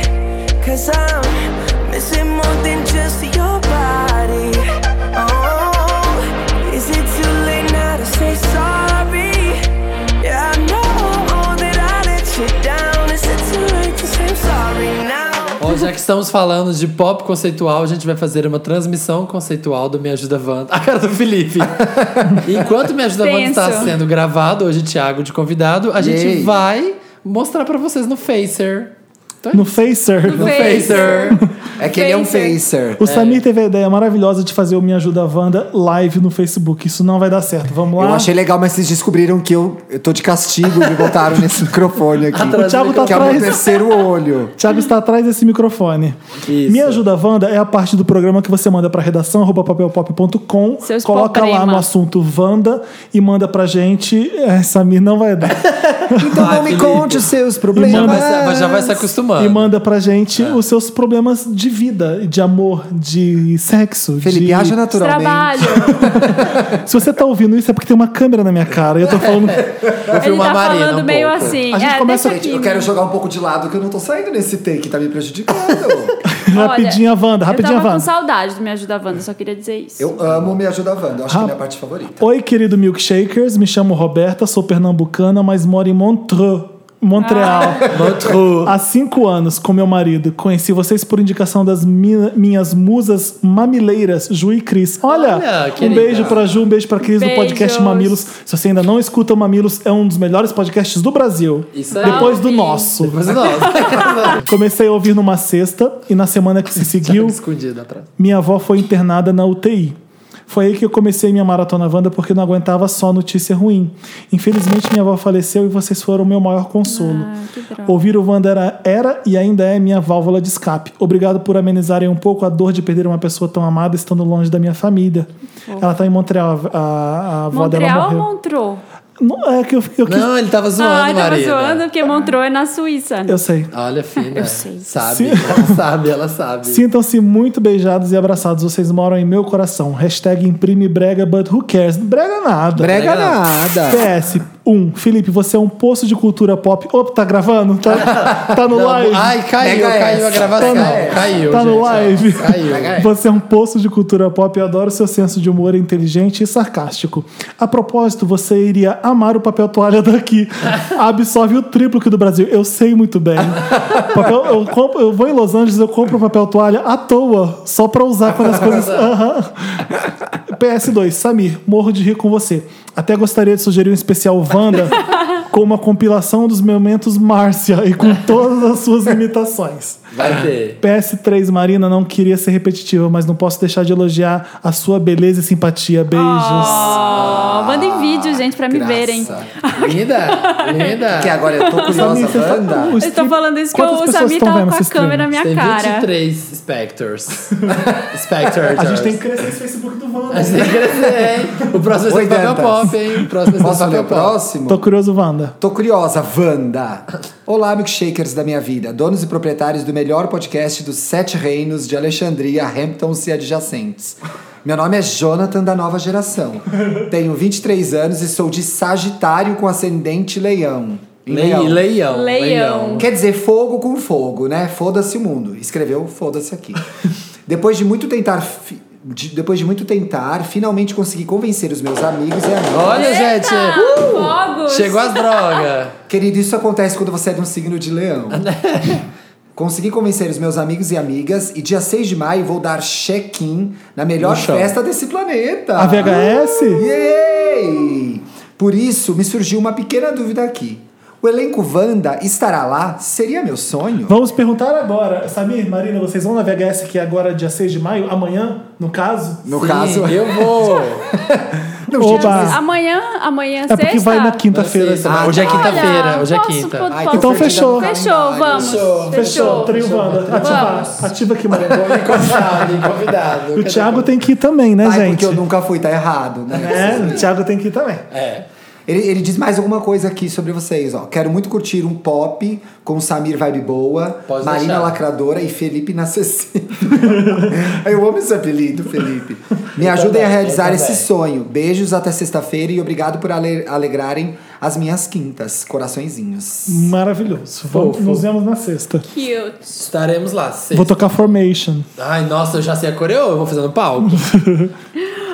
Speaker 6: Cause I'm missing more than just your body. Oh, is it too late now to say sorry? Yeah, I know that I let you down. Is it too late to say I'm sorry now?
Speaker 4: Ó, já que estamos falando de pop conceitual, a gente vai fazer uma transmissão conceitual do Me Ajuda Wanda. A cara do Felipe. Enquanto Me Ajuda Wanda está
Speaker 3: Tenso.
Speaker 4: sendo gravado, hoje Thiago de convidado, a gente
Speaker 2: Yay.
Speaker 4: vai mostrar pra vocês no Facer. Então é
Speaker 1: No Facer.
Speaker 3: No
Speaker 4: Facer.
Speaker 2: É que ele é um
Speaker 3: Facer.
Speaker 2: facer.
Speaker 1: O Samir teve a ideia maravilhosa de fazer o Me Ajuda Wanda live no Facebook. Isso não vai dar certo. Vamos lá.
Speaker 2: Eu achei legal, mas vocês descobriram que eu, eu tô de castigo e me botaram nesse microfone aqui.
Speaker 4: Atrás
Speaker 1: O Thiago tá
Speaker 2: que é o meu
Speaker 1: atrás.
Speaker 2: terceiro olho.
Speaker 1: Thiago está atrás desse microfone.
Speaker 4: Isso.
Speaker 1: Me ajuda, Wanda, é a parte do programa que você manda para redação arroba papelpop.com,
Speaker 3: Seus
Speaker 1: coloca lá
Speaker 3: poprema.
Speaker 1: no assunto Wanda e manda pra gente. É, Samir não vai dar.
Speaker 4: Tá
Speaker 2: Então
Speaker 4: Vai,
Speaker 2: não me
Speaker 4: Felipe.
Speaker 2: conte os seus problemas.
Speaker 4: Já vai, se- mas já vai se acostumando. É.
Speaker 1: e manda pra gente os seus problemas de vida, de amor, de sexo.
Speaker 2: Felipe,
Speaker 1: de...
Speaker 2: acha naturalmente.
Speaker 3: Trabalho.
Speaker 1: Se você tá ouvindo isso é porque tem uma câmera na minha cara e eu tô falando.
Speaker 4: Vou
Speaker 3: Ele
Speaker 4: filmar
Speaker 3: tá
Speaker 4: a Marina
Speaker 3: falando
Speaker 4: um
Speaker 3: meio
Speaker 4: pouco.
Speaker 3: assim.
Speaker 1: A gente
Speaker 3: é,
Speaker 1: começa-
Speaker 3: deixa
Speaker 2: Gente,
Speaker 3: aqui.
Speaker 2: eu quero jogar um pouco de lado que eu não tô saindo nesse take, tá me prejudicando.
Speaker 1: rapidinha, Wanda, rapidinha,
Speaker 3: Eu tava
Speaker 1: Wanda.
Speaker 3: com saudade do Me Ajuda Wanda, só queria dizer isso.
Speaker 2: eu amo Me Ajuda Wanda, eu acho que é a minha parte favorita.
Speaker 1: Oi, querido Milkshakers, me chamo Roberta, sou pernambucana, mas moro em Montreux. Montreal.
Speaker 4: Ah. Montreux.
Speaker 1: Há cinco anos, com meu marido, conheci vocês por indicação das mi- minhas musas mamileiras, Ju e Cris. Olha,
Speaker 4: Olha,
Speaker 1: um
Speaker 4: querida.
Speaker 1: beijo pra Ju, um beijo pra Cris do podcast
Speaker 3: Beijos.
Speaker 1: Mamilos. Se você ainda não escuta o Mamilos, é um dos melhores podcasts do Brasil.
Speaker 4: Isso é aí.
Speaker 1: Depois do
Speaker 3: Vamos.
Speaker 1: nosso.
Speaker 4: Mas não.
Speaker 1: Comecei a ouvir numa sexta e na semana que se
Speaker 4: é um
Speaker 1: seguiu,
Speaker 4: Escondido atrás.
Speaker 1: minha avó foi internada na UTI. Foi aí que eu comecei minha maratona Wanda porque não aguentava só notícia ruim. Infelizmente, minha avó faleceu e vocês foram meu maior consolo.
Speaker 3: Ah, que droga.
Speaker 1: Ouvir o Wanda era, era e ainda é minha válvula de escape. Obrigado por amenizarem um pouco a dor de perder uma pessoa tão amada estando longe da minha família. Ela tá em Montreal, a, a- a avó dela
Speaker 3: Montreal ou
Speaker 1: morreu.
Speaker 3: Montreux?
Speaker 1: Não, é que eu, eu quis-
Speaker 4: Não, ele tava Tá zoando,
Speaker 3: Ah, eu tava
Speaker 4: Marina.
Speaker 3: zoando, porque Montreux é na Suíça.
Speaker 1: Eu sei.
Speaker 4: Olha, filha. Eu
Speaker 3: sei.
Speaker 4: Sabe,
Speaker 1: Sim.
Speaker 4: ela sabe, ela sabe.
Speaker 1: Sintam-se muito beijados e abraçados. Vocês moram em meu coração. Hashtag imprime brega, but who cares? Brega nada.
Speaker 2: Brega
Speaker 4: Brega não.
Speaker 2: nada.
Speaker 1: PS1. Felipe, você é um poço de cultura pop. Opa, tá gravando? Tá, tá no
Speaker 4: Não,
Speaker 1: live?
Speaker 4: ai, caiu,
Speaker 2: Pega
Speaker 4: caiu
Speaker 2: essa.
Speaker 4: a gravação.
Speaker 1: Tá no-
Speaker 4: Caiu,
Speaker 1: tá no
Speaker 4: gente, ó.
Speaker 1: live.
Speaker 4: Caiu.
Speaker 1: Você é um poço de cultura pop. Eu adoro seu senso de humor inteligente e sarcástico. A propósito, você iria amar o papel toalha daqui. Absorve o triplo que do Brasil. Eu sei muito bem. Papel- eu, compro- eu vou em Los Angeles, eu compro papel toalha à toa, só pra usar quando as coisas. Aham. PS2, Samir, morro de rir com você. Até gostaria de sugerir um especial Wanda com uma compilação dos momentos Márcia e com todas as suas imitações.
Speaker 4: Vai ter.
Speaker 1: PS3, Marina, não queria ser repetitiva, mas não posso deixar de elogiar a sua beleza e simpatia. Beijos.
Speaker 3: Ah. Ó, Oh, mandem vídeo, gente, pra me
Speaker 2: Ah,
Speaker 3: verem.
Speaker 4: Linda, linda.
Speaker 2: Que
Speaker 3: é
Speaker 2: agora eu tô curiosa,
Speaker 1: Samir, você tá-
Speaker 2: Wanda.
Speaker 1: o
Speaker 3: Eu tô
Speaker 1: stream-
Speaker 3: falando isso porque
Speaker 1: Quantas
Speaker 3: o
Speaker 1: pessoas
Speaker 3: Samir
Speaker 1: estão
Speaker 3: tava
Speaker 1: vendo
Speaker 3: com
Speaker 1: esse
Speaker 3: a
Speaker 1: stream?
Speaker 3: câmera na minha
Speaker 4: Tem
Speaker 3: cara.
Speaker 4: 23 Spectors. Spectors.
Speaker 1: A gente tem que crescer esse Facebook do
Speaker 4: A
Speaker 1: Wanda. né?
Speaker 4: gente tem que crescer, hein? O próximo vai ser do
Speaker 2: 80.
Speaker 4: papel pop, hein? O próximo vai
Speaker 2: Posso
Speaker 4: ser do
Speaker 2: ler o
Speaker 4: papel pop.
Speaker 2: próximo?
Speaker 1: Tô curioso, Wanda.
Speaker 2: Tô curiosa, Wanda. Olá, milkshakers da minha vida, donos e proprietários do melhor podcast dos Sete Reinos de Alexandria, Hamptons e adjacentes. Meu nome é Jonathan da Nova Geração. Tenho 23 anos e sou de Sagitário com ascendente Leão. Em
Speaker 4: Lei- Leão. Leão.
Speaker 3: Leão.
Speaker 2: Quer dizer, fogo com fogo, né? Foda-se o mundo. Escreveu, foda-se aqui. depois de muito tentar. fi- de- depois de muito tentar, finalmente consegui convencer os meus amigos e amigas.
Speaker 4: Olha, gente.
Speaker 3: Tá, Fogos.
Speaker 4: é. Chegou as drogas.
Speaker 2: Querido, isso acontece quando você é de um signo de leão. Consegui convencer os meus amigos e amigas e dia 6 de maio vou dar check-in na melhor
Speaker 4: No chão.
Speaker 2: festa desse planeta. Uh,
Speaker 1: A VHS?
Speaker 2: Yay! Por isso, me surgiu uma pequena dúvida aqui. O elenco Wanda estará lá? Seria meu sonho?
Speaker 1: Vamos perguntar agora. Samir, Marina, vocês vão na VHS que é agora dia 6 de maio? Amanhã, no caso?
Speaker 2: No
Speaker 4: Sim,
Speaker 2: caso,
Speaker 4: Eu vou.
Speaker 2: não,
Speaker 1: Oba.
Speaker 2: gente, mas-
Speaker 3: Amanhã, amanhã,
Speaker 1: É
Speaker 3: sexta?
Speaker 1: porque vai na quinta-feira.
Speaker 4: Sexta, mas
Speaker 2: Ah,
Speaker 4: hoje é
Speaker 2: tá.
Speaker 4: quinta-feira. Hoje é
Speaker 3: Olha,
Speaker 4: quinta.
Speaker 3: posso-
Speaker 2: Ai,
Speaker 3: posso-
Speaker 2: tô
Speaker 1: Então
Speaker 2: perdida
Speaker 1: fechou.
Speaker 2: no
Speaker 3: Fechou,
Speaker 2: calendário.
Speaker 3: vamos. Fechou.
Speaker 1: Fechou, trio Wanda. Ativar.
Speaker 3: Vamos.
Speaker 1: Ativa aqui, Marina.
Speaker 4: Vou me convidado, me convidado.
Speaker 1: O Thiago tem que ir também, né,
Speaker 2: Ai,
Speaker 1: gente?
Speaker 2: porque eu nunca fui, tá errado, né?
Speaker 1: É, o Thiago tem que ir também.
Speaker 4: É.
Speaker 2: Ele, ele diz mais alguma coisa aqui sobre vocês, ó. Quero muito curtir um pop com Samir Vibe Boa,
Speaker 4: Pode
Speaker 2: Marina
Speaker 4: deixar.
Speaker 2: Lacradora e Felipe Inacessível. Eu amo esse apelido, Felipe. Me
Speaker 4: Então
Speaker 2: ajudem a
Speaker 4: também,
Speaker 2: realizar
Speaker 4: eu
Speaker 2: esse
Speaker 4: também.
Speaker 2: sonho. Beijos até sexta-feira e obrigado por ale- alegrarem as minhas quintas. Coraçõezinhos.
Speaker 1: Maravilhoso. Vamos,
Speaker 4: Fofo.
Speaker 1: nos vemos na sexta.
Speaker 3: Cute.
Speaker 4: Estaremos lá. sexta.
Speaker 1: Vou tocar Formation.
Speaker 4: Ai, nossa, eu já sei a coreo, eu vou fazer no palco.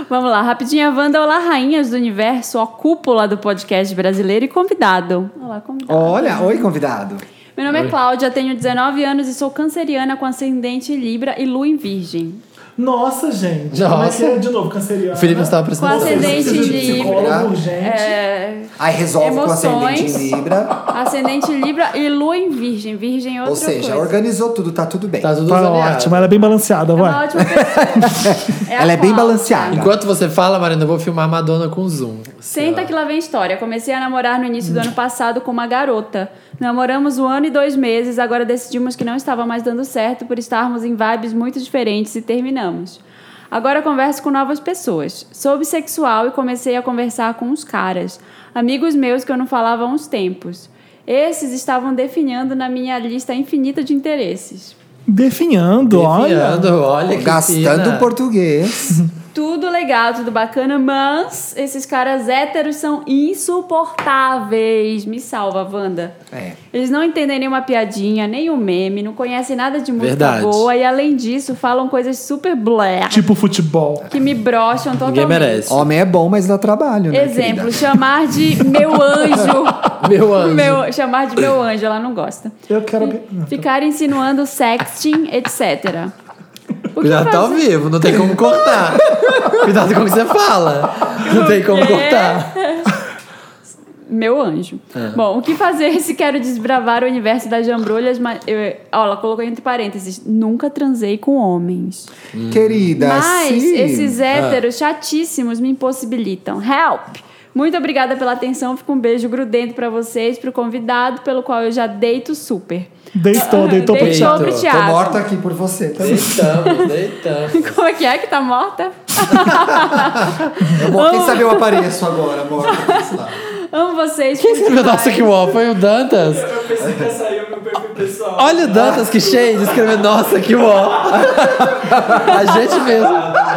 Speaker 3: Vamos lá, rapidinho. A Wanda, olá, rainhas do universo, ó, cúpula do podcast brasileiro e convidado. Olá, convidado.
Speaker 2: Olha, oi, convidado.
Speaker 3: Meu nome é Cláudia, tenho 19 anos e sou canceriana com ascendente em Libra e lua em virgem.
Speaker 1: Nossa, gente. Como é
Speaker 4: Nossa.
Speaker 1: que é de novo canceriano?
Speaker 4: O Felipe não estava
Speaker 3: Com
Speaker 4: prestando
Speaker 3: ascendente em
Speaker 1: Precisa de
Speaker 3: Libra.
Speaker 1: psicólogo, gente.
Speaker 3: É,
Speaker 2: Aí resolve com o ascendente
Speaker 3: Emoções.
Speaker 2: em Libra.
Speaker 3: ascendente em Libra e lua em virgem. Virgem é outra
Speaker 2: Ou seja,
Speaker 3: coisa.
Speaker 2: organizou tudo, tá tudo bem.
Speaker 4: Tá tudo
Speaker 1: Tá
Speaker 4: zoneado.
Speaker 1: ótimo, ela é bem balanceada,
Speaker 3: É uma
Speaker 1: vai.
Speaker 3: ótima pessoa. a
Speaker 2: Ela é bem
Speaker 3: Cláudia.
Speaker 2: balanceada.
Speaker 4: Enquanto você fala, Marina, eu vou filmar Madonna com zoom.
Speaker 3: Senta que lá vem história. Comecei a namorar no início do ano passado com uma garota. Namoramos um ano e dois meses, agora decidimos que não estava mais dando certo por estarmos em vibes muito diferentes e terminamos. Agora converso com novas pessoas. Sou bissexual e comecei a conversar com uns caras, amigos meus que eu não falava há uns tempos. Esses estavam definhando na minha lista infinita de interesses.
Speaker 1: Definhando, olha.
Speaker 4: Defiando, olha que
Speaker 2: Gastando
Speaker 4: fina.
Speaker 2: português.
Speaker 3: Tudo legal, tudo bacana, mas esses caras héteros são insuportáveis. Me salva, Wanda.
Speaker 2: É.
Speaker 3: Eles não entendem nenhuma piadinha, nem um meme, não conhecem nada de música
Speaker 4: Verdade.
Speaker 3: boa e, além disso, falam coisas super blé
Speaker 1: Tipo futebol.
Speaker 3: que me brocham totalmente.
Speaker 4: Ninguém merece.
Speaker 2: Homem é bom, mas dá trabalho, né?
Speaker 3: Exemplo,
Speaker 2: querida?
Speaker 3: chamar de meu anjo.
Speaker 4: Meu anjo.
Speaker 3: Meu- chamar de meu anjo, ela não gosta.
Speaker 1: Eu quero. alguém-
Speaker 3: Ficar insinuando sexting, etc. O que
Speaker 4: Cuidado, tá ao
Speaker 3: fazer?
Speaker 4: vivo, não tem como cortar. Cuidado com o que você fala. Não tem como
Speaker 3: quê?
Speaker 4: cortar.
Speaker 3: Meu anjo.
Speaker 4: É.
Speaker 3: Bom, o que fazer se quero desbravar o universo das jambrolhas? Mas eu, ó, ela colocou entre parênteses: nunca transei com homens.
Speaker 2: Hum. Querida,
Speaker 4: Ah,
Speaker 3: Mas
Speaker 2: se-
Speaker 3: esses héteros chatíssimos me impossibilitam. Help! Muito obrigada pela atenção. Fica um beijo grudento pra vocês, pro convidado, pelo qual eu já deito super. Ah,
Speaker 1: Deitou, deitou pro
Speaker 4: Deitou.
Speaker 1: Thiago.
Speaker 3: pro
Speaker 4: Tô
Speaker 2: Tô
Speaker 3: Thiago.
Speaker 2: morta aqui por você. tá?
Speaker 4: Deitamos, deitamos.
Speaker 3: Como é que é que tá morta?
Speaker 2: Amor,
Speaker 3: Oh.
Speaker 2: quem sabe eu apareço agora, amor. Sei lá.
Speaker 3: Amo vocês.
Speaker 4: Quem escreveu Nossa Que Uó? Foi o Dantas?
Speaker 7: Pensei que ia sair o meu perfil pessoal.
Speaker 4: Olha o Dantas que cheio de escrever Nossa Que Uó. A gente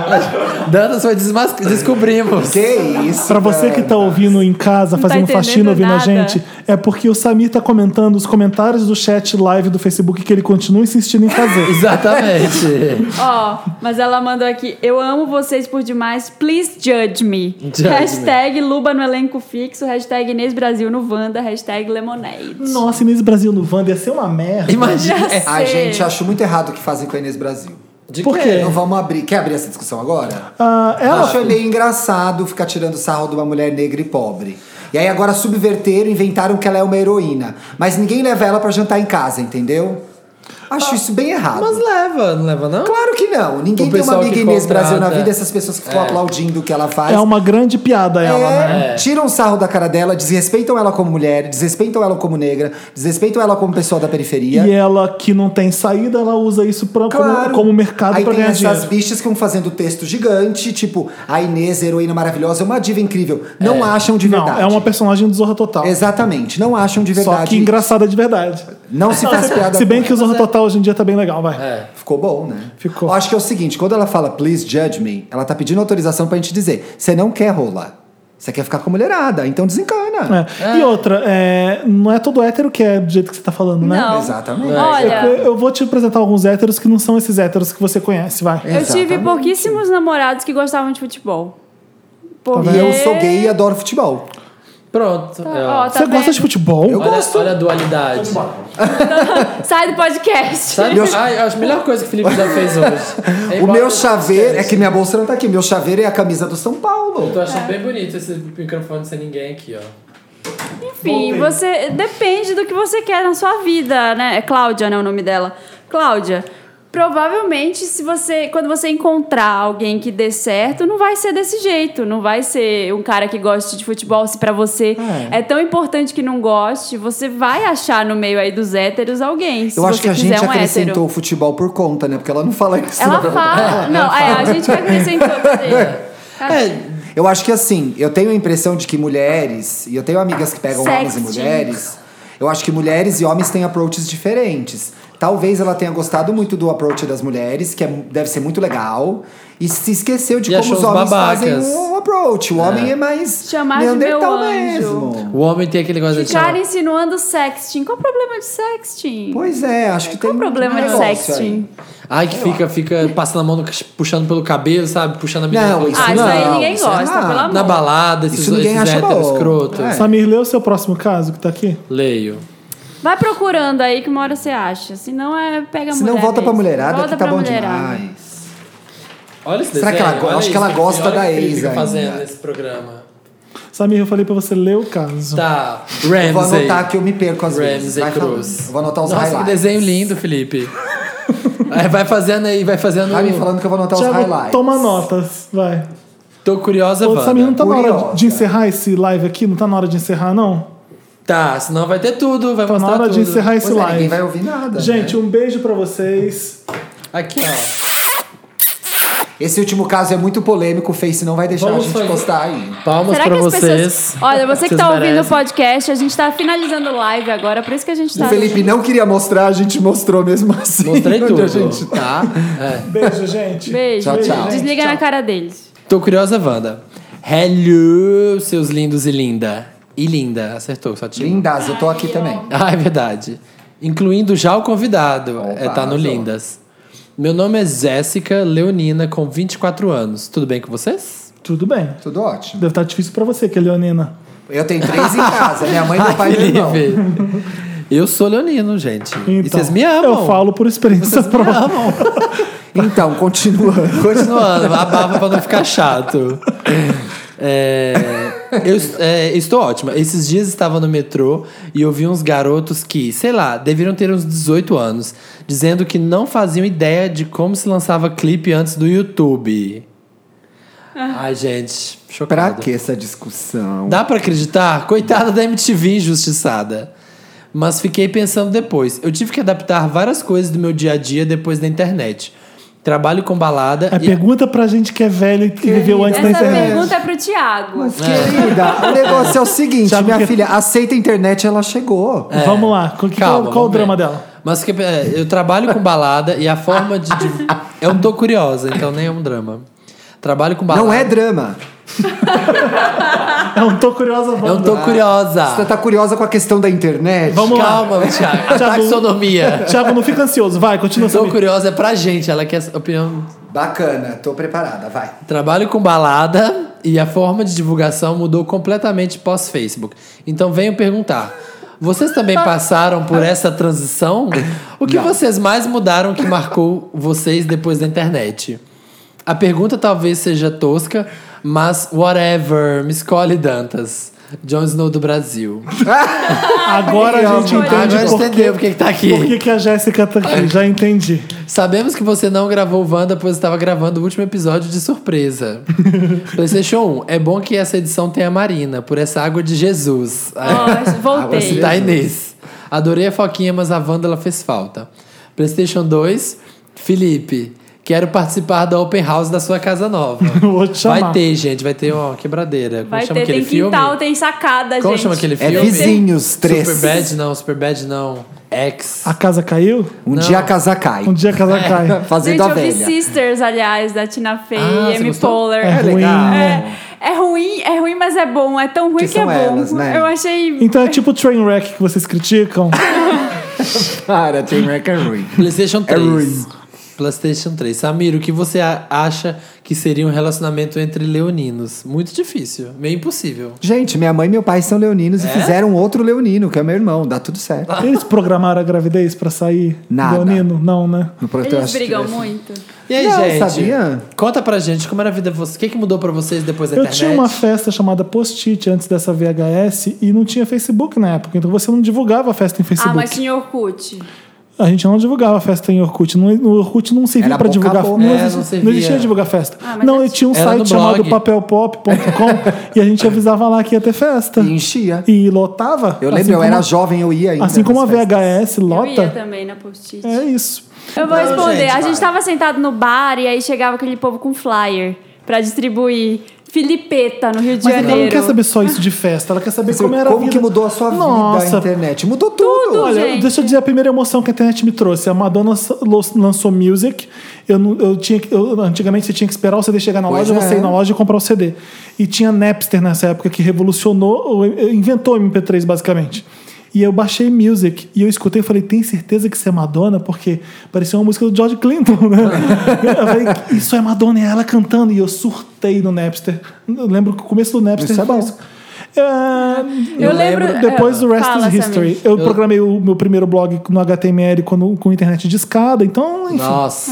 Speaker 4: mesmo. Dantas foi desmasc... descobrimos.
Speaker 2: Que isso?
Speaker 1: Pra você que tá ouvindo em casa,
Speaker 3: tá
Speaker 1: fazendo faxina,
Speaker 3: entendendo
Speaker 1: ouvindo a
Speaker 3: nada.
Speaker 1: gente, é porque o Samir tá comentando os comentários do chat live do Facebook que ele continua insistindo em fazer.
Speaker 4: Exatamente.
Speaker 3: Ó, mas ela mandou aqui: Eu amo vocês por demais, please judge me.
Speaker 4: Judge
Speaker 3: hashtag Luba no elenco fixo, hashtag Inês Brasil no Wanda, hashtag Lemonade.
Speaker 1: Nossa, Inês Brasil no Wanda ia ser uma merda.
Speaker 4: Imagina.
Speaker 3: Já
Speaker 2: Ai,
Speaker 3: sei.
Speaker 2: É, gente, acho muito errado o que fazem com a Inês Brasil. É,
Speaker 4: De
Speaker 1: Por quê?
Speaker 2: Não vamos abrir. Quer abrir essa discussão agora?
Speaker 1: Ah,
Speaker 2: Eu
Speaker 1: ela,
Speaker 2: acho ele engraçado ficar tirando sarro de uma mulher negra e pobre. E aí agora subverteram, inventaram que ela é uma heroína. Mas ninguém leva ela pra jantar em casa, entendeu?
Speaker 1: Ah,
Speaker 2: Acho isso bem errado.
Speaker 4: Mas leva, não leva não?
Speaker 2: Claro que não. Ninguém
Speaker 4: O
Speaker 2: tem uma
Speaker 4: pessoal
Speaker 2: amiga
Speaker 4: que
Speaker 2: Inês Brasil na
Speaker 4: contrata. É.
Speaker 2: vida, essas pessoas que ficam aplaudindo o que ela faz.
Speaker 1: é uma grande piada, ela, né?
Speaker 2: É, tiram sarro da cara dela, desrespeitam ela como mulher, desrespeitam ela como negra, desrespeitam ela como pessoa da periferia.
Speaker 1: E ela que não tem saída, ela usa isso pra, como, como mercado
Speaker 2: Aí
Speaker 1: pra
Speaker 2: tem
Speaker 1: ganhar
Speaker 2: essas
Speaker 1: dinheiro.
Speaker 2: bichas que vão fazendo texto gigante, tipo, a Inês, heroína maravilhosa, é uma diva incrível. Não acham de
Speaker 1: Não,
Speaker 2: verdade.
Speaker 1: é uma personagem do Zorra Total.
Speaker 2: Exatamente, não acham de verdade.
Speaker 1: Só que engraçada de verdade.
Speaker 2: Não se faz piada.
Speaker 1: Se bem
Speaker 2: com
Speaker 1: que o Zorra Total hoje em dia tá bem legal, vai.
Speaker 2: ela. Ficou bom, né?
Speaker 1: Ficou.
Speaker 2: Eu acho que é o seguinte, quando ela fala please judge me, ela tá pedindo autorização pra gente dizer, você não quer rolar. Você quer ficar com a mulherada, então desencana.
Speaker 1: É. E outra, é, não é todo hétero que é do jeito que você tá falando, né?
Speaker 3: Não.
Speaker 2: Exatamente.
Speaker 3: Olha.
Speaker 1: Eu, eu vou te apresentar alguns héteros que não são esses héteros que você conhece, vai.
Speaker 2: É.
Speaker 3: Eu tive
Speaker 2: Exatamente.
Speaker 3: pouquíssimos namorados que gostavam de futebol. Porque... é.
Speaker 2: E Tá eu sou gay e adoro futebol.
Speaker 4: Pronto.
Speaker 3: Tá-
Speaker 4: É, ó.
Speaker 3: ó, tá
Speaker 1: você
Speaker 3: vendo?
Speaker 1: gosta de futebol?
Speaker 2: Eu-
Speaker 4: Olha,
Speaker 2: gosto.
Speaker 4: olha a dualidade.
Speaker 3: Sai do podcast.
Speaker 4: Sabe? Ai, acho a melhor coisa que o Felipe já fez hoje. É
Speaker 2: o
Speaker 4: embora-
Speaker 2: meu chaveiro, é que minha bolsa não tá aqui, meu chaveiro é a camisa do São Paulo.
Speaker 4: Eu tô achando bem bonito esse microfone sem ninguém aqui, ó.
Speaker 3: Enfim, você depende do que você quer na sua vida, né? É Cláudia, né, o nome dela. Cláudia, provavelmente se você, quando você encontrar alguém que dê certo, não vai ser desse jeito, não vai ser um cara que goste de futebol se pra você é. tão importante que não goste, você vai achar no meio aí dos héteros alguém. se
Speaker 2: Eu acho
Speaker 3: você
Speaker 2: que a
Speaker 3: quiser
Speaker 2: gente
Speaker 3: um hétero.
Speaker 2: acrescentou o futebol por conta, né? Porque ela não fala isso.
Speaker 3: Ela fala, não, é, a gente que acrescentou você.
Speaker 2: Eu acho que assim, eu tenho a impressão de que mulheres, e eu tenho amigas que pegam homens e
Speaker 3: Sexting.
Speaker 2: mulheres, eu acho que mulheres e homens têm approaches diferentes. Talvez ela tenha gostado muito do approach das mulheres, que é- deve ser muito legal, e se esqueceu de
Speaker 4: E
Speaker 2: como
Speaker 4: achou
Speaker 2: os
Speaker 4: os
Speaker 2: homens
Speaker 4: babacas.
Speaker 2: fazem um approach. O homem é, mais
Speaker 3: Chamar de
Speaker 2: neandertal
Speaker 3: meu anjo.
Speaker 2: mesmo.
Speaker 4: O homem tem aquele negócio de assim,
Speaker 3: Ficar
Speaker 4: chamar.
Speaker 3: insinuando sexting. Qual o problema de sexting?
Speaker 2: Pois é, acho que tem
Speaker 3: Qual o problema
Speaker 2: um
Speaker 3: de
Speaker 2: negócio aí.
Speaker 3: sexting?
Speaker 4: Ai, que fica, fica passando a mão, no cach- puxando pelo cabelo, sabe? Puxando a menina
Speaker 2: Não,
Speaker 4: pelo
Speaker 2: isso
Speaker 3: Ah, isso
Speaker 2: não.
Speaker 3: aí ninguém
Speaker 2: isso é
Speaker 3: gosta,
Speaker 2: errado.
Speaker 3: pelo amor.
Speaker 4: Na balada, esses,
Speaker 2: Isso ninguém
Speaker 4: esses
Speaker 2: acha
Speaker 4: héteros
Speaker 2: bom.
Speaker 4: escrotos.
Speaker 2: É.
Speaker 1: Samir, lê o seu próximo caso que tá aqui?
Speaker 4: Leio.
Speaker 3: Vai procurando aí que uma hora você acha. Se não é, pega a
Speaker 2: Se
Speaker 3: mulher.
Speaker 2: não volta pra
Speaker 3: mesmo.
Speaker 2: mulherada,
Speaker 3: volta
Speaker 2: que tá
Speaker 3: pra
Speaker 2: bom
Speaker 3: mulherada.
Speaker 2: demais.
Speaker 4: Olha esse
Speaker 2: Será que ela
Speaker 4: desenho,
Speaker 2: go-
Speaker 4: olha
Speaker 2: acho que
Speaker 4: isso,
Speaker 2: ela gosta
Speaker 4: olha o
Speaker 2: da
Speaker 4: que ele
Speaker 2: ex
Speaker 4: fica
Speaker 2: ainda.
Speaker 4: fazendo nesse programa.
Speaker 1: Samir, eu falei pra você ler o caso.
Speaker 4: Tá,
Speaker 2: Eu vou
Speaker 4: Ramsey.
Speaker 2: anotar que eu me perco às vezes.
Speaker 4: Ramsey
Speaker 2: Vai falando.
Speaker 4: Cruz.
Speaker 2: Eu vou anotar os
Speaker 4: Nossa,
Speaker 2: highlights.
Speaker 4: que desenho lindo, Felipe. Aí vai fazendo aí, vai fazendo...
Speaker 2: Vai me falando que eu vou anotar então os
Speaker 1: Thiago,
Speaker 2: highlights.
Speaker 1: toma notas, vai.
Speaker 4: Tô curiosa,
Speaker 1: Ô, Samir, não
Speaker 4: Wanda.
Speaker 1: tá na hora
Speaker 2: Curiosa.
Speaker 1: de encerrar esse live aqui? Não tá na hora de encerrar, não?
Speaker 4: Tá, senão vai ter tudo, vai
Speaker 1: Tá na
Speaker 4: mostrar
Speaker 1: hora
Speaker 4: tudo.
Speaker 1: de encerrar esse
Speaker 2: Pois é,
Speaker 1: live.
Speaker 2: ninguém vai ouvir nada.
Speaker 1: Gente, um beijo pra vocês.
Speaker 4: Aqui, ó.
Speaker 2: Esse último caso é muito polêmico, o Face não vai deixar
Speaker 4: Vamos
Speaker 2: a gente
Speaker 4: fazer-
Speaker 2: postar aí.
Speaker 4: Palmas
Speaker 3: Será
Speaker 4: pra
Speaker 3: que as
Speaker 4: vocês.
Speaker 3: pessoas. Olha, você que
Speaker 4: Vocês
Speaker 3: tá ouvindo o
Speaker 4: merecem.
Speaker 3: podcast, a gente tá finalizando live agora, por isso que a gente tá.
Speaker 2: O Felipe não queria mostrar, a gente mostrou mesmo assim.
Speaker 4: Mostrei
Speaker 2: onde
Speaker 4: tudo. É.
Speaker 2: a gente tá.
Speaker 1: Beijo, gente.
Speaker 3: Beijo.
Speaker 2: Tchau, tchau.
Speaker 3: Desliga na cara deles.
Speaker 4: Tô curiosa, Wanda. Hello, seus lindos e linda. E linda, acertou, só tinha.
Speaker 2: Lindas, eu tô aqui também.
Speaker 4: Ah, é verdade. Incluindo já o convidado.
Speaker 2: Opa,
Speaker 4: é, tá no
Speaker 2: arrasou.
Speaker 4: Lindas. Meu nome é Jéssica Leonina, com 24 anos. Tudo bem com vocês?
Speaker 1: Tudo bem.
Speaker 2: Tudo ótimo.
Speaker 1: Deve estar difícil pra você, que é Leonina.
Speaker 2: Eu tenho três em casa, minha mãe, meu pai é, e meu irmão.
Speaker 4: Felipe. Eu sou leonino, gente. e vocês me amam.
Speaker 1: Então, Eu falo por experiência própria.
Speaker 2: Então, continuando.
Speaker 4: Continuando, abafa pra não ficar chato. É, eu es- é, estou ótima. Esses dias estava no metrô e eu vi uns garotos que, sei lá, deveriam ter uns 18 anos, dizendo que não faziam ideia de como se lançava clipe antes do YouTube. Ai, gente,
Speaker 2: Pra
Speaker 4: chocado.
Speaker 2: que essa discussão?
Speaker 4: Dá pra acreditar? Coitada da MTV injustiçada. Mas fiquei pensando depois. Eu tive que adaptar várias coisas do meu dia a dia depois da internet. Trabalho com balada.
Speaker 1: É,
Speaker 4: e-
Speaker 1: pergunta pra gente que é velho e que viveu antes da
Speaker 3: Essa
Speaker 1: internet.
Speaker 3: pergunta é pro Thiago.
Speaker 2: Mas, querida, o negócio é o seguinte,
Speaker 1: Sabe
Speaker 2: minha
Speaker 1: que-
Speaker 2: filha, aceita a internet, ela
Speaker 4: É.
Speaker 2: chegou.
Speaker 1: Vamos lá. Qual, que- qual- qual o
Speaker 4: vamos ver.
Speaker 1: drama dela?
Speaker 4: Mas que, é, eu trabalho com balada e a forma de. de- eu tô curiosa, então nem é um drama. Trabalho com balada.
Speaker 2: Não é drama.
Speaker 1: Eu não É um tô curiosa.
Speaker 4: Eu
Speaker 1: Wanda.
Speaker 4: É um tô
Speaker 2: Você
Speaker 4: curiosa.
Speaker 2: tá curiosa com a questão da internet?
Speaker 1: Vamos lá.
Speaker 4: Calma, Thiago. Taxonomia.
Speaker 1: Thiago, não fica ansioso. Vai, continua.
Speaker 4: é. Tô
Speaker 1: Samir.
Speaker 4: curiosa é pra gente, ela quer opinião.
Speaker 2: Bacana, tô preparada, vai.
Speaker 4: Trabalho com balada e a forma de divulgação mudou completamente pós-Facebook. Então venho perguntar. Vocês também passaram por essa transição? O que vocês mais mudaram que marcou vocês depois da internet? A pergunta talvez seja tosca, mas whatever, me escolhe Dantas. Jon Snow do Brasil.
Speaker 1: Agora a gente
Speaker 3: amo.
Speaker 1: entende
Speaker 4: Agora
Speaker 1: por,
Speaker 4: entendeu É. porque que tá aqui.
Speaker 1: por que, que a Jéssica tá aqui. Já entendi.
Speaker 4: Sabemos que você não gravou Wanda, pois estava gravando o último episódio de surpresa. PlayStation 1, é bom que essa edição tenha a Marina, por essa água de Jesus. Ah,
Speaker 2: Ah,
Speaker 3: Ó,
Speaker 4: Vou
Speaker 3: voltei.
Speaker 2: tá
Speaker 4: citar a Inês. Adorei a Foquinha, mas a Wanda ela fez falta. PlayStation 2, Felipe, quero participar da Open House da sua casa nova.
Speaker 1: Vou te chamar.
Speaker 4: Vai ter, gente, vai ter uma quebradeira. Como
Speaker 3: Vai
Speaker 4: chama
Speaker 3: ter,
Speaker 4: aquele
Speaker 3: tem
Speaker 4: filme?
Speaker 3: quintal, tem sacada,
Speaker 4: Como
Speaker 3: gente.
Speaker 4: chama aquele
Speaker 2: É
Speaker 4: filme?
Speaker 2: Vizinhos três.
Speaker 4: Superbad não, Superbad não. X.
Speaker 1: A casa caiu?
Speaker 2: Um
Speaker 4: Não.
Speaker 2: dia a casa cai.
Speaker 1: Um dia a
Speaker 4: É.
Speaker 1: casa cai.
Speaker 2: Fazendo
Speaker 3: Gente,
Speaker 2: a
Speaker 3: eu vi
Speaker 2: velha.
Speaker 3: Sisters, aliás, da Tina Fey,
Speaker 4: Ah, você
Speaker 3: Amy
Speaker 4: gostou?
Speaker 3: Poehler.
Speaker 1: É ruim.
Speaker 3: É, é ruim, é ruim, mas é bom. É tão ruim
Speaker 2: Que
Speaker 3: que, é
Speaker 2: são
Speaker 3: bom.
Speaker 2: elas, né?
Speaker 3: Eu achei.
Speaker 1: Então é tipo o Trainwreck que vocês criticam.
Speaker 2: É. Cara, tem Mercury.
Speaker 4: PlayStation
Speaker 2: É
Speaker 4: 3.
Speaker 2: ruim.
Speaker 4: PlayStation 3. Samir, o que você a- acha que seria um relacionamento entre leoninos? Muito difícil, meio impossível.
Speaker 2: Gente, minha mãe e meu pai são leoninos
Speaker 1: É?
Speaker 2: e fizeram outro leonino, que é meu irmão. Dá tudo certo.
Speaker 1: Eles programaram a gravidez pra sair?
Speaker 2: Nada.
Speaker 1: Leonino? Não, né?
Speaker 2: No protesto-
Speaker 3: Eles brigam muito.
Speaker 4: E aí,
Speaker 2: Não,
Speaker 4: gente?
Speaker 2: sabia?
Speaker 4: Conta pra gente como era a vida de vocês. O que, que mudou pra vocês depois da
Speaker 1: Eu
Speaker 4: internet?
Speaker 1: tinha uma festa chamada Post-it antes dessa VHS e não tinha Facebook na época, então você não divulgava a festa em
Speaker 3: Ah,
Speaker 1: Facebook.
Speaker 3: mas tinha Orkut.
Speaker 1: A gente não divulgava a festa em Orkut. Não, o Orkut não servia
Speaker 2: Era
Speaker 1: pra
Speaker 2: boca a
Speaker 1: divulgar.
Speaker 2: boca.
Speaker 1: Não,
Speaker 4: É,
Speaker 1: existia,
Speaker 4: não
Speaker 1: não,
Speaker 4: servia.
Speaker 1: existia divulgar festa.
Speaker 3: mas
Speaker 1: não,
Speaker 3: é-
Speaker 1: e tinha um
Speaker 4: Era no
Speaker 1: site chamado
Speaker 4: blog.
Speaker 1: papelpop.com e a gente avisava lá que ia ter festa.
Speaker 2: E enchia.
Speaker 1: E lotava.
Speaker 2: Eu lembro,
Speaker 1: assim
Speaker 2: eu
Speaker 1: como-
Speaker 2: era jovem, eu ia ainda.
Speaker 1: Assim como a
Speaker 2: nas festas.
Speaker 1: VHS
Speaker 3: Eu ia
Speaker 1: lota.
Speaker 3: também na post-it.
Speaker 1: É isso.
Speaker 3: Eu vou
Speaker 4: Não,
Speaker 3: responder.
Speaker 4: gente,
Speaker 3: a gente
Speaker 4: vai.
Speaker 3: tava sentado no bar e aí chegava aquele povo com flyer pra distribuir. Filipeta, no Rio de
Speaker 1: Mas ela não
Speaker 3: Janeiro.
Speaker 1: quer saber só isso de festa, ela quer saber
Speaker 2: Assim,
Speaker 1: como era a
Speaker 2: como
Speaker 1: vida.
Speaker 2: que mudou a sua vida
Speaker 1: Nossa,
Speaker 2: a internet? Mudou tudo.
Speaker 3: Tudo.
Speaker 1: Olha,
Speaker 3: gente.
Speaker 1: deixa eu dizer a primeira emoção que a internet me trouxe. A Madonna s- los- lançou Music. Eu, não- eu tinha, que- eu- antigamente você tinha que esperar o CD chegar na
Speaker 2: Pois
Speaker 1: loja,
Speaker 2: é.
Speaker 1: você ir na loja e comprar o CD. E tinha Napster nessa época que revolucionou, ou, eh, inventou o MP3 basicamente. E eu baixei Music e eu escutei e falei, tem certeza que isso é Madonna? Porque parecia uma música do George Clinton, né? eu falei, isso é Madonna, é ela cantando. E eu surtei no Napster. Eu lembro que o começo do Napster
Speaker 2: Isso é
Speaker 1: foi
Speaker 2: bom.
Speaker 1: É,
Speaker 3: Eu lembro-
Speaker 1: Depois
Speaker 3: é,
Speaker 1: do Rest
Speaker 3: fala,
Speaker 1: is
Speaker 3: Samir.
Speaker 1: History. Eu, programei o meu primeiro blog no HTML quando, com internet de escada, então, enfim.
Speaker 4: Nossa.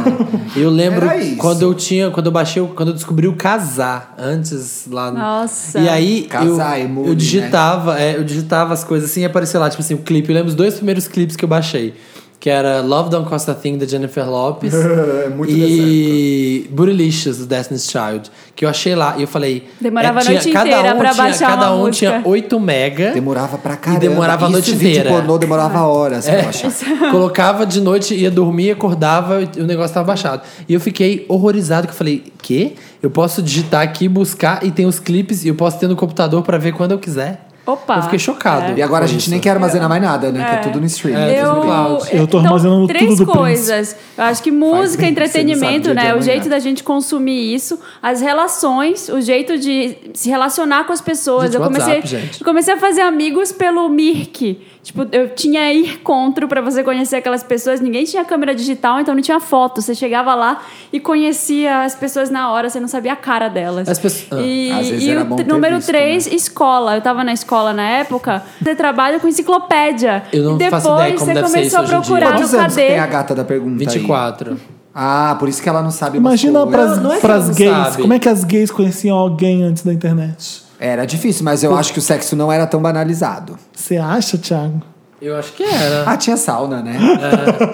Speaker 4: Eu lembro
Speaker 2: Era isso.
Speaker 4: quando eu tinha, quando eu baixei, o- quando eu descobri o casar antes lá. no-
Speaker 3: Nossa.
Speaker 4: E aí
Speaker 2: Casar,
Speaker 4: eu, é,
Speaker 2: emule,
Speaker 4: eu digitava, é, eu digitava as coisas assim, e aparecia lá tipo assim o clipe. Eu lembro os dois primeiros clipes que eu baixei. que era Love Don't Cost a Thing, da Jennifer Lopez.
Speaker 2: É muito
Speaker 4: E Bootylicious, do Destiny's Child, que eu achei lá e eu falei... é,
Speaker 3: Demorava a noite
Speaker 4: cada
Speaker 3: inteira pra
Speaker 4: tinha-
Speaker 3: baixar
Speaker 4: Cada
Speaker 3: uma
Speaker 4: um
Speaker 3: música.
Speaker 4: tinha 8 mega.
Speaker 2: Demorava pra caramba.
Speaker 4: demorava a
Speaker 2: Isso
Speaker 4: noite
Speaker 2: vídeo
Speaker 4: inteira.
Speaker 2: pornô
Speaker 1: É.
Speaker 2: demorava horas pra achar.
Speaker 4: Colocava de noite, ia dormir, acordava e o negócio tava baixado. E eu fiquei horrorizado, que eu falei, quê? Eu posso digitar aqui, buscar e tem os clipes e eu posso ter no computador pra ver quando eu quiser.
Speaker 2: Tá
Speaker 3: Opa.
Speaker 4: Eu fiquei chocado.
Speaker 2: E agora a
Speaker 4: com
Speaker 2: gente
Speaker 4: isso.
Speaker 2: nem quer armazenar mais nada, né? Que é tudo no streaming.
Speaker 4: É,
Speaker 3: Eu,
Speaker 4: tudo no cloud.
Speaker 1: Eu tô
Speaker 3: então,
Speaker 1: armazenando
Speaker 3: três
Speaker 1: tudo do Prince.
Speaker 3: coisas. Eu acho que música,
Speaker 2: bem,
Speaker 3: entretenimento,
Speaker 2: você não sabe o dia de
Speaker 3: né? O
Speaker 2: amanhã.
Speaker 3: jeito da gente consumir isso, as relações, o jeito de se relacionar com as pessoas.
Speaker 4: Gente,
Speaker 3: eu comecei,
Speaker 4: WhatsApp, gente.
Speaker 3: eu comecei a fazer amigos pelo Mirk. Tipo, eu tinha encontro pra você conhecer aquelas pessoas. Ninguém tinha câmera digital, então não tinha foto. Você chegava lá e conhecia as pessoas na hora, você não sabia a cara delas.
Speaker 4: As pessoas- ah,
Speaker 3: E,
Speaker 2: às vezes
Speaker 3: e
Speaker 2: era
Speaker 3: o
Speaker 2: bom
Speaker 3: t-
Speaker 2: ter
Speaker 3: número
Speaker 2: visto, né?
Speaker 3: 3, escola. Eu tava na escola na época. Você trabalha com enciclopédia.
Speaker 4: Eu não
Speaker 3: e depois
Speaker 4: faço ideia como
Speaker 3: você
Speaker 4: deve ser isso
Speaker 3: começou a
Speaker 4: hoje em dia.
Speaker 3: procurar tá no
Speaker 2: Quantos anos que tem a
Speaker 3: cadê.
Speaker 2: gata da pergunta aí?
Speaker 4: 24.
Speaker 2: Ah, por isso que ela não sabe umas
Speaker 1: Imagina
Speaker 2: coisas.
Speaker 1: pras,
Speaker 4: Não, não é que
Speaker 1: pras
Speaker 4: não
Speaker 1: gays.
Speaker 4: sabe.
Speaker 1: Como é que as gays conheciam alguém antes da internet?
Speaker 2: Era difícil, mas eu acho que o sexo não era tão banalizado.
Speaker 1: Você acha, Thiago?
Speaker 4: Eu acho que era.
Speaker 2: Ah, tinha sauna, né?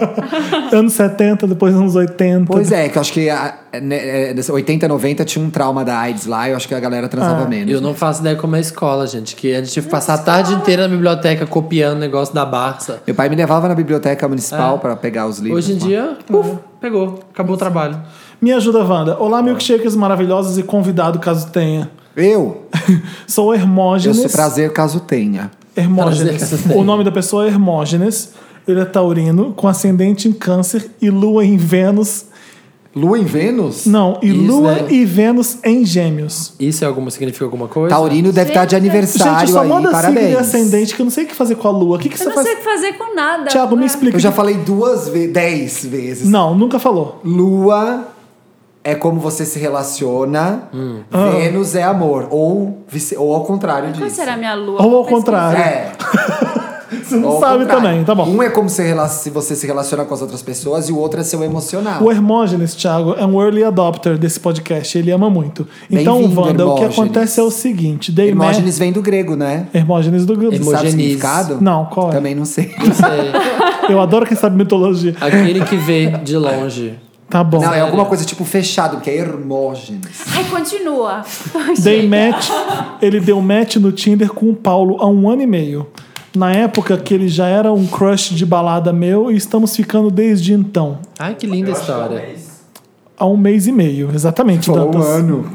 Speaker 1: Anos 70, depois anos 80.
Speaker 2: Pois é, que eu acho que a, né, é, 80, 90 tinha um trauma da AIDS lá, eu acho que a galera
Speaker 1: Ah,
Speaker 2: transava menos.
Speaker 4: Eu não faço ideia como é a escola, gente. Que a gente tive que passar a tarde inteira na biblioteca copiando o negócio da Barça.
Speaker 2: Meu pai me levava na biblioteca municipal
Speaker 1: É.
Speaker 2: pra pegar os livros.
Speaker 4: Hoje em
Speaker 2: lá.
Speaker 4: dia, puf, pegou. Acabou o trabalho.
Speaker 1: Me ajuda, Wanda. Olá, milkshakers maravilhosos e convidado, caso tenha.
Speaker 2: Eu?
Speaker 1: Sou
Speaker 2: Eu
Speaker 1: Hermógenes.
Speaker 2: sou prazer caso tenha.
Speaker 1: Hermógenes.
Speaker 4: Prazer.
Speaker 1: O nome da pessoa é Hermógenes. Ele é taurino, com ascendente em câncer e lua em Vênus.
Speaker 2: Lua em Vênus?
Speaker 1: Não, e
Speaker 4: Isso,
Speaker 1: lua
Speaker 4: né?
Speaker 1: e Vênus em gêmeos.
Speaker 4: Isso é alguma, significa alguma coisa?
Speaker 2: Taurino deve estar de aniversário
Speaker 1: é. Gente, só
Speaker 2: aí,
Speaker 1: manda signo e
Speaker 2: parabéns.
Speaker 1: ascendente, que eu não sei o que fazer com a lua. O que, que
Speaker 3: Eu
Speaker 1: você
Speaker 3: não
Speaker 1: faz?
Speaker 3: sei o que fazer com nada.
Speaker 1: Thiago, me
Speaker 3: É.
Speaker 1: explica.
Speaker 2: Eu já falei duas vezes, dez vezes.
Speaker 1: Não, nunca falou.
Speaker 2: Lua é como você se relaciona,
Speaker 1: Hum.
Speaker 2: Vênus
Speaker 1: Ah.
Speaker 2: é amor. Ou, vice- ou ao contrário
Speaker 3: Qual
Speaker 2: disso.
Speaker 3: será a minha lua?
Speaker 1: Ou
Speaker 3: Vou
Speaker 1: ao contrário.
Speaker 2: É.
Speaker 1: Você não
Speaker 2: ou ao
Speaker 1: sabe
Speaker 2: contrário.
Speaker 1: também, tá bom.
Speaker 2: Um é como se rela- se você se relaciona com as outras pessoas e o outro é seu emocional.
Speaker 1: O Hermógenes, Thiago, é um early adopter desse podcast. Ele ama muito. Então,
Speaker 2: Bem-vindo,
Speaker 1: Wanda, o que
Speaker 2: Hermógenes.
Speaker 1: acontece é o seguinte: Dei
Speaker 2: Hermógenes vem do grego, né?
Speaker 1: Mer... Hermógenes do Grupo.
Speaker 4: Hermó-
Speaker 2: Sabe o
Speaker 4: Hermógenes.
Speaker 2: significado?
Speaker 1: Não, qual é?
Speaker 2: Também não sei.
Speaker 4: Sei.
Speaker 1: Eu adoro quem sabe mitologia.
Speaker 4: Aquele que vê de longe.
Speaker 1: Tá bom.
Speaker 2: Não, é alguma coisa tipo fechado, porque é Hermógenes.
Speaker 3: Ai, continua.
Speaker 1: Dei match, ele deu match no Tinder com o Paulo há um ano e meio. Na época que ele já era um crush de balada meu e estamos ficando desde então.
Speaker 4: Ai, que linda história.
Speaker 1: Há um mês e meio, exatamente. Dantas.
Speaker 2: um ano.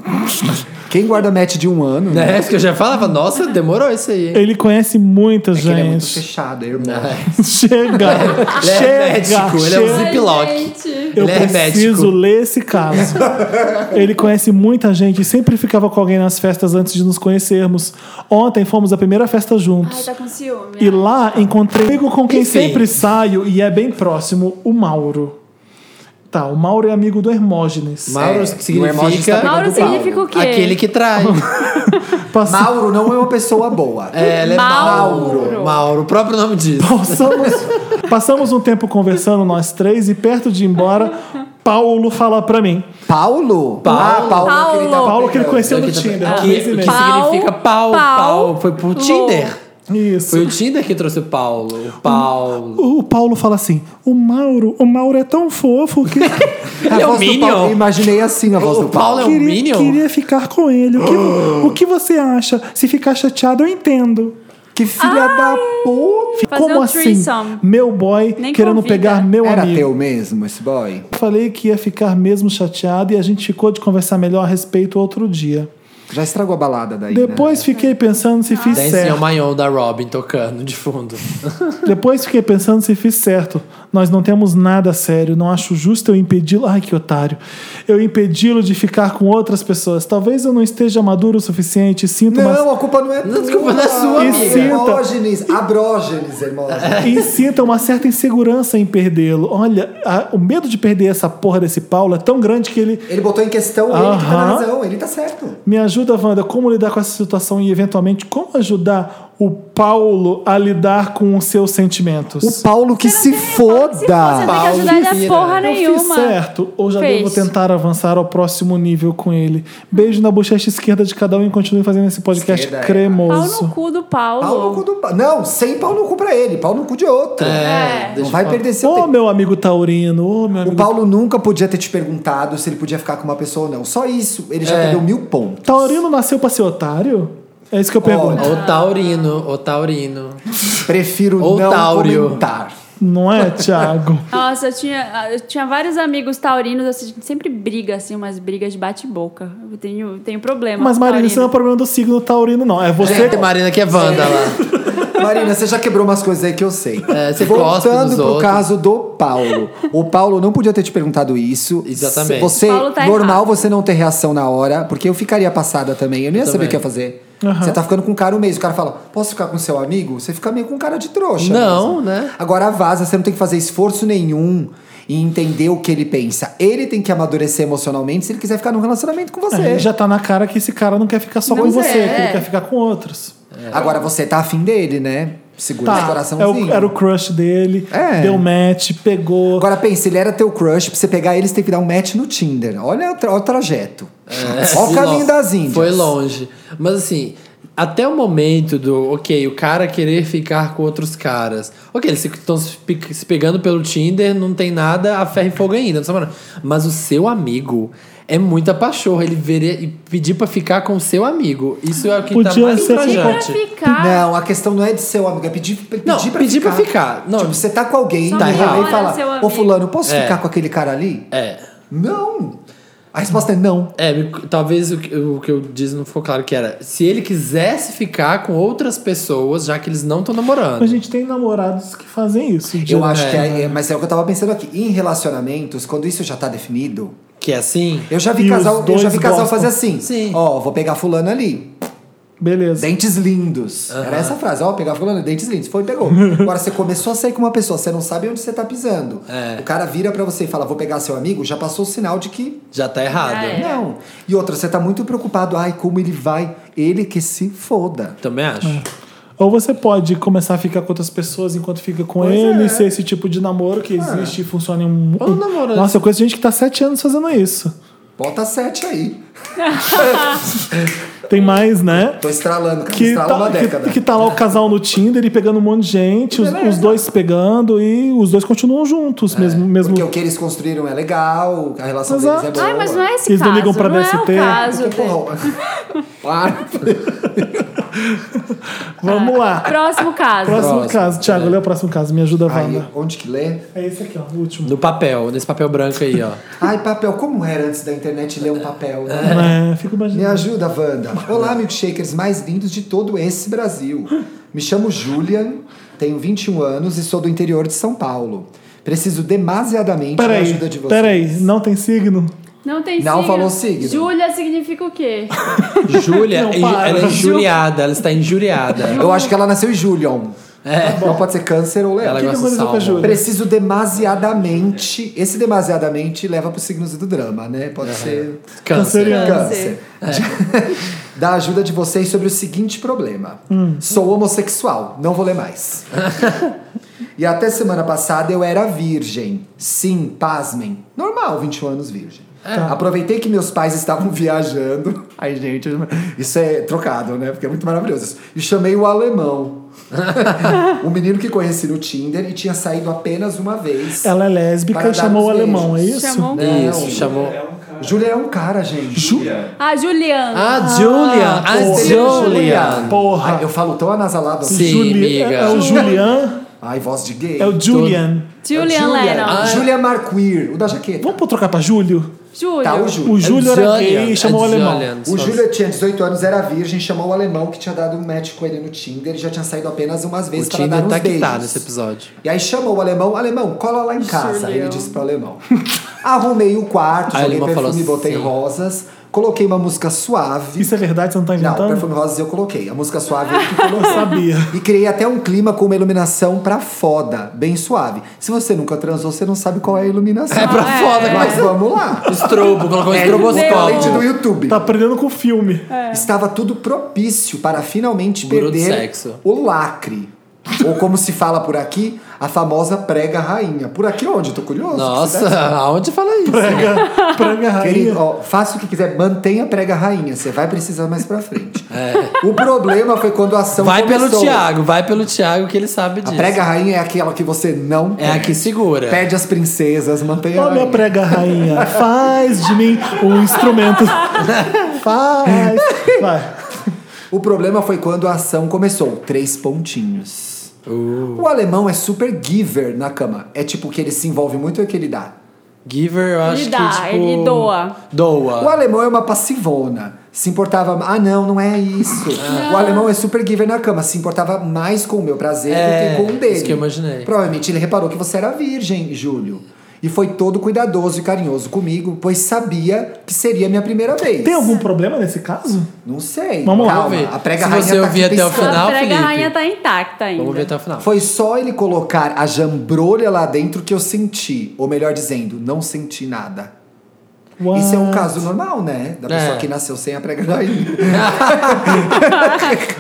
Speaker 2: Quem guarda match de um ano, né?
Speaker 4: É, isso que eu já falava, nossa, demorou isso aí. hein?
Speaker 1: Ele conhece muita
Speaker 2: É que ele é muito
Speaker 1: gente.
Speaker 2: fechado, é Hermógenes.
Speaker 1: chega!
Speaker 4: Ele é
Speaker 1: chega!
Speaker 4: hermético, ele é um
Speaker 1: chega.
Speaker 4: zip- Ziploc.
Speaker 3: Gente.
Speaker 1: Eu
Speaker 4: Ele é
Speaker 1: preciso
Speaker 4: hermético.
Speaker 1: ler esse caso. Ele conhece muita gente e sempre ficava com alguém nas festas antes de nos conhecermos. Ontem fomos à primeira festa
Speaker 3: Ai,
Speaker 1: juntos.
Speaker 3: tá com ciúme.
Speaker 1: E lá encontrei um amigo com quem
Speaker 4: Enfim.
Speaker 1: sempre saio e é bem próximo, o Mauro. Tá, o Mauro é amigo do Hermógenes.
Speaker 4: Mauro
Speaker 2: É, o Hermógenes tá
Speaker 4: significa
Speaker 2: do
Speaker 3: Mauro
Speaker 2: Paulo.
Speaker 3: significa o quê?
Speaker 4: aquele que trai.
Speaker 1: Passa-
Speaker 2: Mauro não é uma pessoa boa.
Speaker 4: É, ele é
Speaker 3: Mauro.
Speaker 4: Mauro. Mauro, o próprio nome diz.
Speaker 1: Passamos, passamos um tempo conversando nós três e perto de ir embora, Paulo fala pra mim.
Speaker 2: Paulo? Ah, Paulo, é aquele que
Speaker 3: Paulo.
Speaker 2: tá
Speaker 1: Paulo que ele
Speaker 2: pegando.
Speaker 1: conheceu
Speaker 4: Que, tá-
Speaker 1: no Tinder. há um
Speaker 4: que
Speaker 1: mês e meio.
Speaker 3: Pau,
Speaker 4: Ah, significa pau,
Speaker 3: pau,
Speaker 4: pau. Foi pro
Speaker 3: lou.
Speaker 4: Tinder.
Speaker 1: Isso.
Speaker 4: Foi o Tinder que trouxe o Paulo. O Paulo.
Speaker 1: O Paulo fala assim: o Mauro, o Mauro é tão fofo que
Speaker 2: A
Speaker 4: Ele é o
Speaker 2: voz do
Speaker 4: Minion.
Speaker 2: Paulo, eu imaginei assim a voz
Speaker 4: O
Speaker 2: do Paulo.
Speaker 4: Paulo é um
Speaker 1: queria,
Speaker 4: Minion?
Speaker 1: queria ficar com ele. O que, o que você acha? Se ficar chateado, eu entendo.
Speaker 2: Que filha da porra.
Speaker 3: Fazer
Speaker 1: Como
Speaker 3: um
Speaker 1: assim?
Speaker 3: threesome.
Speaker 1: Meu boy
Speaker 3: Nem
Speaker 1: querendo
Speaker 3: convida.
Speaker 1: pegar meu
Speaker 2: Era
Speaker 1: amigo.
Speaker 2: teu mesmo esse boy?
Speaker 1: Falei que ia ficar mesmo chateado e a gente ficou de conversar melhor a respeito outro dia.
Speaker 2: Já estragou a balada daí, né?
Speaker 1: Depois fiquei pensando se fiz
Speaker 4: Dance
Speaker 1: certo.
Speaker 4: é o Maion da Robin tocando de fundo.
Speaker 1: Depois fiquei pensando se fiz certo. Nós não temos nada sério. Não acho justo eu impedi-lo. Ai, que otário. Eu impedi-lo de ficar com outras pessoas. Talvez eu não esteja maduro o suficiente. Sinto
Speaker 2: né?
Speaker 1: mas-
Speaker 2: Não, a culpa não é tua.
Speaker 4: desculpa, não é sua,
Speaker 1: amiga. E sinta-
Speaker 2: Hermógenes, abrógenes, hermógenes.
Speaker 1: e sinta uma certa insegurança em perdê-lo. Olha, a- o medo de perder essa porra desse Paulo é tão grande que ele.
Speaker 2: Ele botou em questão, ele que tá na
Speaker 1: Aham.
Speaker 2: razão, ele tá certo.
Speaker 1: Me ajuda, Wanda, como lidar com essa situação e eventualmente como ajudar o Paulo a lidar com os seus sentimentos.
Speaker 2: O Paulo que se
Speaker 3: Se você não
Speaker 2: foda. né?
Speaker 3: tem que ajudar ele a
Speaker 4: Vira.
Speaker 3: porra
Speaker 1: Eu fiz
Speaker 3: nenhuma.
Speaker 1: certo, ou já
Speaker 3: Fez.
Speaker 1: devo tentar avançar ao próximo nível com ele. Beijo na bochecha esquerda de cada um e continue fazendo esse podcast
Speaker 2: Esquerda é.
Speaker 3: Pau
Speaker 1: cremoso.
Speaker 3: no cu do Paulo.
Speaker 2: Pau no cu do... Não, sem pau no cu pra ele, pau no cu de outro.
Speaker 4: É,
Speaker 2: não
Speaker 4: deixa
Speaker 2: vai perder seu
Speaker 1: Ô,
Speaker 2: tempo.
Speaker 1: meu amigo taurino, ô, meu
Speaker 2: O
Speaker 1: amigo
Speaker 2: Paulo nunca podia ter te perguntado se ele podia ficar com uma pessoa ou não. Só isso, ele já
Speaker 4: É.
Speaker 2: perdeu mil pontos.
Speaker 1: Taurino nasceu pra ser otário? É isso que eu pergunto.
Speaker 4: O Taurino, o Taurino.
Speaker 2: Prefiro
Speaker 4: Ou
Speaker 2: não
Speaker 4: Táureo.
Speaker 2: comentar.
Speaker 1: Não é, Thiago?
Speaker 3: Nossa, eu tinha, eu tinha vários amigos taurinos, assim, a gente sempre briga, assim, umas brigas de bate-boca. Eu tenho, tenho problema.
Speaker 1: Mas,
Speaker 3: com
Speaker 1: Marina, isso não é
Speaker 3: taurino.
Speaker 1: problema do signo taurino, não. É você.
Speaker 4: Tem Marina que é Wanda lá.
Speaker 2: Marina, você já quebrou umas coisas aí que eu sei.
Speaker 4: É, você cospe nos
Speaker 2: Voltando pro
Speaker 4: outros.
Speaker 2: caso do Paulo. O Paulo não podia ter te perguntado isso.
Speaker 4: Exatamente.
Speaker 2: Você,
Speaker 3: Paulo tá
Speaker 2: normal
Speaker 3: errado.
Speaker 2: você não ter reação na hora, porque eu ficaria passada também. Eu não ia
Speaker 4: também.
Speaker 2: saber o que ia fazer. Você tá ficando com um cara um mês. O cara fala, posso ficar com seu amigo? Você fica meio com cara de trouxa.
Speaker 4: Não,
Speaker 2: mesmo.
Speaker 4: né?
Speaker 2: Agora vaza, você não tem que fazer esforço nenhum e entender o que ele pensa. Ele tem que amadurecer emocionalmente se ele quiser ficar num relacionamento com você.
Speaker 1: É, já tá na cara que esse cara não quer ficar só
Speaker 3: Não
Speaker 1: com
Speaker 3: é.
Speaker 1: você, que ele quer ficar com outros.
Speaker 2: Agora você tá afim dele, né? Segura esse
Speaker 1: Tá, é
Speaker 2: coraçãozinho.
Speaker 1: o, era o crush dele,
Speaker 2: É.
Speaker 1: deu match, pegou.
Speaker 2: Agora pensa, ele era teu crush, pra você pegar ele, você tem que dar um match no Tinder. Olha o, tra- olha o trajeto. Olha o caminho das índias.
Speaker 4: É. Foi longe. Mas assim, até o momento do, ok, o cara querer ficar com outros caras. Ok, eles estão se, pe- se pegando pelo Tinder, não tem nada a ferro e fogo ainda. não sabe nada. Mas o seu amigo é muita pachorra. Ele veria e pedir pra ficar com o seu amigo. Isso é o que tá
Speaker 1: Podia
Speaker 4: mais
Speaker 1: ser assim. com-
Speaker 3: Pra
Speaker 4: ultrajante.
Speaker 3: ficar.
Speaker 1: Né?
Speaker 2: Não, a questão não é de seu amigo, é pedir, pedir
Speaker 4: Não,
Speaker 2: pra
Speaker 4: pedir pra
Speaker 2: ficar.
Speaker 4: ficar. Não.
Speaker 2: tipo, você tá com alguém,
Speaker 3: Só
Speaker 2: tá
Speaker 4: melhora
Speaker 2: e fala,
Speaker 3: seu
Speaker 2: ô
Speaker 3: amigo."
Speaker 2: fulano, posso
Speaker 4: É.
Speaker 2: ficar com aquele cara ali?
Speaker 4: É.
Speaker 2: Não. A resposta é não.
Speaker 4: É, me- talvez o, que- o que eu disse não ficou claro que era. Se ele quisesse ficar com outras pessoas, já que eles não estão namorando.
Speaker 1: A gente tem namorados que fazem isso.
Speaker 2: Eu
Speaker 1: de-
Speaker 2: acho que
Speaker 4: né?
Speaker 2: é, é- mas é o que eu tava pensando aqui. Em relacionamentos, quando isso já tá definido,
Speaker 4: Que é assim.
Speaker 2: eu já vi
Speaker 1: E os
Speaker 2: casal, eu
Speaker 1: dois
Speaker 2: já vi casal
Speaker 1: gostam.
Speaker 2: fazer assim.
Speaker 4: Sim.
Speaker 2: Ó, vou pegar fulano ali.
Speaker 1: Beleza.
Speaker 2: Dentes lindos. Era essa a frase. Ó, pegar fulano, dentes lindos. Foi, pegou. Agora você começou a sair com uma pessoa, você não sabe onde você tá pisando.
Speaker 4: É.
Speaker 2: O cara vira pra você e fala, vou pegar seu amigo, já passou o sinal de que.
Speaker 4: Já tá errado.
Speaker 3: Ah, é.
Speaker 2: Não. E outra, você tá muito preocupado. Ai, como ele vai. Ele que se foda.
Speaker 4: Também acho.
Speaker 1: É. Ou você pode começar a ficar com outras pessoas enquanto fica com ele, e ser esse tipo de namoro que existe e funciona em um.
Speaker 4: Ou namoro-
Speaker 1: Nossa, eu conheço gente que tá sete anos fazendo isso.
Speaker 2: Bota sete aí.
Speaker 1: Tem mais, né?
Speaker 2: Tô estralando, cara.
Speaker 1: Que
Speaker 2: Estrala uma
Speaker 1: tá,
Speaker 2: década.
Speaker 1: que, que tá lá o casal no Tinder e pegando um monte de gente, os, os dois pegando e os dois continuam juntos, mesmo. mesmo
Speaker 2: É, Porque o que eles construíram é legal, a relação
Speaker 1: Exato.
Speaker 2: deles é boa.
Speaker 3: Ai, mas não é esse
Speaker 1: Eles não
Speaker 3: caso.
Speaker 1: ligam pra
Speaker 3: não
Speaker 1: DST?
Speaker 3: é o caso.
Speaker 2: Porque, porra, para.
Speaker 1: Vamos lá.
Speaker 3: Próximo caso.
Speaker 1: Próximo,
Speaker 4: Próximo,
Speaker 1: caso, Thiago, lê o próximo caso, me ajuda,
Speaker 2: Aí,
Speaker 1: Wanda.
Speaker 2: onde que lê?
Speaker 1: É esse aqui, ó, o último.
Speaker 4: No papel, nesse papel branco aí, ó.
Speaker 2: Ai, papel, como era antes da internet ler um papel, né?
Speaker 1: É, fico
Speaker 2: Me
Speaker 1: imaginando.
Speaker 2: ajuda, Wanda. Olá, milkshakers mais lindos de todo esse Brasil. Me chamo Julian, tenho 21 anos e sou do interior de São Paulo. Preciso demasiadamente da
Speaker 1: Peraí,
Speaker 2: ajuda de vocês.
Speaker 1: peraí, não tem signo?
Speaker 3: Não tem
Speaker 2: Não
Speaker 3: signo.
Speaker 2: falou signo.
Speaker 3: Júlia significa o quê?
Speaker 4: Júlia,
Speaker 1: Não,
Speaker 4: enju-
Speaker 1: para.
Speaker 4: ela é injuriada, ela está injuriada.
Speaker 2: Eu acho que ela nasceu em Julian. Tá
Speaker 4: É.
Speaker 2: Não pode ser câncer ou leão.
Speaker 4: Ela
Speaker 1: que
Speaker 4: gosta de
Speaker 1: aconteceu com a
Speaker 4: salmo.
Speaker 1: Júlia?
Speaker 2: Preciso demasiadamente. Esse demasiadamente leva para os signos do drama, né? Pode ser.
Speaker 4: Câncer.
Speaker 1: Canceriano.
Speaker 2: Câncer. É. da ajuda de vocês sobre o seguinte problema. Sou homossexual, não vou ler mais. e até semana passada eu era virgem. Sim, pasmem. Normal, 21 anos virgem. Aproveitei que meus pais estavam viajando. É. Tá. Ai, gente, isso é trocado, né? Porque é muito maravilhoso isso. E chamei o alemão. um menino que conheci no Tinder e tinha saído apenas uma vez.
Speaker 1: Ela é lésbica
Speaker 2: Para
Speaker 1: e
Speaker 2: dar
Speaker 1: chamou o
Speaker 2: uns
Speaker 1: alemão, é
Speaker 2: beijos.
Speaker 1: isso?
Speaker 3: Chamou.
Speaker 4: Isso, né? chamou.
Speaker 2: Júlia é um cara, gente.
Speaker 3: Ah, Juliana.
Speaker 4: Ah, Julian! Ah,
Speaker 1: porra.
Speaker 4: Julian!
Speaker 1: Porra.
Speaker 2: Ai, eu falo tão anasalado assim.
Speaker 4: Sim,
Speaker 1: Juli-
Speaker 4: amiga.
Speaker 1: É, é o Julian,
Speaker 2: Ai, voz de gay.
Speaker 1: é o Julian.
Speaker 3: Julian Lennon.
Speaker 4: Ah.
Speaker 2: Julia Marquir, o da jaqueta.
Speaker 1: Vamos trocar pra Júlio?
Speaker 3: Júlio.
Speaker 2: Tá, o
Speaker 4: É
Speaker 2: Júlio.
Speaker 1: O Júlio era gay e chamou o alemão.
Speaker 2: O Júlio tinha 18 anos, era virgem, chamou o alemão que tinha dado um match com ele no Tinder e já tinha saído apenas umas vezes
Speaker 4: O
Speaker 2: pra dar
Speaker 4: Tinder
Speaker 2: uns
Speaker 4: tá que
Speaker 2: beijos.
Speaker 4: tá nesse episódio.
Speaker 2: E aí chamou o alemão, alemão, cola lá em casa, ele disse pro alemão. Arrumei o quarto,
Speaker 4: Aí
Speaker 2: joguei
Speaker 4: Luma
Speaker 2: perfume,
Speaker 4: falou
Speaker 2: botei
Speaker 4: assim.
Speaker 2: rosas, coloquei uma música suave.
Speaker 1: Isso é verdade, você não tá
Speaker 2: Não,
Speaker 1: inventando?
Speaker 2: perfume rosas eu coloquei. A música suave eu que coloquei.
Speaker 1: eu não sabia.
Speaker 2: E criei até um clima com uma iluminação pra foda, bem suave. Se você nunca transou, você não sabe qual é a iluminação.
Speaker 4: É pra
Speaker 3: Ah, é.
Speaker 4: foda,
Speaker 2: Mas
Speaker 4: mas...
Speaker 2: vamos lá.
Speaker 4: Estrobo, colocou um
Speaker 2: Além
Speaker 4: estroboscópio.
Speaker 2: do YouTube.
Speaker 1: Tá aprendendo com o filme.
Speaker 2: Estava tudo propício para finalmente
Speaker 4: Guru do
Speaker 2: perder
Speaker 4: sexo.
Speaker 2: o lacre. Ou como se fala por aqui, a famosa prega rainha. Por aqui onde? Tô curioso.
Speaker 4: Nossa, aonde fala isso?
Speaker 1: Prega rainha.
Speaker 2: Querido, ó, faça o que quiser, mantenha a prega rainha. Você vai precisar mais pra frente. O problema foi quando a ação
Speaker 4: É. Vai
Speaker 2: começou.
Speaker 4: pelo Thiago, vai pelo Thiago que ele sabe
Speaker 2: A
Speaker 4: disso.
Speaker 2: prega rainha é aquela que você não
Speaker 4: É a que segura.
Speaker 2: Pede as princesas, mantenha
Speaker 1: Ó,
Speaker 2: a
Speaker 1: minha
Speaker 2: rainha.
Speaker 1: prega rainha. Faz de mim um instrumento. Faz. Vai.
Speaker 2: O problema foi quando a ação começou. Três pontinhos.
Speaker 4: Uh.
Speaker 2: O alemão é super giver na cama. É tipo que ele se envolve muito e que ele dá.
Speaker 4: Giver, eu acho
Speaker 3: Ele
Speaker 4: que
Speaker 3: dá,
Speaker 4: tipo...
Speaker 3: ele doa.
Speaker 2: O
Speaker 4: Doa.
Speaker 2: alemão é uma passivona. Se importava. Ah, não, não é isso.
Speaker 4: Ah.
Speaker 2: O alemão é super giver na cama. Se importava mais com o meu prazer
Speaker 4: É,
Speaker 2: do que com o dele.
Speaker 4: isso que eu imaginei.
Speaker 2: Provavelmente ele reparou que você era virgem, Júlio. E foi todo cuidadoso e carinhoso comigo, pois sabia que seria minha primeira vez.
Speaker 1: Tem algum problema nesse caso?
Speaker 2: Não sei.
Speaker 1: Vamos lá.
Speaker 2: Calma,
Speaker 4: Vamos ver.
Speaker 2: a prega
Speaker 4: Se
Speaker 2: rainha
Speaker 4: você
Speaker 2: tá
Speaker 4: ouvir
Speaker 2: aqui
Speaker 4: até o
Speaker 2: piscando.
Speaker 4: Final,
Speaker 3: a prega
Speaker 4: Felipe.
Speaker 3: rainha tá intacta ainda.
Speaker 4: Vamos ver até o final.
Speaker 2: Foi só ele colocar a jambrolha lá dentro que eu senti. Ou melhor dizendo, não senti nada.
Speaker 1: What?
Speaker 2: Isso é um caso normal, né? Da pessoa
Speaker 4: É.
Speaker 2: que nasceu sem a prega rainha.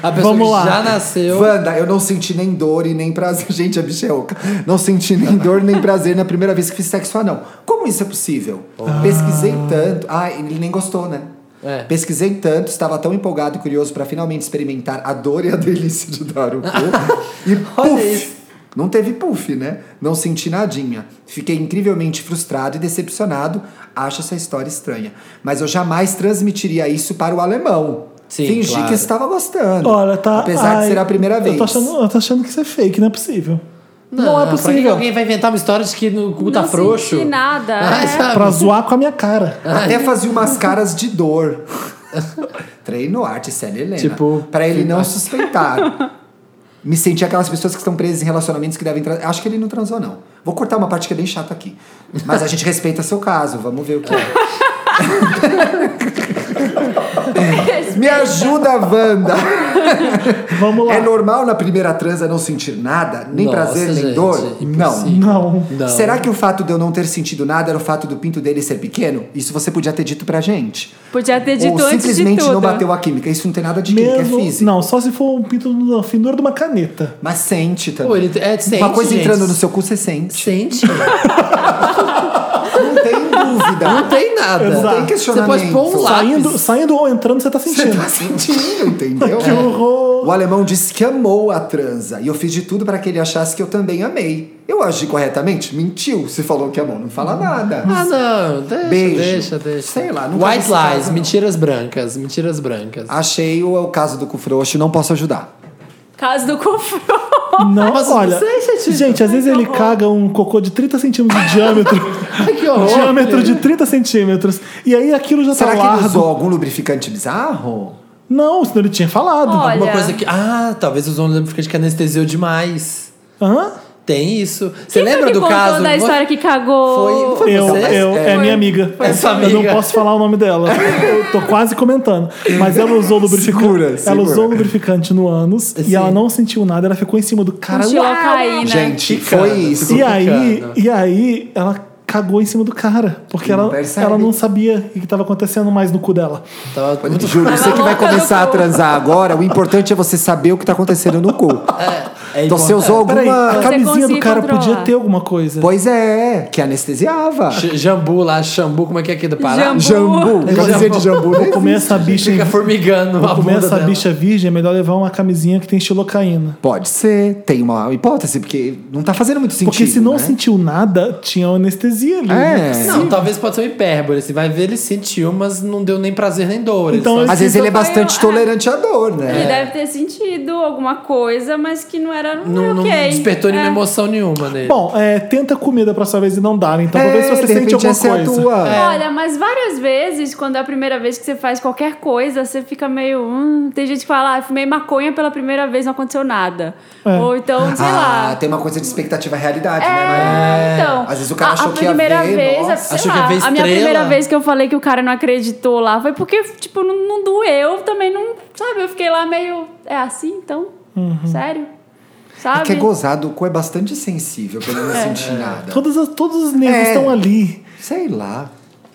Speaker 4: A pessoa
Speaker 1: Vamos
Speaker 4: que
Speaker 1: lá.
Speaker 4: já nasceu...
Speaker 2: Wanda, eu não senti nem dor e nem prazer. Gente, a bicha é oca. Não senti nem dor nem prazer na primeira vez que fiz sexo anal. Como isso é possível? Pesquisei tanto. Ah, ele nem gostou, né?
Speaker 4: Ah. É.
Speaker 2: Pesquisei tanto, estava tão empolgado e curioso para finalmente experimentar a dor e a delícia de dar o cu. e
Speaker 4: isso.
Speaker 2: puff! Não teve puff, né? Não senti nadinha. Fiquei incrivelmente frustrado e decepcionado. Acho essa história estranha. Mas eu jamais transmitiria isso para o alemão.
Speaker 4: Sim,
Speaker 2: Fingi
Speaker 4: claro.
Speaker 2: que estava gostando.
Speaker 1: Olha, tá.
Speaker 2: Apesar
Speaker 1: ai,
Speaker 2: de ser a primeira vez.
Speaker 1: Eu tô, achando, eu tô achando que isso é fake, não é possível. Não, é
Speaker 4: pra que que
Speaker 1: possível.
Speaker 4: alguém vai inventar uma história de que o cu tá
Speaker 3: Não
Speaker 4: frouxo?
Speaker 3: senti nada.
Speaker 4: Ah,
Speaker 3: é.
Speaker 4: sabe?
Speaker 1: Pra zoar com a minha cara.
Speaker 2: Até fazia umas caras de dor. Treino arte, Célia Helena.
Speaker 4: Tipo,
Speaker 2: pra ele não suspeitar. Me senti aquelas pessoas que estão presas em relacionamentos que devem. tra- Acho que ele não transou, não. Vou cortar uma parte que é bem chata aqui. Mas a gente respeita seu caso, vamos ver o que é. Me ajuda, Wanda!
Speaker 1: Vamos lá.
Speaker 2: É normal na primeira transa não sentir nada? Nem
Speaker 4: Nossa,
Speaker 2: prazer, nem
Speaker 4: gente, é
Speaker 2: dor? Não.
Speaker 4: impossível.
Speaker 1: Não.
Speaker 4: Não.
Speaker 2: Será que o fato de eu não ter sentido nada era o fato do pinto dele ser pequeno? Isso você podia ter dito pra gente.
Speaker 3: Podia ter dito
Speaker 2: Ou
Speaker 3: antes de
Speaker 2: simplesmente
Speaker 3: tudo.
Speaker 2: não bateu a química. Isso não tem nada de química,
Speaker 1: Mesmo.
Speaker 2: é físico.
Speaker 1: não, só se for um pinto na finura de uma caneta.
Speaker 2: Mas sente também.
Speaker 4: Pô, ele- é, sente,
Speaker 2: Uma coisa
Speaker 4: gente.
Speaker 2: entrando no seu cu, você sente.
Speaker 4: Sente.
Speaker 2: Não tem dúvida.
Speaker 4: Não tem nada.
Speaker 2: Não
Speaker 1: Exato.
Speaker 2: tem
Speaker 4: Você
Speaker 2: questionamento.
Speaker 4: pode pôr um lá. Lápis.
Speaker 1: Saindo, saindo ou entrando, você tá
Speaker 2: Você
Speaker 1: sentindo.
Speaker 2: tá sentindo, entendeu?
Speaker 1: Que horror.
Speaker 2: O alemão disse que amou a transa. E eu fiz de tudo pra que ele achasse que eu também amei. Eu agi corretamente? Mentiu. Se falou que amou, não fala nada.
Speaker 4: Ah, não. Deixa,
Speaker 2: Beijo.
Speaker 4: deixa, deixa.
Speaker 2: Sei lá, nunca vi
Speaker 4: White
Speaker 2: esse Ah,
Speaker 4: lies,
Speaker 2: caso, não.
Speaker 4: mentiras brancas, mentiras brancas.
Speaker 2: Achei o, o caso do cu frouxo, não posso ajudar.
Speaker 3: Caso do confronto.
Speaker 1: Não,
Speaker 4: Mas não
Speaker 1: olha.
Speaker 4: sei, gente.
Speaker 1: gente, às vezes ele caga um cocô de 30 centímetros de diâmetro. Um
Speaker 4: que horror.
Speaker 1: diâmetro de 30 centímetros. E aí aquilo já
Speaker 2: Será
Speaker 1: tá
Speaker 2: que ele
Speaker 1: largo.
Speaker 2: usou algum lubrificante bizarro?
Speaker 1: Não, senão ele tinha falado.
Speaker 3: Olha.
Speaker 4: Uma coisa que. Ah, talvez usou um lubrificante que anestesiou demais.
Speaker 1: Hã?
Speaker 4: Tem isso. Você
Speaker 3: Quem foi
Speaker 4: lembra
Speaker 3: que
Speaker 4: do
Speaker 3: contou
Speaker 4: caso?
Speaker 3: da história que
Speaker 4: Foi-
Speaker 3: cagou?
Speaker 4: foi-
Speaker 1: Eu,
Speaker 4: Você?
Speaker 1: eu, é
Speaker 3: Foi.
Speaker 1: minha amiga.
Speaker 4: É sua
Speaker 1: Eu
Speaker 4: amiga.
Speaker 1: não posso falar o nome dela. Eu tô quase comentando. Mas ela usou lubrificante.
Speaker 2: Segura,
Speaker 1: ela
Speaker 2: segura.
Speaker 1: usou lubrificante no ânus
Speaker 4: Sim.
Speaker 1: e ela não sentiu nada. Ela ficou em cima do cara.
Speaker 3: Sentiu
Speaker 1: Uau!
Speaker 3: a caína.
Speaker 2: Gente,
Speaker 4: Ficando,
Speaker 2: foi isso. é
Speaker 1: E aí,
Speaker 4: complicado.
Speaker 1: e aí ela cagou em cima do cara. Porque
Speaker 2: Não
Speaker 1: ela,
Speaker 2: percebe.
Speaker 1: ela não sabia o que estava acontecendo mais no cu dela.
Speaker 4: Tava muito
Speaker 2: Júlio, você que vai
Speaker 3: louca no
Speaker 2: começar a
Speaker 3: cu.
Speaker 2: transar agora, o importante é você saber o que tá acontecendo no cu.
Speaker 4: é
Speaker 2: então você
Speaker 4: importante.
Speaker 2: usou alguma.
Speaker 1: Peraí, a
Speaker 3: Você
Speaker 1: camisinha do
Speaker 3: conseguiu
Speaker 1: cara
Speaker 3: controlar.
Speaker 1: podia ter alguma coisa.
Speaker 2: Pois é, que anestesiava.
Speaker 4: J- Jambu lá, Xambu, como é que é aqui do Pará?
Speaker 3: Jambu.
Speaker 2: Jambu, camisinha de jambu. né?
Speaker 1: Vou comer essa bicha.
Speaker 4: Fica formigando a
Speaker 1: Vou comer
Speaker 4: bunda
Speaker 1: essa
Speaker 4: dela.
Speaker 1: bicha virgem, é melhor levar uma camisinha que tem estilocaína.
Speaker 2: Pode ser, tem uma hipótese, porque não tá fazendo muito sentido.
Speaker 1: Porque se não
Speaker 2: né?
Speaker 1: sentiu nada, tinha anestesia ali. né?
Speaker 2: É.
Speaker 4: Não, talvez pode ser um hipérbole. Você vai ver, ele sentiu, mas não deu nem prazer nem dor. Ele
Speaker 1: Então,
Speaker 4: só-
Speaker 2: Às vezes ele é bastante
Speaker 3: é.
Speaker 2: tolerante à dor,
Speaker 3: Ele
Speaker 4: é.
Speaker 1: É.
Speaker 2: né?
Speaker 3: deve ter sentido alguma coisa, mas que não era.
Speaker 4: não, não
Speaker 3: ok.
Speaker 4: despertou nenhuma
Speaker 3: É.
Speaker 4: emoção nenhuma nele.
Speaker 1: Bom, é, tenta comida pra sua vez e não dá, né? Então, talvez
Speaker 2: É,
Speaker 1: você
Speaker 2: de
Speaker 1: sente
Speaker 2: repente
Speaker 1: alguma
Speaker 2: essa é a
Speaker 1: coisa.
Speaker 2: tua.
Speaker 3: Olha, mas várias vezes, quando é a primeira vez que você faz qualquer coisa, você fica meio. Hum, tem gente que fala, ah, fumei maconha pela primeira vez, não aconteceu nada.
Speaker 1: É.
Speaker 3: Ou então, sei
Speaker 2: ah,
Speaker 3: lá.
Speaker 2: tem uma coisa de expectativa e realidade, né?
Speaker 3: É,
Speaker 2: Maria?
Speaker 3: então.
Speaker 2: Às vezes o cara achou que ia
Speaker 3: primeira vez,
Speaker 2: nossa.
Speaker 3: sei
Speaker 4: Achou
Speaker 3: lá,
Speaker 4: que ia ver
Speaker 3: a minha
Speaker 4: estrela?
Speaker 3: primeira vez que eu falei que o cara não acreditou lá foi porque, tipo, não, não doeu, também não, sabe? Eu fiquei lá meio, é assim então? Sério? Sabe?
Speaker 2: É que é gozado, o cu é bastante sensível, que eu não
Speaker 1: É.
Speaker 2: senti nada.
Speaker 1: Todas as- todos os nervos
Speaker 2: É.
Speaker 1: estão ali.
Speaker 2: Sei lá.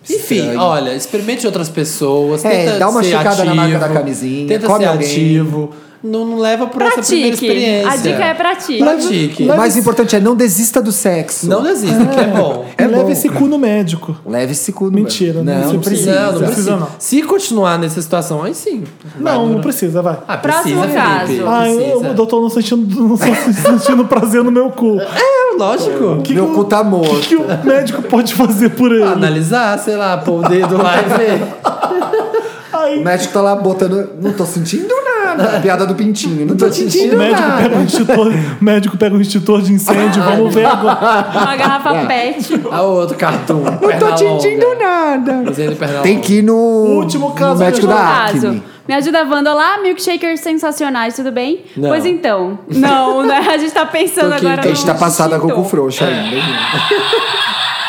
Speaker 4: Enfim,
Speaker 2: Estranho.
Speaker 4: olha, experimente outras pessoas.
Speaker 2: É,
Speaker 4: tenta
Speaker 2: dá uma
Speaker 4: ser
Speaker 2: checada na
Speaker 4: ativo,
Speaker 2: marca da camisinha,
Speaker 4: Tenta
Speaker 2: come
Speaker 4: ser
Speaker 2: alguém.
Speaker 4: ativo. Não, não leva por essa primeira
Speaker 3: Pratique.
Speaker 4: experiência.
Speaker 3: A dica é pratique.
Speaker 4: Pratique.
Speaker 2: O mais importante é não desista do sexo.
Speaker 4: Não desista, que é bom.
Speaker 1: E
Speaker 2: É
Speaker 1: leva
Speaker 2: bom,
Speaker 1: esse cu no médico.
Speaker 2: Leve esse cu no
Speaker 1: Mentira,
Speaker 2: não,
Speaker 1: não
Speaker 2: não
Speaker 1: precisa.
Speaker 2: precisa.
Speaker 4: Não, não
Speaker 1: Precisa
Speaker 4: precisa.
Speaker 1: não.
Speaker 4: Se continuar nessa situação, aí sim. Vai
Speaker 1: Não, não
Speaker 4: durar.
Speaker 1: precisa, vai.
Speaker 4: Ah,
Speaker 3: Próximo
Speaker 4: precisa, Felipe.
Speaker 3: caso.
Speaker 1: Ah, eu,
Speaker 4: precisa.
Speaker 1: o doutor não sentindo, não sentindo prazer no meu cu.
Speaker 4: É, lógico.
Speaker 1: Que
Speaker 2: Meu
Speaker 1: que o-
Speaker 2: cu tá morto.
Speaker 1: O que o médico pode fazer por ele?
Speaker 4: Analisar, sei lá, pôr o dedo lá e ver.
Speaker 1: Aí,
Speaker 2: O médico tá lá botando. Não tô sentindo nada. Piada do pintinho. Não tô
Speaker 1: o
Speaker 2: sentindo
Speaker 1: médico
Speaker 2: nada.
Speaker 1: pega um extintor, o médico pega um extintor de incêndio, vamos
Speaker 2: Ah,
Speaker 1: ver agora.
Speaker 3: Uma
Speaker 2: É.
Speaker 3: garrafa pet.
Speaker 4: A outro cartoon. Não
Speaker 2: Não tô sentindo nada. Tem que ir no.
Speaker 1: é Último caso
Speaker 2: no
Speaker 1: que
Speaker 2: médico
Speaker 1: eu já-
Speaker 2: da
Speaker 3: caso.
Speaker 2: Acme.
Speaker 3: Me ajuda, Wanda. Olá, milkshakers sensacionais, tudo bem?
Speaker 4: Não.
Speaker 3: Pois então. Não, né? A gente tá pensando
Speaker 4: Porque
Speaker 3: agora
Speaker 2: A gente
Speaker 3: no
Speaker 2: tá passada com o cu
Speaker 3: extintor.
Speaker 1: É.
Speaker 2: frouxo ainda. hein?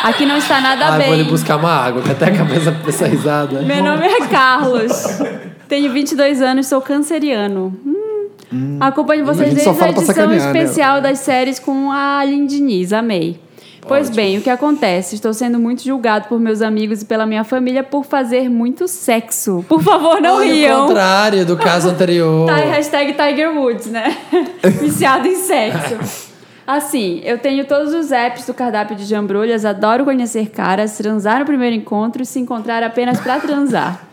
Speaker 3: Aqui não está nada
Speaker 4: Ai,
Speaker 3: bem.
Speaker 4: Ah, vou ali buscar uma água, que até a cabeça essa risada.
Speaker 3: Meu nome é Carlos. Tenho 22 anos, sou canceriano. Hum. Acompanho
Speaker 2: A
Speaker 3: vocês
Speaker 2: gente só
Speaker 3: desde a
Speaker 2: fala pra
Speaker 3: edição
Speaker 2: sacanear, né?
Speaker 3: especial das séries com a Aline Diniz. Amei. Pois bem, o que acontece? Estou sendo muito julgado por meus amigos e pela minha família por fazer muito sexo. Por favor, não
Speaker 4: Olha o
Speaker 3: riam.
Speaker 4: contrário do caso anterior.
Speaker 3: Tá, hashtag Tiger Woods, né? Viciado em sexo. Assim, eu tenho todos os apps do cardápio de jambrolhas, adoro conhecer caras, transar no primeiro encontro e se encontrar apenas pra transar.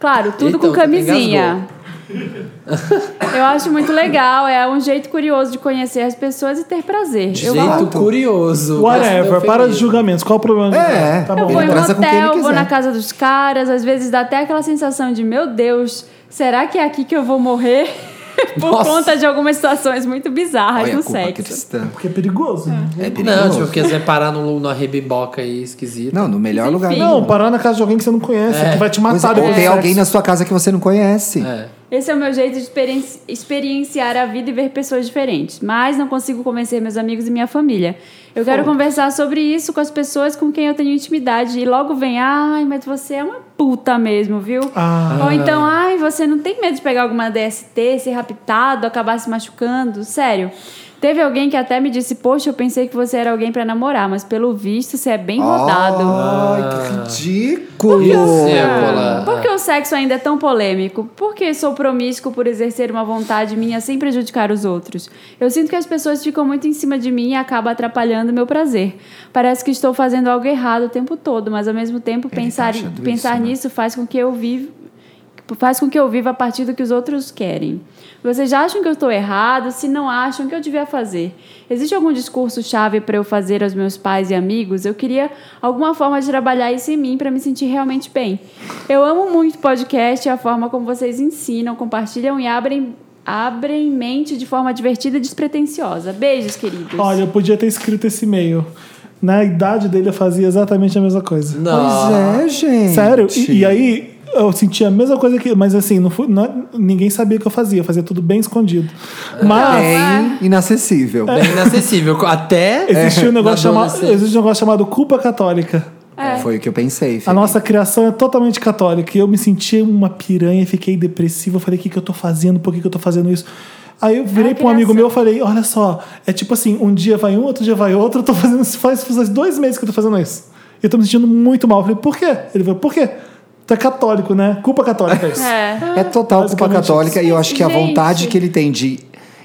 Speaker 3: Claro, tudo
Speaker 4: Eita,
Speaker 3: com
Speaker 4: você
Speaker 3: camisinha. Eu acho muito legal, é um jeito curioso de conhecer as pessoas e ter prazer. Eu,
Speaker 4: Jeito curioso.
Speaker 1: Whatever, para os
Speaker 4: de
Speaker 1: julgamentos. Qual o problema? de-
Speaker 2: É.
Speaker 1: tá
Speaker 3: eu
Speaker 1: bom.
Speaker 3: vou em um
Speaker 2: transa com quem ele
Speaker 3: hotel, vou
Speaker 2: quiser.
Speaker 3: na casa dos caras, às vezes dá até aquela sensação de, meu Deus, será que é aqui que eu vou morrer? Por
Speaker 4: Nossa.
Speaker 3: conta de algumas situações muito bizarras
Speaker 2: Olha
Speaker 3: no
Speaker 2: a culpa
Speaker 3: sexo.
Speaker 2: cristã.
Speaker 1: Porque é perigoso. né?
Speaker 2: É
Speaker 4: Não,
Speaker 2: perigoso.
Speaker 4: tipo, porque você vai parar num- numa rebimboca aí esquisita.
Speaker 2: Não, no melhor lugar.
Speaker 3: enfim.
Speaker 2: do mundo.
Speaker 1: Não, parar na casa de alguém que você não conhece, que vai te
Speaker 2: Pois é,
Speaker 1: matar
Speaker 2: ou
Speaker 1: depois.
Speaker 2: tem
Speaker 1: do
Speaker 2: alguém
Speaker 1: sexo.
Speaker 2: na sua casa que você não conhece.
Speaker 4: É.
Speaker 3: Esse é o meu jeito de experien- experienciar a vida e ver pessoas diferentes. Mas não consigo convencer meus amigos e minha família. Eu quero conversar sobre isso com as pessoas com quem eu tenho intimidade. E logo vem, ai, mas você é uma puta mesmo, viu?
Speaker 1: Ah.
Speaker 3: Ou então, ai, você não tem medo de pegar alguma DST, ser raptado, acabar se machucando? Sério. Teve alguém que até me disse, poxa, eu pensei que você era alguém pra namorar, mas pelo visto você é bem rodado.
Speaker 2: Ah.
Speaker 3: Ah.
Speaker 2: Ai, que ridículo.
Speaker 4: E o Cebola?
Speaker 3: Por que o sexo ainda é tão polêmico? Por que sou promíscuo por exercer uma vontade minha sem prejudicar os outros? Eu sinto que as pessoas ficam muito em cima de mim e acaba atrapalhando meu prazer. Parece que estou fazendo algo errado o tempo todo, mas ao mesmo tempo pensar,
Speaker 2: tá achando
Speaker 3: pensar
Speaker 2: isso, né?
Speaker 3: nisso faz com que eu viva faz com que eu viva a partir do que os outros querem. Vocês já acham que eu estou errado? Se não acham, o que eu devia fazer? Existe algum discurso chave para eu fazer aos meus pais e amigos? Eu queria alguma forma de trabalhar isso em mim para me sentir realmente bem. Eu amo muito o podcast e a forma como vocês ensinam, compartilham e abrem abrem mente de forma divertida e despretensiosa. Beijos, queridos.
Speaker 1: Olha, eu podia ter escrito esse e-mail. Na idade dele eu fazia exatamente a mesma coisa.
Speaker 4: Não.
Speaker 2: Pois é, gente.
Speaker 1: Sério? E, e aí eu sentia a mesma coisa que. Mas assim, não fui, não- ninguém sabia o que eu fazia. Eu fazia tudo bem escondido. Mas
Speaker 2: Bem inacessível.
Speaker 4: É inacessível. Até. é,
Speaker 1: existia um negócio
Speaker 4: Na
Speaker 1: chamado.
Speaker 4: adolescência.
Speaker 1: Existe um negócio chamado culpa católica.
Speaker 3: É.
Speaker 2: Foi o que eu pensei.
Speaker 1: A
Speaker 2: Felipe.
Speaker 1: nossa criação é totalmente católica. E eu me senti uma piranha, fiquei depressivo. Eu falei, o que, que eu tô fazendo? Por que, que eu tô fazendo isso? Aí eu virei
Speaker 3: Ah,
Speaker 1: pra um amigo
Speaker 3: criação.
Speaker 1: meu e falei, olha só, é tipo assim, um dia vai um, outro dia vai outro, eu tô fazendo isso faz, faz dois meses que eu tô fazendo isso. E eu tô me sentindo muito mal. Eu falei, por quê? Ele falou, por quê? Tu é católico, né? Culpa católica é isso.
Speaker 3: É.
Speaker 2: É total culpa
Speaker 1: Basicamente
Speaker 2: católica e eu acho que a
Speaker 3: Gente.
Speaker 2: vontade que ele tem de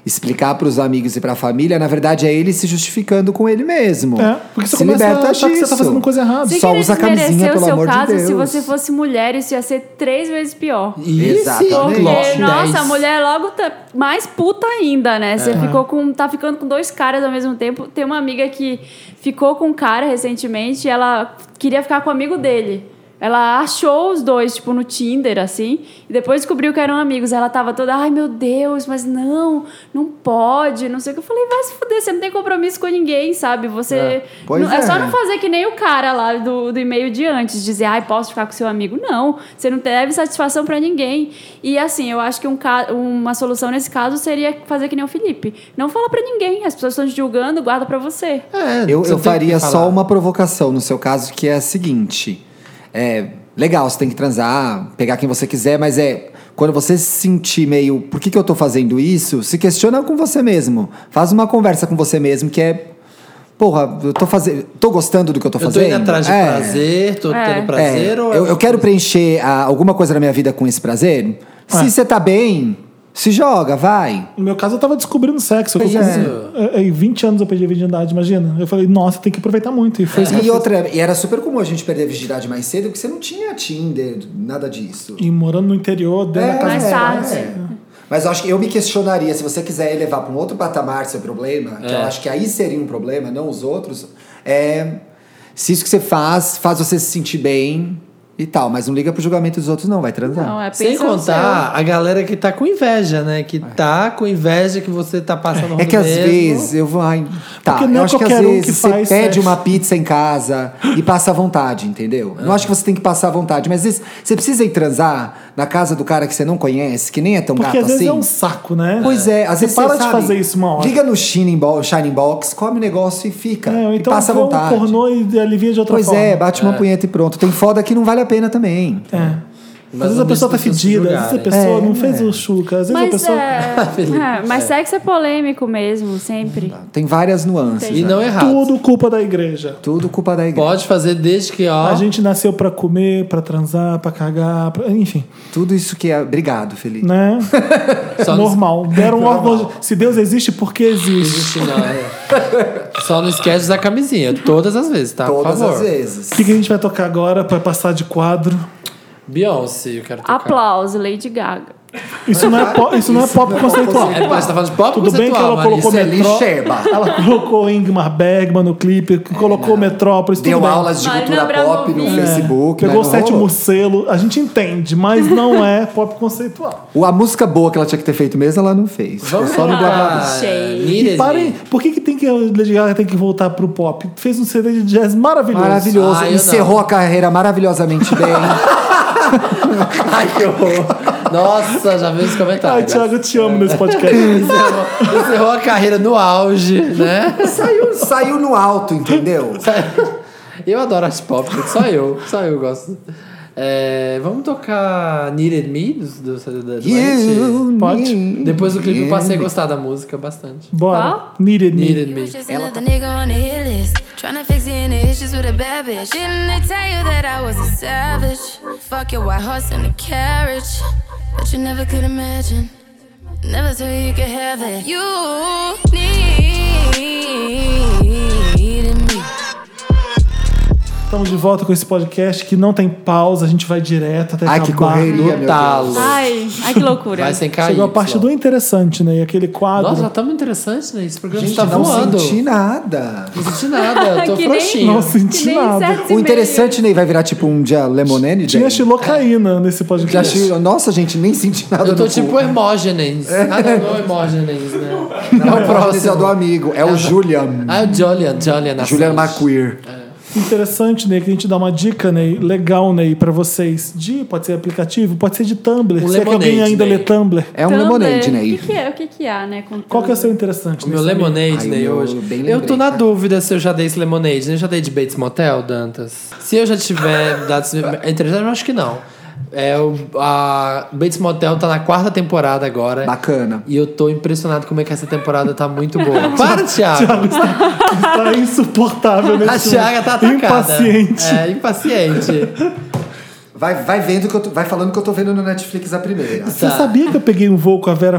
Speaker 2: explicar pros amigos e pra família, na verdade, é ele se justificando com ele mesmo.
Speaker 1: É, porque você
Speaker 2: se
Speaker 1: começa a
Speaker 2: liberta
Speaker 1: achar
Speaker 2: disso.
Speaker 1: que você tá fazendo coisa errada.
Speaker 3: Sem
Speaker 2: Só
Speaker 3: querer
Speaker 2: usa a
Speaker 3: desmerecer
Speaker 2: camisinha,
Speaker 3: o
Speaker 2: pelo
Speaker 3: seu
Speaker 2: amor de
Speaker 3: caso, Se
Speaker 2: Deus.
Speaker 3: você fosse mulher, isso ia ser três vezes pior.
Speaker 2: Exatamente.
Speaker 3: Porque,
Speaker 2: Logo
Speaker 3: nossa, a mulher logo tá mais puta ainda, né?
Speaker 2: É.
Speaker 3: Você ficou com. tá ficando com dois caras ao mesmo tempo. Tem uma amiga que ficou com um cara recentemente e ela queria ficar com o amigo dele. Ela achou os dois, tipo, no Tinder, assim, e depois descobriu que eram amigos. Ela tava toda, ai meu Deus, mas não, não pode, não sei o que. Eu falei, vai se fuder, você não tem compromisso com ninguém, sabe? Você.
Speaker 2: Pois
Speaker 3: não- é. só
Speaker 2: é.
Speaker 3: não fazer que nem o cara lá do, do e-mail de antes, dizer, ai, posso ficar com seu amigo. Não, você não deve satisfação pra ninguém. E assim, eu acho que um ca- uma solução nesse caso seria fazer que nem o Felipe. Não fala pra ninguém, as pessoas estão te julgando, guarda pra você.
Speaker 2: Eu,
Speaker 4: É, você
Speaker 2: eu
Speaker 4: tem
Speaker 2: faria
Speaker 4: que falar.
Speaker 2: só uma provocação no seu caso, que é a seguinte: é legal, você tem que transar, pegar quem você quiser, mas é. Quando você se sentir meio, por que, que eu tô fazendo isso? Se questiona com você mesmo. Faz uma conversa com você mesmo, que é. Porra, eu tô fazendo. Tô gostando do que eu tô
Speaker 4: Eu tô
Speaker 2: fazendo.
Speaker 4: indo atrás de
Speaker 2: É.
Speaker 4: prazer, tô
Speaker 3: É.
Speaker 4: tendo prazer
Speaker 2: É,
Speaker 4: ou...
Speaker 2: eu, eu quero preencher ah, alguma coisa na minha vida com esse prazer. Se você tá bem, se joga, vai.
Speaker 1: No meu caso, eu tava descobrindo sexo. Eu
Speaker 2: Pois
Speaker 1: com- é, Em 20 anos eu perdi a virgindade, imagina. Eu falei, nossa, tem que aproveitar muito. E foi isso que eu
Speaker 2: É, E
Speaker 1: fiz.
Speaker 2: outra, e era super comum a gente perder a virgindade mais cedo, porque você não tinha Tinder, nada disso.
Speaker 1: E morando no interior, dentro
Speaker 2: É.
Speaker 1: da casa.
Speaker 3: Mais tarde.
Speaker 2: Mas eu acho que eu me questionaria, se você quiser elevar para um outro patamar seu problema, que eu acho que aí seria um problema, não os outros, é se isso que você faz faz você se sentir bem e tal, mas não liga pro julgamento dos outros, não, vai transar.
Speaker 3: Não, é
Speaker 4: Sem
Speaker 3: pensa no
Speaker 4: contar a galera que tá com inveja, né? Que tá com inveja que você tá passando
Speaker 2: É que às
Speaker 4: mesmo.
Speaker 2: vezes eu vou. Ai, tá,
Speaker 1: Porque não
Speaker 2: eu
Speaker 1: é
Speaker 2: acho que às
Speaker 1: qualquer um
Speaker 2: vezes
Speaker 1: que
Speaker 2: você
Speaker 1: faz
Speaker 2: pede
Speaker 1: sexo.
Speaker 2: uma pizza em casa e passa à vontade, entendeu?
Speaker 1: Ah.
Speaker 2: Não acho que você tem que passar à vontade, mas às vezes você precisa ir transar na casa do cara que você não conhece, que nem é tão
Speaker 1: Porque
Speaker 2: gato
Speaker 1: às vezes
Speaker 2: assim.
Speaker 1: é um saco, né?
Speaker 2: Pois é, às
Speaker 1: você
Speaker 2: vezes
Speaker 1: para
Speaker 2: você
Speaker 1: de
Speaker 2: sabe,
Speaker 1: fazer isso uma hora.
Speaker 2: Liga no Shining Box, Shining Box, come o negócio e fica.
Speaker 1: É, ou
Speaker 2: e
Speaker 1: então
Speaker 2: passa à
Speaker 1: vê um
Speaker 2: vontade.
Speaker 1: pornô e alivia de outra
Speaker 2: pois
Speaker 1: forma.
Speaker 2: é, bate uma punheta e pronto. Tem foda que não vale a pena também.
Speaker 1: É. Às
Speaker 4: Mas
Speaker 1: vezes a
Speaker 4: não
Speaker 1: pessoa tá
Speaker 4: deixa as pessoas
Speaker 1: fedida, às vezes a
Speaker 4: julgarem.
Speaker 1: pessoa
Speaker 2: É,
Speaker 1: não fez
Speaker 2: é.
Speaker 1: o chuca, às vezes a
Speaker 3: Mas,
Speaker 1: pessoa.
Speaker 3: é, é, mas sexo é polêmico mesmo, sempre.
Speaker 2: Tem várias nuances.
Speaker 4: E
Speaker 2: né?
Speaker 4: não é errado.
Speaker 1: tá Tudo culpa da igreja.
Speaker 2: Tudo culpa da igreja.
Speaker 4: Pode fazer desde que, ó...
Speaker 2: Ah.
Speaker 1: A gente nasceu pra comer, pra transar, pra cagar, pra- enfim,
Speaker 2: Tudo isso que é. Obrigado, Felipe.
Speaker 1: né?
Speaker 4: Só não-
Speaker 1: Normal. Deram um órgão. Se Deus existe, por que existe?
Speaker 4: Existe, não, é. Só não esquece da camisinha. Todas as vezes, tá?
Speaker 2: Todas
Speaker 4: Por favor.
Speaker 2: as vezes.
Speaker 1: O que, que a gente vai tocar agora pra passar de quadro?
Speaker 4: Beyoncé, eu quero tocar.
Speaker 3: Aplauso, Lady Gaga.
Speaker 1: Isso não é pop, isso não é pop conceitual.
Speaker 4: É, mas você tá falando de pop
Speaker 1: Tudo bem que ela
Speaker 4: conceitual,
Speaker 1: colocou
Speaker 4: Marisa.
Speaker 2: Isso é
Speaker 1: metrô-
Speaker 2: lixerba.
Speaker 1: Ela colocou Ingmar Bergman no clipe, colocou Metrópolis, tudo
Speaker 2: Deu
Speaker 1: bem. É,
Speaker 2: aulas de
Speaker 3: Marina
Speaker 2: cultura pop
Speaker 4: um
Speaker 2: no
Speaker 3: Abramovic.
Speaker 2: Facebook.
Speaker 1: Pegou
Speaker 2: mas
Speaker 1: o
Speaker 2: não
Speaker 1: sétimo
Speaker 2: rolou.
Speaker 1: selo, a gente entende, mas não é pop conceitual.
Speaker 2: O- A música boa que ela tinha que ter feito mesmo, ela não fez. Ficou só no
Speaker 4: Ah,
Speaker 2: guardado.
Speaker 3: Cheio.
Speaker 4: Needed Me.
Speaker 1: Parem, por que, que tem que a Lady Gaga tem que voltar pro pop? Fez um CD de jazz maravilhoso.
Speaker 2: Maravilhoso.
Speaker 4: Ah, eu não.
Speaker 2: Encerrou a carreira maravilhosamente bem.
Speaker 4: Ai, que horror. Nossa, já vi os
Speaker 1: Ai,
Speaker 4: comentários.
Speaker 1: Thiago, eu te amo nesse podcast.
Speaker 4: Encerrou, encerrou a carreira no auge, né?
Speaker 2: saiu, saiu no alto, entendeu?
Speaker 4: Eu adoro as pop, só eu, só eu gosto. É, vamos tocar Needed Me do, do CD da Advent.
Speaker 2: You
Speaker 1: Pode?
Speaker 2: need-
Speaker 4: Depois do clipe eu passei a gostar da música bastante.
Speaker 1: Bora. Needed Me.
Speaker 4: Needed Me.
Speaker 8: was just another nigga on the hit list. Tryna fix any issues with a bad bitch. Didn't they tell you that I was a savage? Fuck your white horse and a carriage. But you never could imagine. Never thought you could have it. You needed me.
Speaker 1: Estamos de volta com esse podcast que não tem pausa, a gente vai direto até
Speaker 2: Ai, que
Speaker 1: acabar.
Speaker 2: correria, meu
Speaker 4: Talo.
Speaker 2: Deus.
Speaker 3: Ai, ai que loucura.
Speaker 4: Vai sem cair.
Speaker 1: Chegou a parte do interessante, né? E aquele quadro.
Speaker 4: Nossa, já tá muito interessante, né? Esse programa
Speaker 2: Gente,
Speaker 4: tá
Speaker 2: não
Speaker 4: voando.
Speaker 2: senti nada.
Speaker 4: Não senti nada, eu tô
Speaker 3: Que nem-
Speaker 4: frouxinho.
Speaker 1: não senti
Speaker 3: Que nem
Speaker 1: nada.
Speaker 3: sete e
Speaker 2: O
Speaker 3: meio.
Speaker 2: interessante, Ney, vai virar tipo um dia Lemonade
Speaker 1: Tinha
Speaker 2: Day?
Speaker 1: xilocaína nesse
Speaker 2: Já
Speaker 1: podcast.
Speaker 2: achei- Nossa, gente, nem senti nada
Speaker 4: Eu tô
Speaker 2: no
Speaker 4: tipo
Speaker 2: cu.
Speaker 4: Hermógenes. Ah, não, não é Hermógenes, né?
Speaker 2: Não,
Speaker 4: é o próximo.
Speaker 2: do amigo. É o Julian.
Speaker 4: Ah, é o Julian, Julian. na
Speaker 2: Julian
Speaker 4: frente.
Speaker 2: McQueer.
Speaker 1: Interessante, Ney, que a gente dá uma dica, Ney, legal, Ney, pra vocês. De, pode ser aplicativo, pode ser de Tumblr.
Speaker 4: Um
Speaker 1: se é que alguém
Speaker 4: Lemonade,
Speaker 1: ainda
Speaker 4: Ney.
Speaker 1: lê Tumblr.
Speaker 2: É um
Speaker 3: Tumblr,
Speaker 2: Lemonade,
Speaker 3: O
Speaker 2: Ney.
Speaker 3: que, que é, o que, que há, né? com
Speaker 1: Qual que é o seu
Speaker 3: Tumblr?
Speaker 1: interessante?
Speaker 4: O meu
Speaker 1: Ney, sabe?
Speaker 4: Lemonade
Speaker 2: Ai, o
Speaker 4: Day
Speaker 2: meu,
Speaker 4: hoje.
Speaker 2: eu bem
Speaker 4: Eu tô
Speaker 2: lembrei,
Speaker 4: na
Speaker 2: tá?
Speaker 4: dúvida se eu já dei esse Lemonade. né? Eu já dei de Bates Motel, Dantas? Se eu já tiver dado... esse- É interessante, eu acho que não. É, o, a Bates Motel tá na quarta temporada agora.
Speaker 2: Bacana.
Speaker 4: E eu tô impressionado como é que essa temporada tá muito boa. Para, Thiago!
Speaker 1: Tá insuportável
Speaker 4: A
Speaker 1: nesse
Speaker 4: Thiago tá atacada.
Speaker 1: Impaciente.
Speaker 4: É, impaciente.
Speaker 2: Vai, vai vendo que eu tô, vai falando que eu tô vendo no Netflix a primeira.
Speaker 1: Você
Speaker 4: Tá.
Speaker 1: sabia que eu peguei um voo com a Vera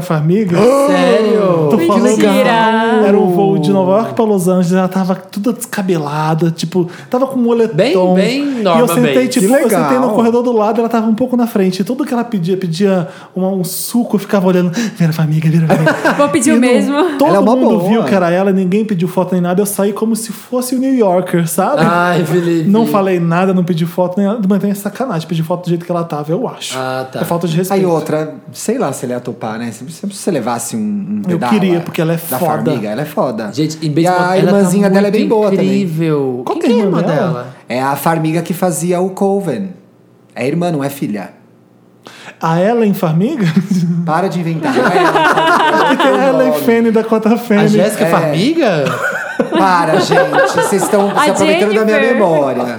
Speaker 1: Farmiga?
Speaker 4: Sério?
Speaker 1: Tô falando.
Speaker 3: Mentira!
Speaker 1: Era um voo de Nova York pra Los Angeles, ela tava toda descabelada, tipo, tava com um moletom.
Speaker 4: Bem- bem
Speaker 1: E eu
Speaker 4: Norma
Speaker 1: sentei,
Speaker 4: Bates.
Speaker 1: tipo,
Speaker 2: Que
Speaker 1: eu
Speaker 2: legal.
Speaker 1: sentei no corredor do lado, ela tava um pouco na frente. E tudo que ela pedia, pedia uma- um suco, eu ficava olhando, Vera Farmiga, Vera Farmiga.
Speaker 3: Vou pedir o
Speaker 1: E não-
Speaker 3: mesmo.
Speaker 1: Todo
Speaker 2: Ela é uma
Speaker 1: mundo
Speaker 2: boa.
Speaker 1: viu que era ela, ninguém pediu foto nem nada, eu saí como se fosse o New Yorker, sabe?
Speaker 4: Ai, Felipe.
Speaker 1: Não falei nada, não pedi foto nem nada, mas tem sacanagem pedir foto do jeito que ela tava, eu acho.
Speaker 4: Ah, tá.
Speaker 1: É falta de respeito.
Speaker 2: Aí outra, sei lá se ele ia topar, né? Se, se você levasse um, um
Speaker 1: Eu
Speaker 2: pedala
Speaker 1: queria, porque ela é
Speaker 2: da
Speaker 1: foda.
Speaker 2: Formiga, ela é foda.
Speaker 4: Gente, em vez
Speaker 2: e
Speaker 4: de
Speaker 2: a
Speaker 4: botar- ela
Speaker 2: irmãzinha
Speaker 4: tá
Speaker 2: dela é
Speaker 4: muito
Speaker 2: bem boa também.
Speaker 4: incrível.
Speaker 1: Qual
Speaker 4: Qual
Speaker 1: que
Speaker 4: que é
Speaker 1: é a
Speaker 4: a
Speaker 1: irmã
Speaker 4: irmã
Speaker 1: dela?
Speaker 4: dela?
Speaker 2: É a Farmiga que fazia o Coven. É irmã, não é filha.
Speaker 1: A Ellen Farmiga?
Speaker 2: Para de inventar. é Vai,
Speaker 1: a Ellen Fene da Cota Fene.
Speaker 4: A Jéssica
Speaker 2: é.
Speaker 4: Farmiga?
Speaker 2: Para, gente. Vocês estão se
Speaker 3: A
Speaker 2: aproveitando da minha
Speaker 3: Jennifer.
Speaker 2: memória.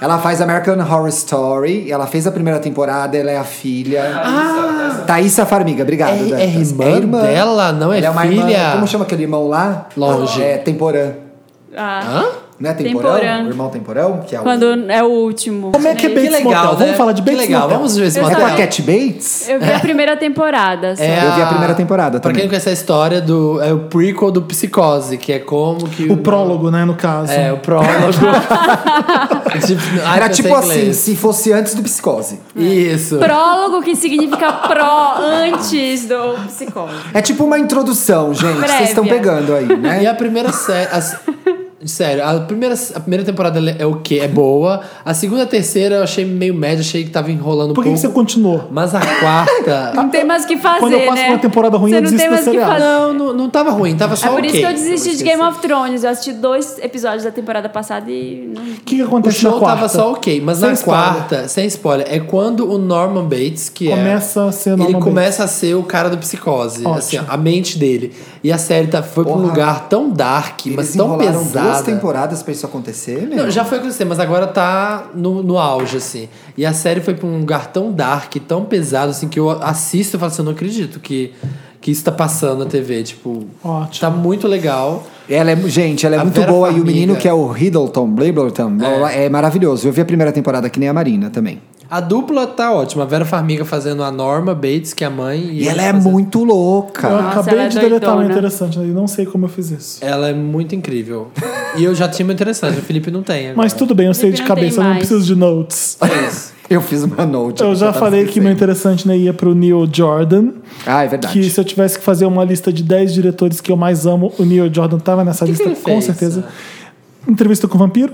Speaker 2: Ela faz American Horror Story. Ela fez a primeira temporada, ela é a filha. Ah, Thaísa Farmiga, obrigado.
Speaker 4: É-
Speaker 2: Dantas.
Speaker 4: é irmã dela, não é
Speaker 2: Ela uma
Speaker 4: filha?
Speaker 2: irmã- como chama aquele irmão lá?
Speaker 4: Longe.
Speaker 2: É Temporã.
Speaker 3: Ah,
Speaker 4: Hã?
Speaker 2: Não é Temporão?
Speaker 3: Temporã.
Speaker 2: O irmão Temporão? Que é, o-
Speaker 3: Quando é o último.
Speaker 1: Como é que é Bates Motel? Vamos falar de
Speaker 4: né? Que
Speaker 1: Bates
Speaker 4: legal,
Speaker 1: Motel.
Speaker 4: vamos ver esse
Speaker 2: é
Speaker 4: motel.
Speaker 2: com a Cat Bates?
Speaker 3: Eu vi a primeira temporada. só.
Speaker 4: É
Speaker 2: Eu vi a primeira temporada
Speaker 4: Pra
Speaker 2: também.
Speaker 4: quem não conhece a história, do, é o prequel do Psicose, que é como que...
Speaker 1: O prólogo, né, no caso.
Speaker 4: É, o prólogo. Tipo, ai,
Speaker 2: Era
Speaker 4: eu sei
Speaker 2: tipo assim,
Speaker 4: inglês.
Speaker 2: se fosse antes do Psicose.
Speaker 4: Isso.
Speaker 3: Prólogo que significa pró antes do psicólogo.
Speaker 2: É tipo uma introdução, gente. Vocês estão
Speaker 3: Prévia.
Speaker 2: pegando aí, né?
Speaker 4: E a primeira série. as- Sério, a primeira, a primeira temporada é o quê? É boa. A segunda e a terceira eu achei meio média, achei que tava enrolando um
Speaker 1: Por que,
Speaker 4: pouco.
Speaker 1: que você continuou?
Speaker 4: Mas a quarta.
Speaker 3: Não tem mais o que fazer,
Speaker 1: Quando eu passo
Speaker 3: né?
Speaker 1: por uma temporada ruim,
Speaker 3: Você
Speaker 1: eu
Speaker 3: não
Speaker 1: desisto
Speaker 3: tem
Speaker 1: da
Speaker 3: mais o que
Speaker 1: seriada.
Speaker 3: fazer.
Speaker 4: não, não, não tava ruim, tava só
Speaker 3: É por
Speaker 4: ok.
Speaker 3: isso que eu desisti de Game of Thrones. Eu assisti dois episódios da temporada passada e não
Speaker 1: O que, que
Speaker 4: O
Speaker 1: acontece na
Speaker 4: show
Speaker 1: quarta?
Speaker 4: tava só ok, mas
Speaker 1: Sem
Speaker 4: na
Speaker 1: spoiler.
Speaker 4: quarta, sem spoiler, é quando o Norman Bates, que
Speaker 1: Começa
Speaker 4: é,
Speaker 1: a ser
Speaker 4: Ele
Speaker 1: Norman
Speaker 4: começa a ser o cara do psicose,
Speaker 1: Ótimo.
Speaker 4: assim, ó, a mente dele. E a série tá, foi pra um
Speaker 2: Porra.
Speaker 4: lugar tão dark, mas
Speaker 2: Eles
Speaker 4: tão
Speaker 2: enrolaram duas
Speaker 4: pesada.
Speaker 2: temporadas pra isso acontecer, meu?
Speaker 4: Não, já foi acontecer, mas agora tá no, no auge, assim. E a série foi pra um lugar tão dark, tão pesado, assim, que eu assisto e falo assim, eu não acredito que, que isso tá passando na TV. Tipo,
Speaker 1: Ótimo.
Speaker 4: tá muito legal.
Speaker 2: Ela é, gente, ela é
Speaker 4: A
Speaker 2: muito
Speaker 4: Vera
Speaker 2: boa. E o
Speaker 4: Farmiga.
Speaker 2: menino que é o Hiddleton, Blibbleton, é. maravilhoso. Eu vi a primeira temporada que nem a Marina também.
Speaker 4: A dupla tá ótima. A Vera Farmiga fazendo a Norma Bates, que é a mãe.
Speaker 2: E, ela é
Speaker 4: fazendo-
Speaker 2: muito louca.
Speaker 1: Eu
Speaker 3: Nossa,
Speaker 1: acabei
Speaker 3: ela é
Speaker 1: de deletar um
Speaker 3: doidona.
Speaker 1: interessante, né? e não sei como eu fiz isso.
Speaker 4: Ela é muito incrível. e eu já tinha meu interessante, o Felipe não tem. Agora.
Speaker 1: Mas tudo bem, eu sei de
Speaker 3: Felipe não tem
Speaker 1: cabeça, eu não
Speaker 3: mais.
Speaker 1: preciso de notes.
Speaker 2: Eu fiz uma note.
Speaker 1: Eu
Speaker 2: aqui,
Speaker 1: já
Speaker 2: tava
Speaker 1: falei que meu
Speaker 2: esquecendo.
Speaker 1: interessante né, ia pro Neil Jordan.
Speaker 2: Ah, é verdade.
Speaker 1: Que se eu tivesse que fazer uma lista de 10 diretores que eu mais amo, o Neil Jordan tava nessa
Speaker 4: que
Speaker 1: lista,
Speaker 4: ele
Speaker 1: com
Speaker 4: fez? Ah.
Speaker 1: certeza. Entrevista com o Vampiro.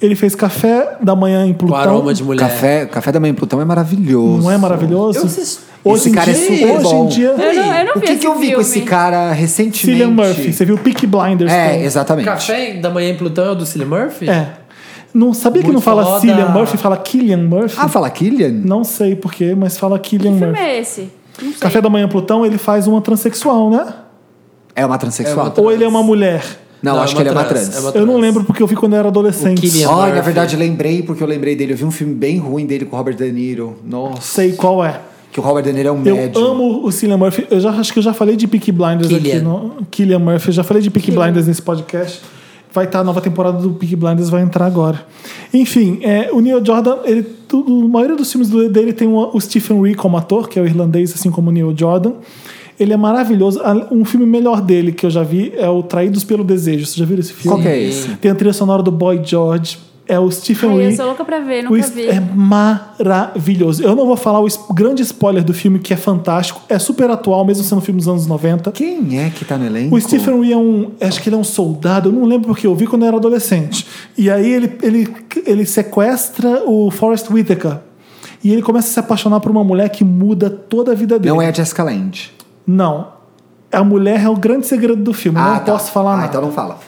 Speaker 1: Ele fez Café da Manhã em
Speaker 4: Com
Speaker 1: Plutão.
Speaker 4: aroma de mulher.
Speaker 2: Café, café da Manhã em Plutão é maravilhoso.
Speaker 1: Não é maravilhoso?
Speaker 4: Eu assisti-
Speaker 1: Hoje
Speaker 2: Esse
Speaker 1: em
Speaker 2: cara é
Speaker 1: dia,
Speaker 2: super
Speaker 1: hoje
Speaker 2: bom.
Speaker 1: em dia,
Speaker 3: Eu não, é. eu não
Speaker 2: o
Speaker 3: vi
Speaker 2: que,
Speaker 3: esse
Speaker 2: que eu vi com
Speaker 3: filme.
Speaker 2: esse cara recentemente?
Speaker 1: Cillian Murphy. Você viu Peak Blinders?
Speaker 2: É,
Speaker 1: com-
Speaker 2: exatamente.
Speaker 4: Café da Manhã em Plutão é o do Cillian Murphy?
Speaker 1: É. Não, sabia que
Speaker 4: Muito
Speaker 1: não fala
Speaker 4: foda.
Speaker 1: Cillian Murphy, fala Killian Murphy?
Speaker 2: Ah, fala Killian?
Speaker 1: Não sei porquê, mas fala Killian
Speaker 3: filme
Speaker 1: Murphy.
Speaker 3: é esse? Não sei.
Speaker 1: Café da Manhã Plutão, ele faz uma transexual, né?
Speaker 2: É uma transexual?
Speaker 4: É uma
Speaker 1: Ou ele é uma mulher?
Speaker 2: Não, acho que ele é uma trans.
Speaker 4: é uma
Speaker 1: Eu não
Speaker 4: trans.
Speaker 1: lembro porque eu vi quando eu era adolescente.
Speaker 4: O Cillian.
Speaker 2: Olha, na
Speaker 4: Murphy.
Speaker 2: verdade, lembrei porque eu lembrei dele. Eu vi um filme bem ruim dele com o Robert De Niro. Nossa.
Speaker 1: Sei qual é.
Speaker 2: Que o Robert De Niro é um
Speaker 1: Eu
Speaker 2: médium.
Speaker 1: amo o Cillian Murphy. Eu já, acho que eu já falei de Peaky Blinders aqui.
Speaker 4: Cillian.
Speaker 1: No, Cillian Murphy. Eu já falei de Peaky Blinders nesse podcast. Vai estar a nova temporada do Peaky Blinders, vai entrar agora. Enfim, é, o Neil Jordan, ele, tudo, a maioria dos filmes do- dele tem o, o Stephen Ree como ator, que é o irlandês, assim como o Neil Jordan. Ele é maravilhoso. A- Um filme melhor dele que eu já vi é o Traídos pelo Desejo. Você já viu esse filme?
Speaker 2: Qual que é esse?
Speaker 1: Tem a trilha sonora do Boy George. É o Stephen
Speaker 3: Ai,
Speaker 1: Ree.
Speaker 3: eu sou louca pra ver,
Speaker 1: O
Speaker 3: nunca
Speaker 1: es-
Speaker 3: vi.
Speaker 1: É maravilhoso. Eu não vou falar o es- grande spoiler do filme, que é fantástico. É super atual, mesmo sendo um filme dos anos 90.
Speaker 2: Quem é que tá no elenco?
Speaker 1: O Stephen Ree é um. Acho que ele é um soldado, eu não lembro porque eu vi quando eu era adolescente. E aí ele, ele, ele sequestra o Forrest Whitaker. E ele começa a se apaixonar por uma mulher que muda toda a vida dele.
Speaker 2: Não é a Jessica Lange.
Speaker 1: Não. A mulher é o grande segredo do filme. não
Speaker 2: tá.
Speaker 1: posso falar
Speaker 2: ah,
Speaker 1: nada.
Speaker 2: então não fala.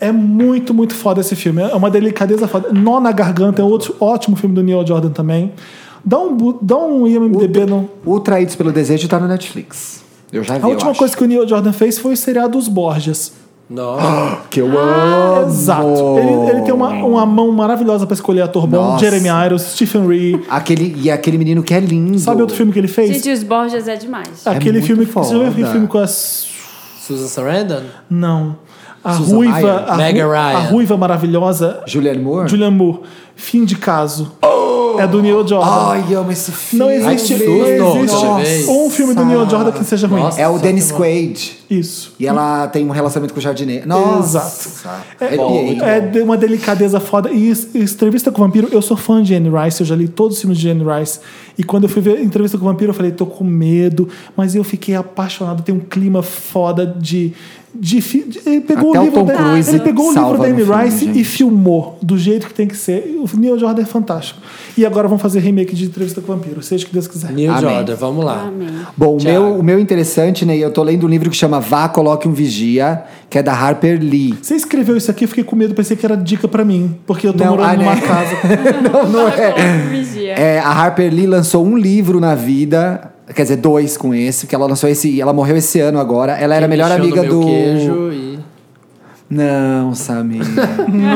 Speaker 1: É muito, muito foda esse filme. É uma delicadeza foda. Nó na Garganta é outro ótimo filme do Neil Jordan também. Dá um, bu- dá um IMDB no.
Speaker 2: O Traídos pelo Desejo tá no Netflix. Eu já vi,
Speaker 1: A última
Speaker 2: eu
Speaker 1: coisa
Speaker 2: acho.
Speaker 1: que o Neil Jordan fez foi o seriado Os Borgias.
Speaker 4: Nossa.
Speaker 2: que eu amo.
Speaker 1: Exato. Ele, ele tem uma, uma mão maravilhosa pra escolher ator bom.
Speaker 2: Nossa.
Speaker 1: Jeremy Irons, Stephen Ree.
Speaker 2: Ah! Aquele, e aquele menino que é lindo.
Speaker 1: Sabe outro filme que ele fez?
Speaker 3: Gente, os Borges é demais.
Speaker 1: Aquele
Speaker 2: muito
Speaker 1: filme. Você já viu
Speaker 2: foda.
Speaker 1: aquele filme com as.
Speaker 4: Susan Sarandon?
Speaker 1: Não. A
Speaker 2: Susan
Speaker 1: ruiva.
Speaker 2: Ryan?
Speaker 1: A, ru-
Speaker 4: Meg Ryan.
Speaker 1: a ruiva maravilhosa.
Speaker 2: Julianne Moore?
Speaker 1: Julian Moore. Fim de caso. é do Neil Jordan.
Speaker 2: Ai, amo esse filme.
Speaker 1: não existe,
Speaker 4: que
Speaker 1: não
Speaker 4: susto,
Speaker 1: existe
Speaker 4: talvez.
Speaker 1: um filme do Neil Jordan que seja ruim.
Speaker 4: Nossa.
Speaker 2: É o Dennis Quaid.
Speaker 1: Isso.
Speaker 2: E ela tem um relacionamento com o jardineiro. Nossa.
Speaker 1: É,
Speaker 2: Arrepiei.
Speaker 1: é de uma delicadeza foda. E es- entrevista com o vampiro, eu sou fã de Anne Rice, eu já li todos os filmes de Anne Rice. E quando eu fui ver entrevista com o vampiro, eu falei, tô com medo, mas eu fiquei apaixonado, tem um clima foda de. de, fi- de- ele pegou
Speaker 2: Até
Speaker 1: o
Speaker 2: o
Speaker 1: livro
Speaker 2: Tom
Speaker 1: da,
Speaker 2: Cruise
Speaker 1: ele pegou o livro
Speaker 2: salva
Speaker 1: da
Speaker 2: no
Speaker 1: Anne
Speaker 2: filme,
Speaker 1: Rice e
Speaker 2: gente.
Speaker 1: filmou do jeito que tem que ser. O Neil Jordan é fantástico. E agora vão fazer remake de entrevista com o vampiro, seja o que Deus quiser.
Speaker 4: Neil
Speaker 2: Amém.
Speaker 4: Jordan, vamos lá.
Speaker 2: Bom, o
Speaker 4: Thiago.
Speaker 2: meu, o meu interessante, né? Eu tô lendo um livro que chama Vá, Coloque um Vigia, que é da Harper Lee.
Speaker 1: Você escreveu isso aqui, eu fiquei com medo, pensei que era dica pra mim, porque eu tô
Speaker 2: Não,
Speaker 1: morando
Speaker 2: ah, né?
Speaker 1: numa casa.
Speaker 2: não, não
Speaker 3: Vai
Speaker 2: é.
Speaker 3: colocar um vigia.
Speaker 2: É, a Harper Lee lançou um livro na vida, quer dizer, dois com esse, porque ela lançou esse, ela morreu esse ano agora. Ela era a melhor
Speaker 4: Bichão
Speaker 2: amiga
Speaker 4: meu
Speaker 2: do
Speaker 4: Queijo e...
Speaker 2: Não, Samir.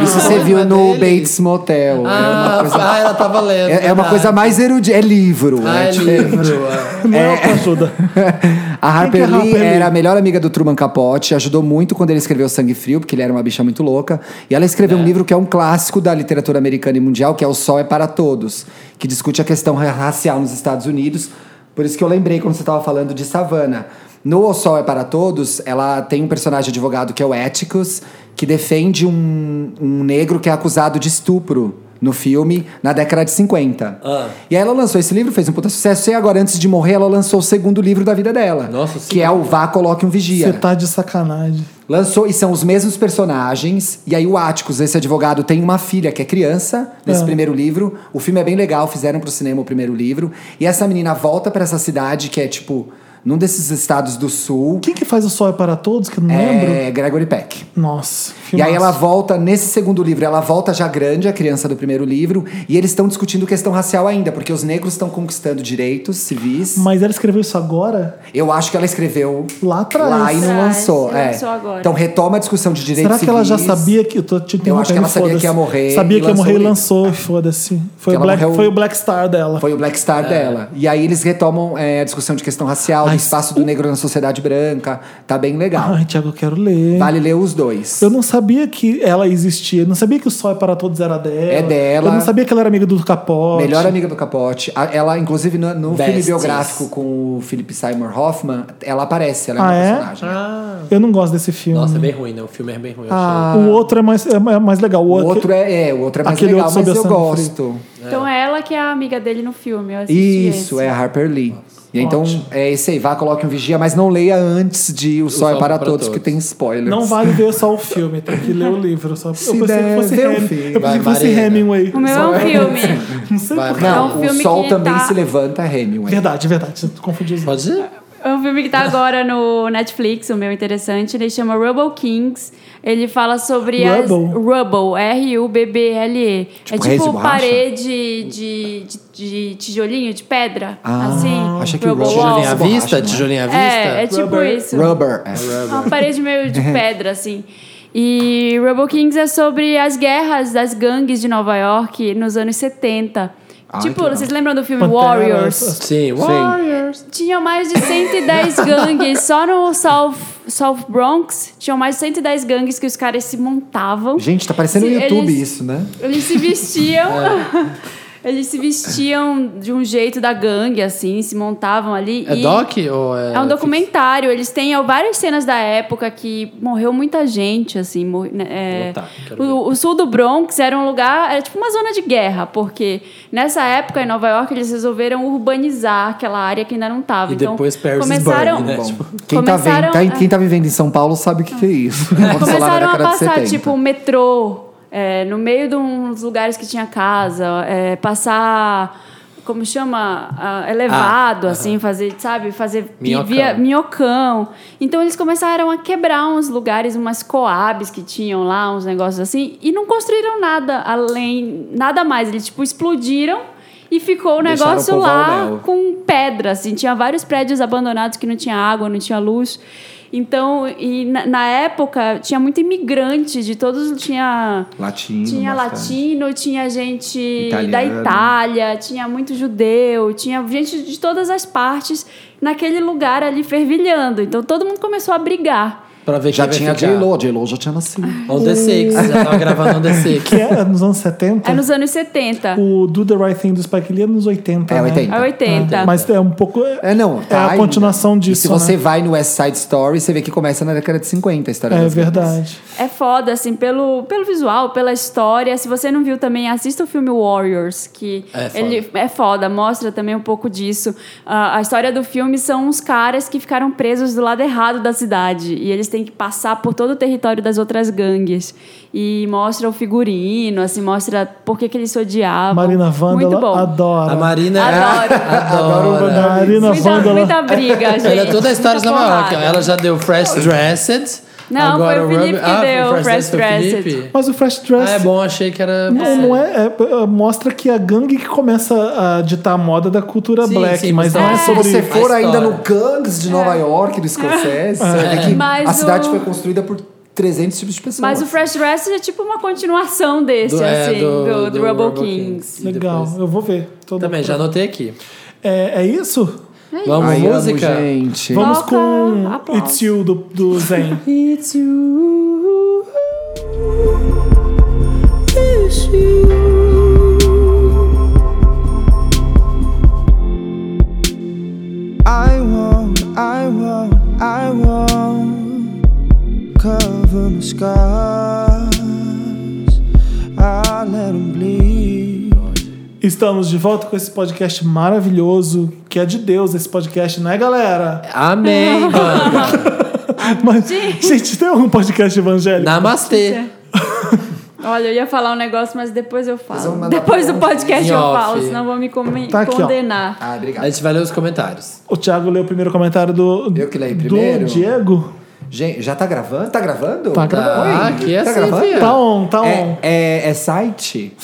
Speaker 2: Isso você viu
Speaker 4: mas
Speaker 2: no
Speaker 4: dele?
Speaker 2: Bates Motel.
Speaker 4: ah, ah, ela tava lendo.
Speaker 2: é, uma, é- é uma
Speaker 4: verdade.
Speaker 2: coisa mais erudita, é livro,
Speaker 4: Ah,
Speaker 2: né?
Speaker 4: é
Speaker 2: Tipo,
Speaker 4: livro. é.
Speaker 1: Não é ajuda.
Speaker 2: a
Speaker 1: Quem que é a
Speaker 2: Harper Lee
Speaker 1: Harper Lee?
Speaker 2: era a melhor amiga do Truman Capote, ajudou muito quando ele escreveu Sangue Frio, porque ele era uma bicha muito louca. E ela escreveu um livro que é um clássico da literatura americana e mundial, que é O Sol é para Todos, que discute a questão ra- racial nos Estados Unidos. Por isso que eu lembrei quando você estava falando de Savannah. No O Sol é para Todos, ela tem um personagem advogado que é o Éticos, que defende um, um negro que é acusado de estupro no filme na década de 50.
Speaker 4: Ah.
Speaker 2: E aí ela lançou esse livro, fez um puta sucesso, e agora, antes de morrer, ela lançou o segundo livro da vida dela.
Speaker 4: Nossa
Speaker 2: que é o Vá, Coloque um Vigia.
Speaker 1: Você tá de sacanagem.
Speaker 2: Lançou, e são os mesmos personagens. E aí o Áticos, esse advogado, tem uma filha que é criança, nesse
Speaker 1: Ah.
Speaker 2: primeiro livro. O filme é bem legal, fizeram pro cinema o primeiro livro. E essa menina volta pra essa cidade, que é tipo, num desses estados do sul.
Speaker 1: Quem que faz o Sol é para Todos, que eu não lembro?
Speaker 2: É Gregory Peck.
Speaker 1: Nossa.
Speaker 2: E aí
Speaker 1: filmaço.
Speaker 2: ela volta nesse segundo livro, ela volta já grande, a criança do primeiro livro, e eles estão discutindo questão racial ainda, porque os negros estão conquistando direitos civis.
Speaker 1: Mas ela escreveu isso agora?
Speaker 2: Eu acho que ela escreveu
Speaker 1: Lá atrás.
Speaker 2: lá e não
Speaker 3: Atrás,
Speaker 2: lançou. É.
Speaker 3: Ah, lançou agora.
Speaker 2: Então retoma a discussão de direitos
Speaker 1: Será que ela já
Speaker 2: civis.
Speaker 1: sabia que. Eu tô te
Speaker 2: Eu acho que ela
Speaker 1: interrompendo,
Speaker 2: sabia que ia
Speaker 1: foda-se.
Speaker 2: morrer
Speaker 1: Sabia
Speaker 2: e
Speaker 1: que ia
Speaker 2: lançou
Speaker 1: morrer
Speaker 2: o
Speaker 1: e
Speaker 2: livro.
Speaker 1: lançou, e foda-se. Foi, o
Speaker 2: ela
Speaker 1: Black-
Speaker 2: morreu-
Speaker 1: foi o Black Star dela.
Speaker 2: Foi o Black Star dela. E aí eles retomam é, a discussão de questão racial,
Speaker 1: Ai,
Speaker 2: do espaço do negro na sociedade branca. Tá bem legal.
Speaker 1: Ai, Thiago, eu quero ler.
Speaker 2: Vale ler os dois.
Speaker 1: Eu não sabia que ela existia. Eu não sabia que o Sol é para Todos era dela.
Speaker 2: É dela.
Speaker 1: Eu não sabia que ela era amiga do Capote.
Speaker 2: Melhor amiga do Capote. A- Ela, inclusive, no, no filme
Speaker 4: Besties.
Speaker 2: biográfico com o Philip Seymour Hoffman, ela aparece, ela é
Speaker 1: Ah,
Speaker 2: uma
Speaker 1: é?
Speaker 2: personagem.
Speaker 1: Eu não gosto desse filme.
Speaker 4: Ah. Nossa, é bem ruim, né? O filme é bem ruim. eu
Speaker 2: Ah.
Speaker 1: O outro é mais, é é mais legal. O
Speaker 2: O
Speaker 1: outro,
Speaker 2: outro é, é, o outro é mais
Speaker 1: Aquele
Speaker 2: legal,
Speaker 1: outro
Speaker 2: mas
Speaker 1: sobre
Speaker 2: eu
Speaker 1: o sangue
Speaker 2: gosto.
Speaker 3: Então é ela que é a amiga dele no filme. Eu assisti
Speaker 2: Isso,
Speaker 3: esse.
Speaker 2: é a Harper Lee. E então,
Speaker 1: Ótimo.
Speaker 2: é esse aí. Vá, coloque um vigia, mas não leia antes de O Sol é para, todos, que tem spoilers.
Speaker 1: é Não vale ver só o filme, tem que ler o livro. Só.
Speaker 2: Se
Speaker 1: eu pensei que
Speaker 2: der,
Speaker 1: fosse,
Speaker 2: vê o
Speaker 1: Hem-
Speaker 2: filme.
Speaker 1: eu pensei
Speaker 4: Vai,
Speaker 1: que fosse
Speaker 4: Marina.
Speaker 1: Hemingway.
Speaker 3: O meu é um filme.
Speaker 1: Não sei
Speaker 4: Vai,
Speaker 1: por quê.
Speaker 4: vai.
Speaker 2: Não,
Speaker 3: É um filme
Speaker 2: o sol
Speaker 3: que
Speaker 2: também
Speaker 3: tá-
Speaker 2: se levanta, Hemingway.
Speaker 1: Verdade, verdade. Confundi os
Speaker 4: acho. Pode ir?
Speaker 3: É um filme que tá agora no Netflix, o meu interessante. Ele chama Rubble Kings. Ele fala sobre as.
Speaker 1: Rubble?
Speaker 3: Rubble, R-U-B-B-L-E. é
Speaker 2: reis de
Speaker 3: tipo
Speaker 2: borracha?
Speaker 3: parede de, de- de tijolinho, de pedra. assim.
Speaker 2: Ah, achei que
Speaker 3: Rubble
Speaker 2: rubble-
Speaker 3: wall.
Speaker 4: Tijolinho à
Speaker 2: Nossa, borracha,
Speaker 4: vista?
Speaker 2: não é?
Speaker 4: Tijolinho à vista?
Speaker 3: né? É, é tipo
Speaker 1: Rubber.
Speaker 3: isso.
Speaker 2: Rubber. é.
Speaker 3: Uma parede meio de pedra, assim. E Rebel Kings é sobre as guerras das gangues de Nova York nos anos 70.
Speaker 2: Ah, que
Speaker 3: tipo,
Speaker 2: legal.
Speaker 3: vocês lembram do filme
Speaker 1: Pantera,
Speaker 3: Warriors?
Speaker 4: Sim, uau.
Speaker 3: Tinham mais de 110 gangues só no South, South Bronx. Tinham mais de 110 gangues que os caras se montavam.
Speaker 2: Gente, tá parecendo
Speaker 3: Se
Speaker 2: no YouTube
Speaker 3: eles-
Speaker 2: isso, né?
Speaker 3: Eles se vestiam. Eles se vestiam de um jeito da gangue, assim, se montavam ali.
Speaker 4: É
Speaker 3: e-
Speaker 4: doc ou é...
Speaker 3: é um documentário, eles têm ó, várias cenas da época que morreu muita gente, assim. mor- né, é,
Speaker 4: Opa, quero ver.
Speaker 3: o, o sul do Bronx era um lugar, era tipo uma zona de guerra, porque nessa época em Nova York eles resolveram urbanizar aquela área que ainda não estava.
Speaker 4: E
Speaker 3: então,
Speaker 4: depois Paris is
Speaker 3: começaram, é.
Speaker 4: Burning, né?
Speaker 2: Bom,
Speaker 4: Tipo,
Speaker 2: quem, tá vendo, tá, em- quem tá vivendo em São Paulo sabe o que, que é isso. Aconteceu lá na
Speaker 3: Começaram a
Speaker 2: década de
Speaker 3: passar,
Speaker 2: 70.
Speaker 3: tipo, metrô é, no meio de uns lugares que tinha casa, é, passar. Como chama? Ah, elevado, assim, fazer, sabe? Fazer
Speaker 4: Minhocão.
Speaker 3: minhocão. Então eles começaram a quebrar uns lugares, umas coabs que tinham lá, uns negócios assim, e não construíram nada além, nada mais. Eles, tipo, explodiram e ficou o
Speaker 2: Deixaram
Speaker 3: negócio
Speaker 2: povoar o
Speaker 3: lá
Speaker 2: Léo.
Speaker 3: com pedra, assim. Tinha vários prédios abandonados que não tinha água, não tinha luz. Então, e na, na época, tinha muito imigrante de todos... Tinha,
Speaker 2: Latino.
Speaker 3: tinha
Speaker 2: bastante.
Speaker 3: latino, tinha gente da
Speaker 2: Italiano.
Speaker 3: Itália, tinha muito judeu, tinha gente de todas as partes naquele lugar ali fervilhando. Então, todo mundo começou a brigar.
Speaker 4: Pra ver
Speaker 2: Já
Speaker 4: quem
Speaker 2: tinha Uh.
Speaker 4: vai ficar.
Speaker 2: J-Lo, a J-Lo já tinha nascido.
Speaker 4: On The Six, já tava gravando On The Six.
Speaker 1: Que é nos anos 70.
Speaker 3: É nos anos 70.
Speaker 1: O Do The Right Thing do Spike Lee é nos 80.
Speaker 2: É,
Speaker 1: né?
Speaker 2: 80.
Speaker 3: É 80.
Speaker 1: Mas é um pouco. É,
Speaker 2: É, não.
Speaker 1: é a
Speaker 2: ainda.
Speaker 1: continuação disso.
Speaker 2: E se você
Speaker 1: né?
Speaker 2: vai no West Side Story, você vê que começa na década de 50 a história
Speaker 1: É
Speaker 2: das bandas.
Speaker 1: verdade.
Speaker 3: É foda, assim, pelo, pelo visual, pela história. Se você não viu também, assista o filme Warriors, que
Speaker 4: É foda.
Speaker 3: ele é foda, mostra também um pouco disso. Ah, a história do filme são uns caras que ficaram presos do lado errado da cidade. E eles têm que passar por todo o território das outras gangues. E mostra o figurino, assim, mostra por que, que eles se odiavam.
Speaker 1: Marina
Speaker 3: Muito Tá bom.
Speaker 1: Vândala adora.
Speaker 4: A Marina é-
Speaker 3: Adoro.
Speaker 4: adora.
Speaker 1: Marina
Speaker 3: Muita,
Speaker 1: Vândala.
Speaker 3: muita briga, gente.
Speaker 4: Ela é toda a história de
Speaker 3: Muita
Speaker 4: Nova York.
Speaker 3: porrada.
Speaker 4: Ela é já deu Fresh Dressed.
Speaker 3: Não,
Speaker 4: agora
Speaker 3: foi o Felipe que
Speaker 4: Rubber-
Speaker 3: deu
Speaker 4: foi o
Speaker 3: Fresh
Speaker 4: Dressed foi o
Speaker 3: Dressed.
Speaker 4: Felipe.
Speaker 1: Mas o Fresh Dress.
Speaker 4: Ah, é bom, achei que era.
Speaker 1: Não, não é, é- é- Mostra que a gangue que começa a ditar a moda da cultura
Speaker 4: Sim,
Speaker 1: black,
Speaker 4: sim,
Speaker 1: mas
Speaker 4: você-
Speaker 1: não
Speaker 3: Então
Speaker 1: é,
Speaker 4: É.
Speaker 2: Se
Speaker 1: sobre.
Speaker 2: você
Speaker 4: A
Speaker 2: for
Speaker 4: história.
Speaker 2: ainda no Gangs de Nova York, do Scorsese, você vai ver que
Speaker 3: É. Mas
Speaker 2: a cidade
Speaker 3: o-
Speaker 2: foi construída por 300 tipos de pessoas.
Speaker 3: Mas o Fresh Dress é tipo uma continuação desse,
Speaker 4: Do- é,
Speaker 3: assim,
Speaker 4: do-
Speaker 3: do, do,
Speaker 4: do
Speaker 3: Rebel
Speaker 4: Rebel
Speaker 3: Kings.
Speaker 4: Kings.
Speaker 1: Legal,
Speaker 4: depois-
Speaker 1: eu vou ver. Tô
Speaker 4: Também,
Speaker 1: no-
Speaker 4: já anotei aqui.
Speaker 1: É, é isso?
Speaker 4: Vamos,
Speaker 2: Ai, amo,
Speaker 4: música.
Speaker 2: gente.
Speaker 1: Vamos
Speaker 3: Toca,
Speaker 1: com
Speaker 3: aplausos.
Speaker 1: It's You do, do Zen.
Speaker 4: It's you.
Speaker 9: I won't, I won't, I won't cover my scars. I'll let 'em bleed.
Speaker 1: Estamos de volta com esse podcast maravilhoso, que é de Deus esse podcast, né, galera?
Speaker 4: Amém, mano.
Speaker 1: Mas, gente, tem algum podcast evangélico?
Speaker 4: Namastê.
Speaker 3: Olha, eu ia falar um negócio, mas depois eu
Speaker 2: eu vou
Speaker 3: falo.
Speaker 2: mandar
Speaker 3: Depois do
Speaker 2: pra
Speaker 3: podcast
Speaker 4: Em
Speaker 3: eu
Speaker 4: off.
Speaker 3: falo, senão vão me come-
Speaker 1: Tá aqui, ó.
Speaker 3: condenar.
Speaker 2: Ah, obrigado.
Speaker 4: A gente vai ler os comentários.
Speaker 1: O Thiago leu o primeiro comentário do.
Speaker 2: Eu que leio
Speaker 1: do
Speaker 2: primeiro?
Speaker 1: Diego?
Speaker 2: Gente, já tá gravando? Tá gravando?
Speaker 1: Tá gravando.
Speaker 2: Oi?
Speaker 4: Ah, aqui é
Speaker 2: tá
Speaker 4: assim,
Speaker 2: gravando?
Speaker 4: filha.
Speaker 1: Tá on, tá on.
Speaker 2: É, é- é site?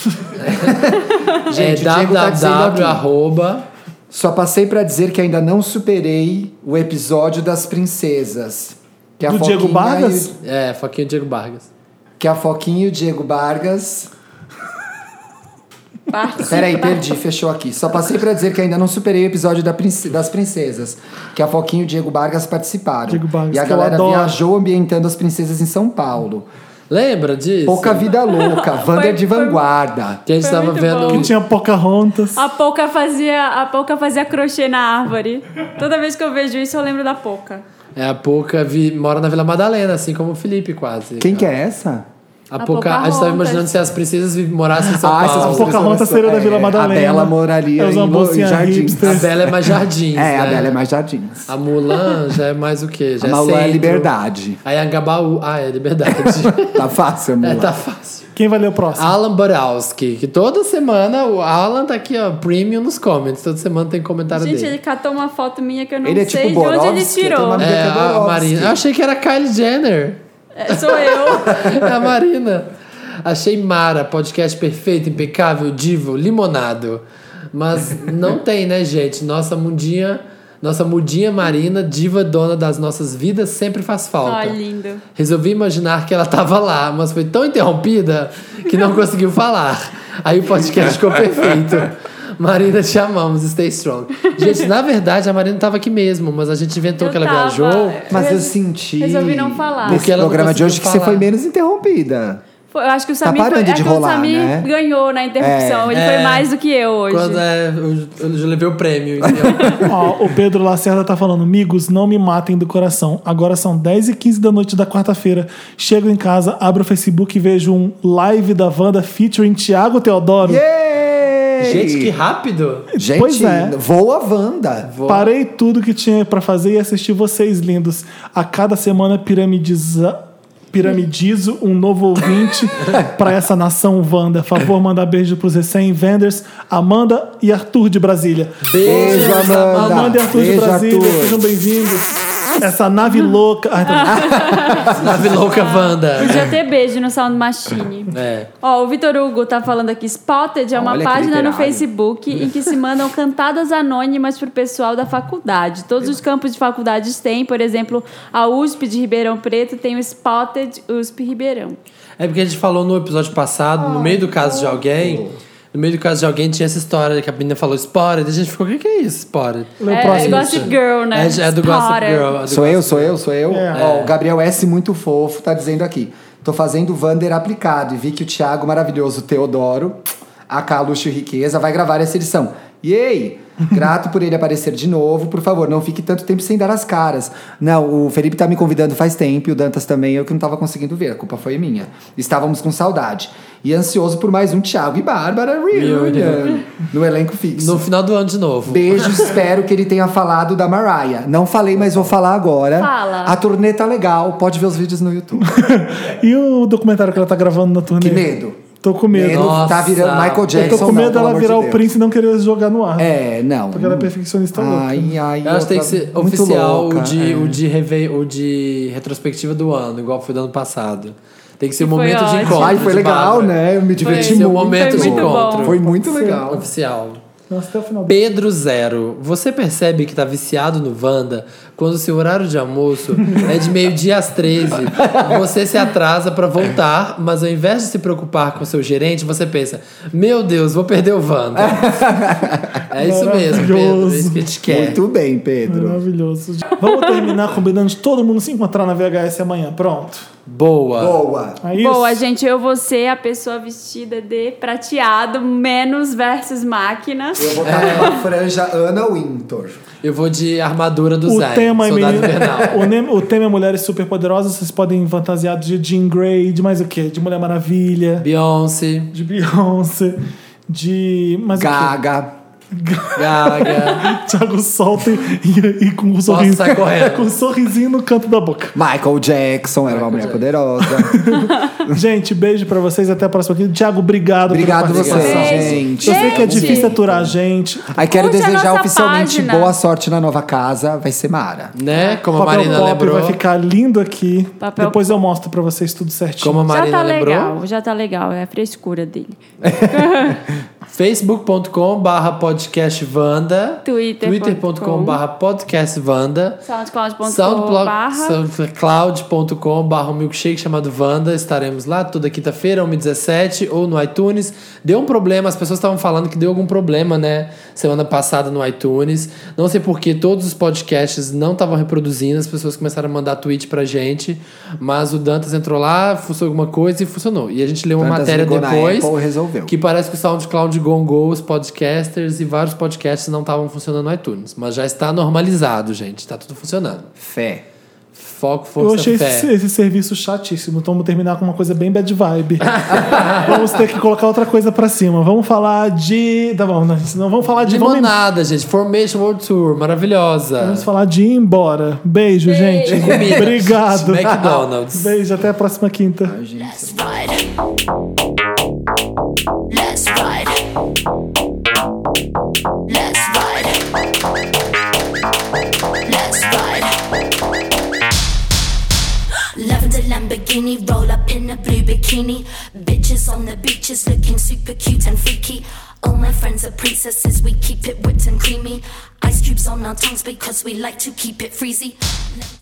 Speaker 4: É
Speaker 2: Gente, o Diego tá dizendo aqui.
Speaker 4: www. arroba.
Speaker 2: Só passei pra dizer que ainda não superei o episódio das princesas. Que a
Speaker 1: Do Diego
Speaker 2: Foquinha
Speaker 1: Vargas?
Speaker 2: e o-
Speaker 4: É, Foquinha Diego Vargas.
Speaker 2: que a Foquinha e o Diego Vargas. Peraí, perdi, fechou aqui. Só passei pra dizer que ainda não superei o episódio da prince- das princesas. Que a Foquinha e o Diego Vargas participaram.
Speaker 1: Diego Vargas,
Speaker 2: e a
Speaker 1: que eu
Speaker 2: galera
Speaker 1: adoro.
Speaker 2: viajou ambientando as princesas em São Paulo.
Speaker 4: Lembra disso?
Speaker 2: Pouca vida louca, Vander de
Speaker 3: foi-
Speaker 2: vanguarda.
Speaker 4: Que a gente
Speaker 3: Foi
Speaker 4: tava
Speaker 3: muito
Speaker 4: vendo.
Speaker 3: bom.
Speaker 1: Que tinha Pocahontas.
Speaker 3: A Poca fazia, a Poca fazia crochê na árvore. Toda vez que eu vejo isso, eu lembro da Poca.
Speaker 4: É, a Pouca vi- mora na Vila Madalena, assim como o Felipe, quase.
Speaker 2: Quem que é essa?
Speaker 4: A
Speaker 3: A
Speaker 4: Pouca. A gente tava
Speaker 3: Pocahontas.
Speaker 4: imaginando se as princesas vi- morassem em São
Speaker 2: Ah, essas
Speaker 1: A
Speaker 4: Paulo.
Speaker 2: princesas-
Speaker 1: Pocahontas seria da Vila
Speaker 2: É,
Speaker 1: Madalena.
Speaker 2: A Bela moraria
Speaker 1: Eu uso
Speaker 2: em,
Speaker 1: uma
Speaker 2: Lo- em
Speaker 1: bolsinha
Speaker 2: Jardins.
Speaker 1: hipster.
Speaker 4: A Bela é mais jardins.
Speaker 2: É, a
Speaker 4: né?
Speaker 2: Bela é mais Jardins.
Speaker 4: A Mulan já é mais o quê? Já
Speaker 2: A Malu é
Speaker 4: centro.
Speaker 2: liberdade.
Speaker 4: A Yangabaú. Ah, é liberdade.
Speaker 2: Tá fácil, amor.
Speaker 4: é, tá fácil.
Speaker 1: Quem vai ler o próximo?
Speaker 4: Alan Borowski, que toda semana o Alan tá aqui, ó, premium nos comments. Toda semana tem comentário
Speaker 3: Gente,
Speaker 4: dele.
Speaker 3: ele catou uma foto minha que eu não
Speaker 2: Tá Ele é
Speaker 3: sei
Speaker 2: tipo
Speaker 3: de onde ele
Speaker 2: Borowski, tem
Speaker 3: tirou.
Speaker 2: uma-
Speaker 4: É,
Speaker 2: Bianca
Speaker 4: a
Speaker 2: Borowski.
Speaker 4: Marina. Eu achei que era Kylie Jenner.
Speaker 3: É, sou eu.
Speaker 4: É a Marina. Achei Mara, podcast perfeito, impecável, divo, limonado. Mas não tem, né, gente? Nossa mundinha, nossa mudinha Marina, diva dona das nossas vidas, sempre faz falta.
Speaker 3: Ai, lindo.
Speaker 4: Resolvi imaginar que ela estava lá, mas foi tão interrompida que não conseguiu falar. Aí o podcast ficou perfeito. Marina, te amamos, stay strong. Gente, na verdade, a Marina estava aqui mesmo, mas a gente inventou
Speaker 3: Eu
Speaker 4: que ela
Speaker 3: tava.
Speaker 4: viajou.
Speaker 2: Mas eu
Speaker 3: Res-
Speaker 2: senti.
Speaker 3: resolvi não falar.
Speaker 2: Nesse
Speaker 4: Porque ela não
Speaker 2: programa de hoje que
Speaker 4: conseguiu
Speaker 2: você
Speaker 4: falar.
Speaker 2: foi menos interrompida.
Speaker 3: Foi- Eu acho que o Samir,
Speaker 2: Tá parando
Speaker 3: foi,
Speaker 2: de
Speaker 3: acho que
Speaker 2: rolar,
Speaker 3: o Samir
Speaker 2: né?
Speaker 3: ganhou na interrupção. ele
Speaker 4: é.
Speaker 3: foi mais do que eu hoje.
Speaker 4: Quando é, eu, eu já levei o prêmio, entendeu?
Speaker 1: Ó, o Pedro Lacerda tá falando, amigos, não me matem do coração. Agora são 10 e 15 da noite da quarta-feira. Chego em casa, abro o Facebook e vejo um live da Wanda featuring Thiago Teodoro.
Speaker 2: Yay!
Speaker 4: Gente, que rápido!
Speaker 2: Gente,
Speaker 1: Pois é.
Speaker 2: voa Wanda.
Speaker 1: Parei tudo que tinha pra fazer e assisti vocês, lindos. A cada semana piramidiza- piramidizo um novo ouvinte pra essa nação Wanda. Favor, mandar beijo pros recém-venders, Amanda e Arthur de Brasília.
Speaker 2: Beijo, Amanda.
Speaker 1: Amanda e Arthur de
Speaker 2: Beijo,
Speaker 1: Brasília,
Speaker 2: Arthur.
Speaker 1: sejam bem-vindos. Essa nave louca. Ai, tá
Speaker 2: Ah.
Speaker 4: Nave louca Wanda.
Speaker 3: Podia ter beijo no Sound Machine.
Speaker 4: É.
Speaker 3: Ó, o Vitor Hugo tá falando aqui, Spotted é uma
Speaker 2: Olha que
Speaker 3: página no
Speaker 2: literário.
Speaker 3: Facebook em que se mandam cantadas anônimas pro pessoal da faculdade. Todos os campos de faculdades têm, por exemplo, a USP de Ribeirão Preto tem o Spotted USP Ribeirão.
Speaker 4: É porque a gente falou no episódio passado, no meio do caso de alguém, No meio do caso de alguém tinha essa história que a menina falou Spotted, a gente ficou, o que, que é isso, Spotted?
Speaker 1: Lê o próximo.
Speaker 3: Gossip Girl, né?
Speaker 4: É, de- é do Gossip
Speaker 3: Spotted.
Speaker 4: Girl. é do
Speaker 2: Sou eu,
Speaker 4: Gossip
Speaker 2: sou
Speaker 4: Girl.
Speaker 2: eu, sou eu.
Speaker 1: É.
Speaker 2: Ó, o Gabriel S. muito fofo tá dizendo aqui. Tô fazendo Vander aplicado e vi que o Thiago maravilhoso Teodoro, AK Luxo e Riqueza, vai gravar essa edição. Yay! Grato por ele aparecer de novo. Por favor, não fique tanto tempo sem dar as caras. Não, o Felipe tá me convidando faz tempo e o Dantas também. Eu que não tava conseguindo ver, a culpa foi minha. Estávamos com saudade. E ansioso por mais um Thiago e Bárbara Reunion no elenco fixo.
Speaker 4: No final do ano de novo.
Speaker 2: Beijo, espero que ele tenha falado da Mariah. Não falei, mas vou falar agora.
Speaker 3: Fala.
Speaker 2: A turnê tá legal, pode ver os vídeos no YouTube.
Speaker 1: E o documentário que ela tá gravando na turnê?
Speaker 2: Que medo.
Speaker 1: Tô com medo.
Speaker 2: Medo, tá
Speaker 4: Nossa.
Speaker 2: virando Michael
Speaker 1: Eu
Speaker 2: Jackson.
Speaker 1: tô com
Speaker 2: não,
Speaker 1: medo
Speaker 2: pelo
Speaker 1: dela
Speaker 2: amor
Speaker 1: virar
Speaker 2: de
Speaker 1: o
Speaker 2: Deus.
Speaker 1: Prince e não querer jogar no ar.
Speaker 2: É, não.
Speaker 1: Porque ela é perfeccionista louca.
Speaker 2: Ai, ai,
Speaker 4: Eu acho que tem que
Speaker 2: outra-
Speaker 4: ser
Speaker 2: muito
Speaker 4: oficial
Speaker 2: louca,
Speaker 4: o, de, um
Speaker 2: é.
Speaker 4: o, de reve... o de retrospectiva do ano, igual foi do ano passado. Tem que ser o
Speaker 3: foi
Speaker 4: momento de
Speaker 3: ótimo.
Speaker 4: encontro.
Speaker 2: Ai, foi
Speaker 4: de
Speaker 2: legal,
Speaker 4: Bárbara.
Speaker 2: né? Eu me
Speaker 4: Tem que
Speaker 2: diverti
Speaker 4: ser o
Speaker 2: muito.
Speaker 4: momento de
Speaker 3: Foi muito bom.
Speaker 4: encontro.
Speaker 2: Foi muito legal.
Speaker 4: Oficial.
Speaker 1: Nossa, Então, até o final.
Speaker 4: Pedro Zero, você percebe que tá viciado no Wanda quando seu horário de almoço é de meio-dia às 13. Você se atrasa pra voltar, mas ao invés de se preocupar com seu gerente, você pensa: Meu Deus, vou perder o Wanda. é isso mesmo, Pedro. É isso que a gente quer.
Speaker 2: Muito bem, Pedro.
Speaker 1: Maravilhoso. Vamos terminar combinando de todo mundo se encontrar na VHS amanhã. Pronto.
Speaker 4: Boa.
Speaker 2: Boa.
Speaker 1: É isso.
Speaker 3: Boa, gente, eu vou ser a pessoa vestida de prateado, menos versus máquina.
Speaker 2: Eu vou estar com
Speaker 4: É.
Speaker 2: uma franja Ana Winter.
Speaker 4: Eu vou de armadura do
Speaker 1: O
Speaker 4: Zayn.
Speaker 1: tema, é
Speaker 4: Soldado
Speaker 1: menino-
Speaker 4: Invernal.
Speaker 1: o, nem- o tema é mulheres superpoderosas. Vocês podem fantasiar de Jean Grey, de mais o quê? De Mulher Maravilha,
Speaker 4: Beyoncé,
Speaker 1: de Beyoncé, de mais o
Speaker 2: Gaga.
Speaker 4: Gaga.
Speaker 1: quê? Thiago Solta e, e com um sorriso,
Speaker 4: sair correndo.
Speaker 1: com um sorrisinho no canto da boca.
Speaker 2: Michael Jackson era uma mulher poderosa.
Speaker 1: Gente, beijo pra vocês. Até a próxima. Tiago, obrigado.
Speaker 2: Obrigado
Speaker 1: pela
Speaker 2: você,
Speaker 1: participação.
Speaker 3: Beijo.
Speaker 2: gente.
Speaker 1: Eu sei que é
Speaker 3: Gente.
Speaker 1: difícil aturar a gente.
Speaker 2: Aí quero
Speaker 3: Curte a
Speaker 2: desejar
Speaker 3: nossa
Speaker 2: oficialmente
Speaker 3: página.
Speaker 2: boa sorte na nova casa. Vai ser Mara.
Speaker 4: né? Como a
Speaker 1: papel
Speaker 4: Marina
Speaker 1: pop
Speaker 4: lembrou.
Speaker 1: vai ficar lindo aqui.
Speaker 3: Papel-
Speaker 1: Depois eu mostro pra vocês tudo certinho.
Speaker 4: Como a
Speaker 3: Já
Speaker 4: Marina
Speaker 3: tá
Speaker 4: lembrou.
Speaker 3: legal, já tá legal, é a frescura dele.
Speaker 4: facebook.com barra podcastvanda
Speaker 3: Twitter
Speaker 4: twitter.com barra podcastvanda
Speaker 3: Soundcloud.com
Speaker 4: soundcloud-
Speaker 3: barra.
Speaker 4: soundcloud.com barra um milkshake chamado Vanda estaremos lá toda quinta-feira 1h17 ou no iTunes deu um problema, as pessoas estavam falando que deu algum problema né, semana passada no iTunes não sei porque todos os podcasts não estavam reproduzindo, as pessoas começaram a mandar tweet pra gente, mas o Dantas entrou lá, fuçou alguma coisa e funcionou e a gente leu uma
Speaker 2: Dantas
Speaker 4: matéria
Speaker 2: ligou na
Speaker 4: depois
Speaker 2: Apple, resolveu.
Speaker 4: que parece que o SoundCloud gongou os podcasters e vários podcasts não estavam funcionando no iTunes. Mas já está normalizado, gente. Tá tudo funcionando.
Speaker 2: Fé.
Speaker 4: Foco, força,
Speaker 1: Eu achei
Speaker 4: fé.
Speaker 1: esse, esse serviço chatíssimo. Então vamos terminar com uma coisa bem bad vibe. vamos ter que colocar outra coisa pra cima. Vamos falar de. Tá bom, não, não vamos falar de. Vamos, em-
Speaker 4: Limonada, gente. Formation World Tour, maravilhosa.
Speaker 1: vamos falar de ir embora. Beijo, gente.
Speaker 4: Comida.
Speaker 1: Obrigado.
Speaker 4: McDonald's.
Speaker 1: Beijo, até a próxima quinta.
Speaker 8: Let's ride. Let's ride. Let's ride. Let's ride. Lavender Lamborghini, roll up in a blue bikini. Bitches on the beaches looking super cute and freaky. All my friends are princesses, we keep it whipped and creamy. Ice cubes on our tongues because we like to keep it freezy.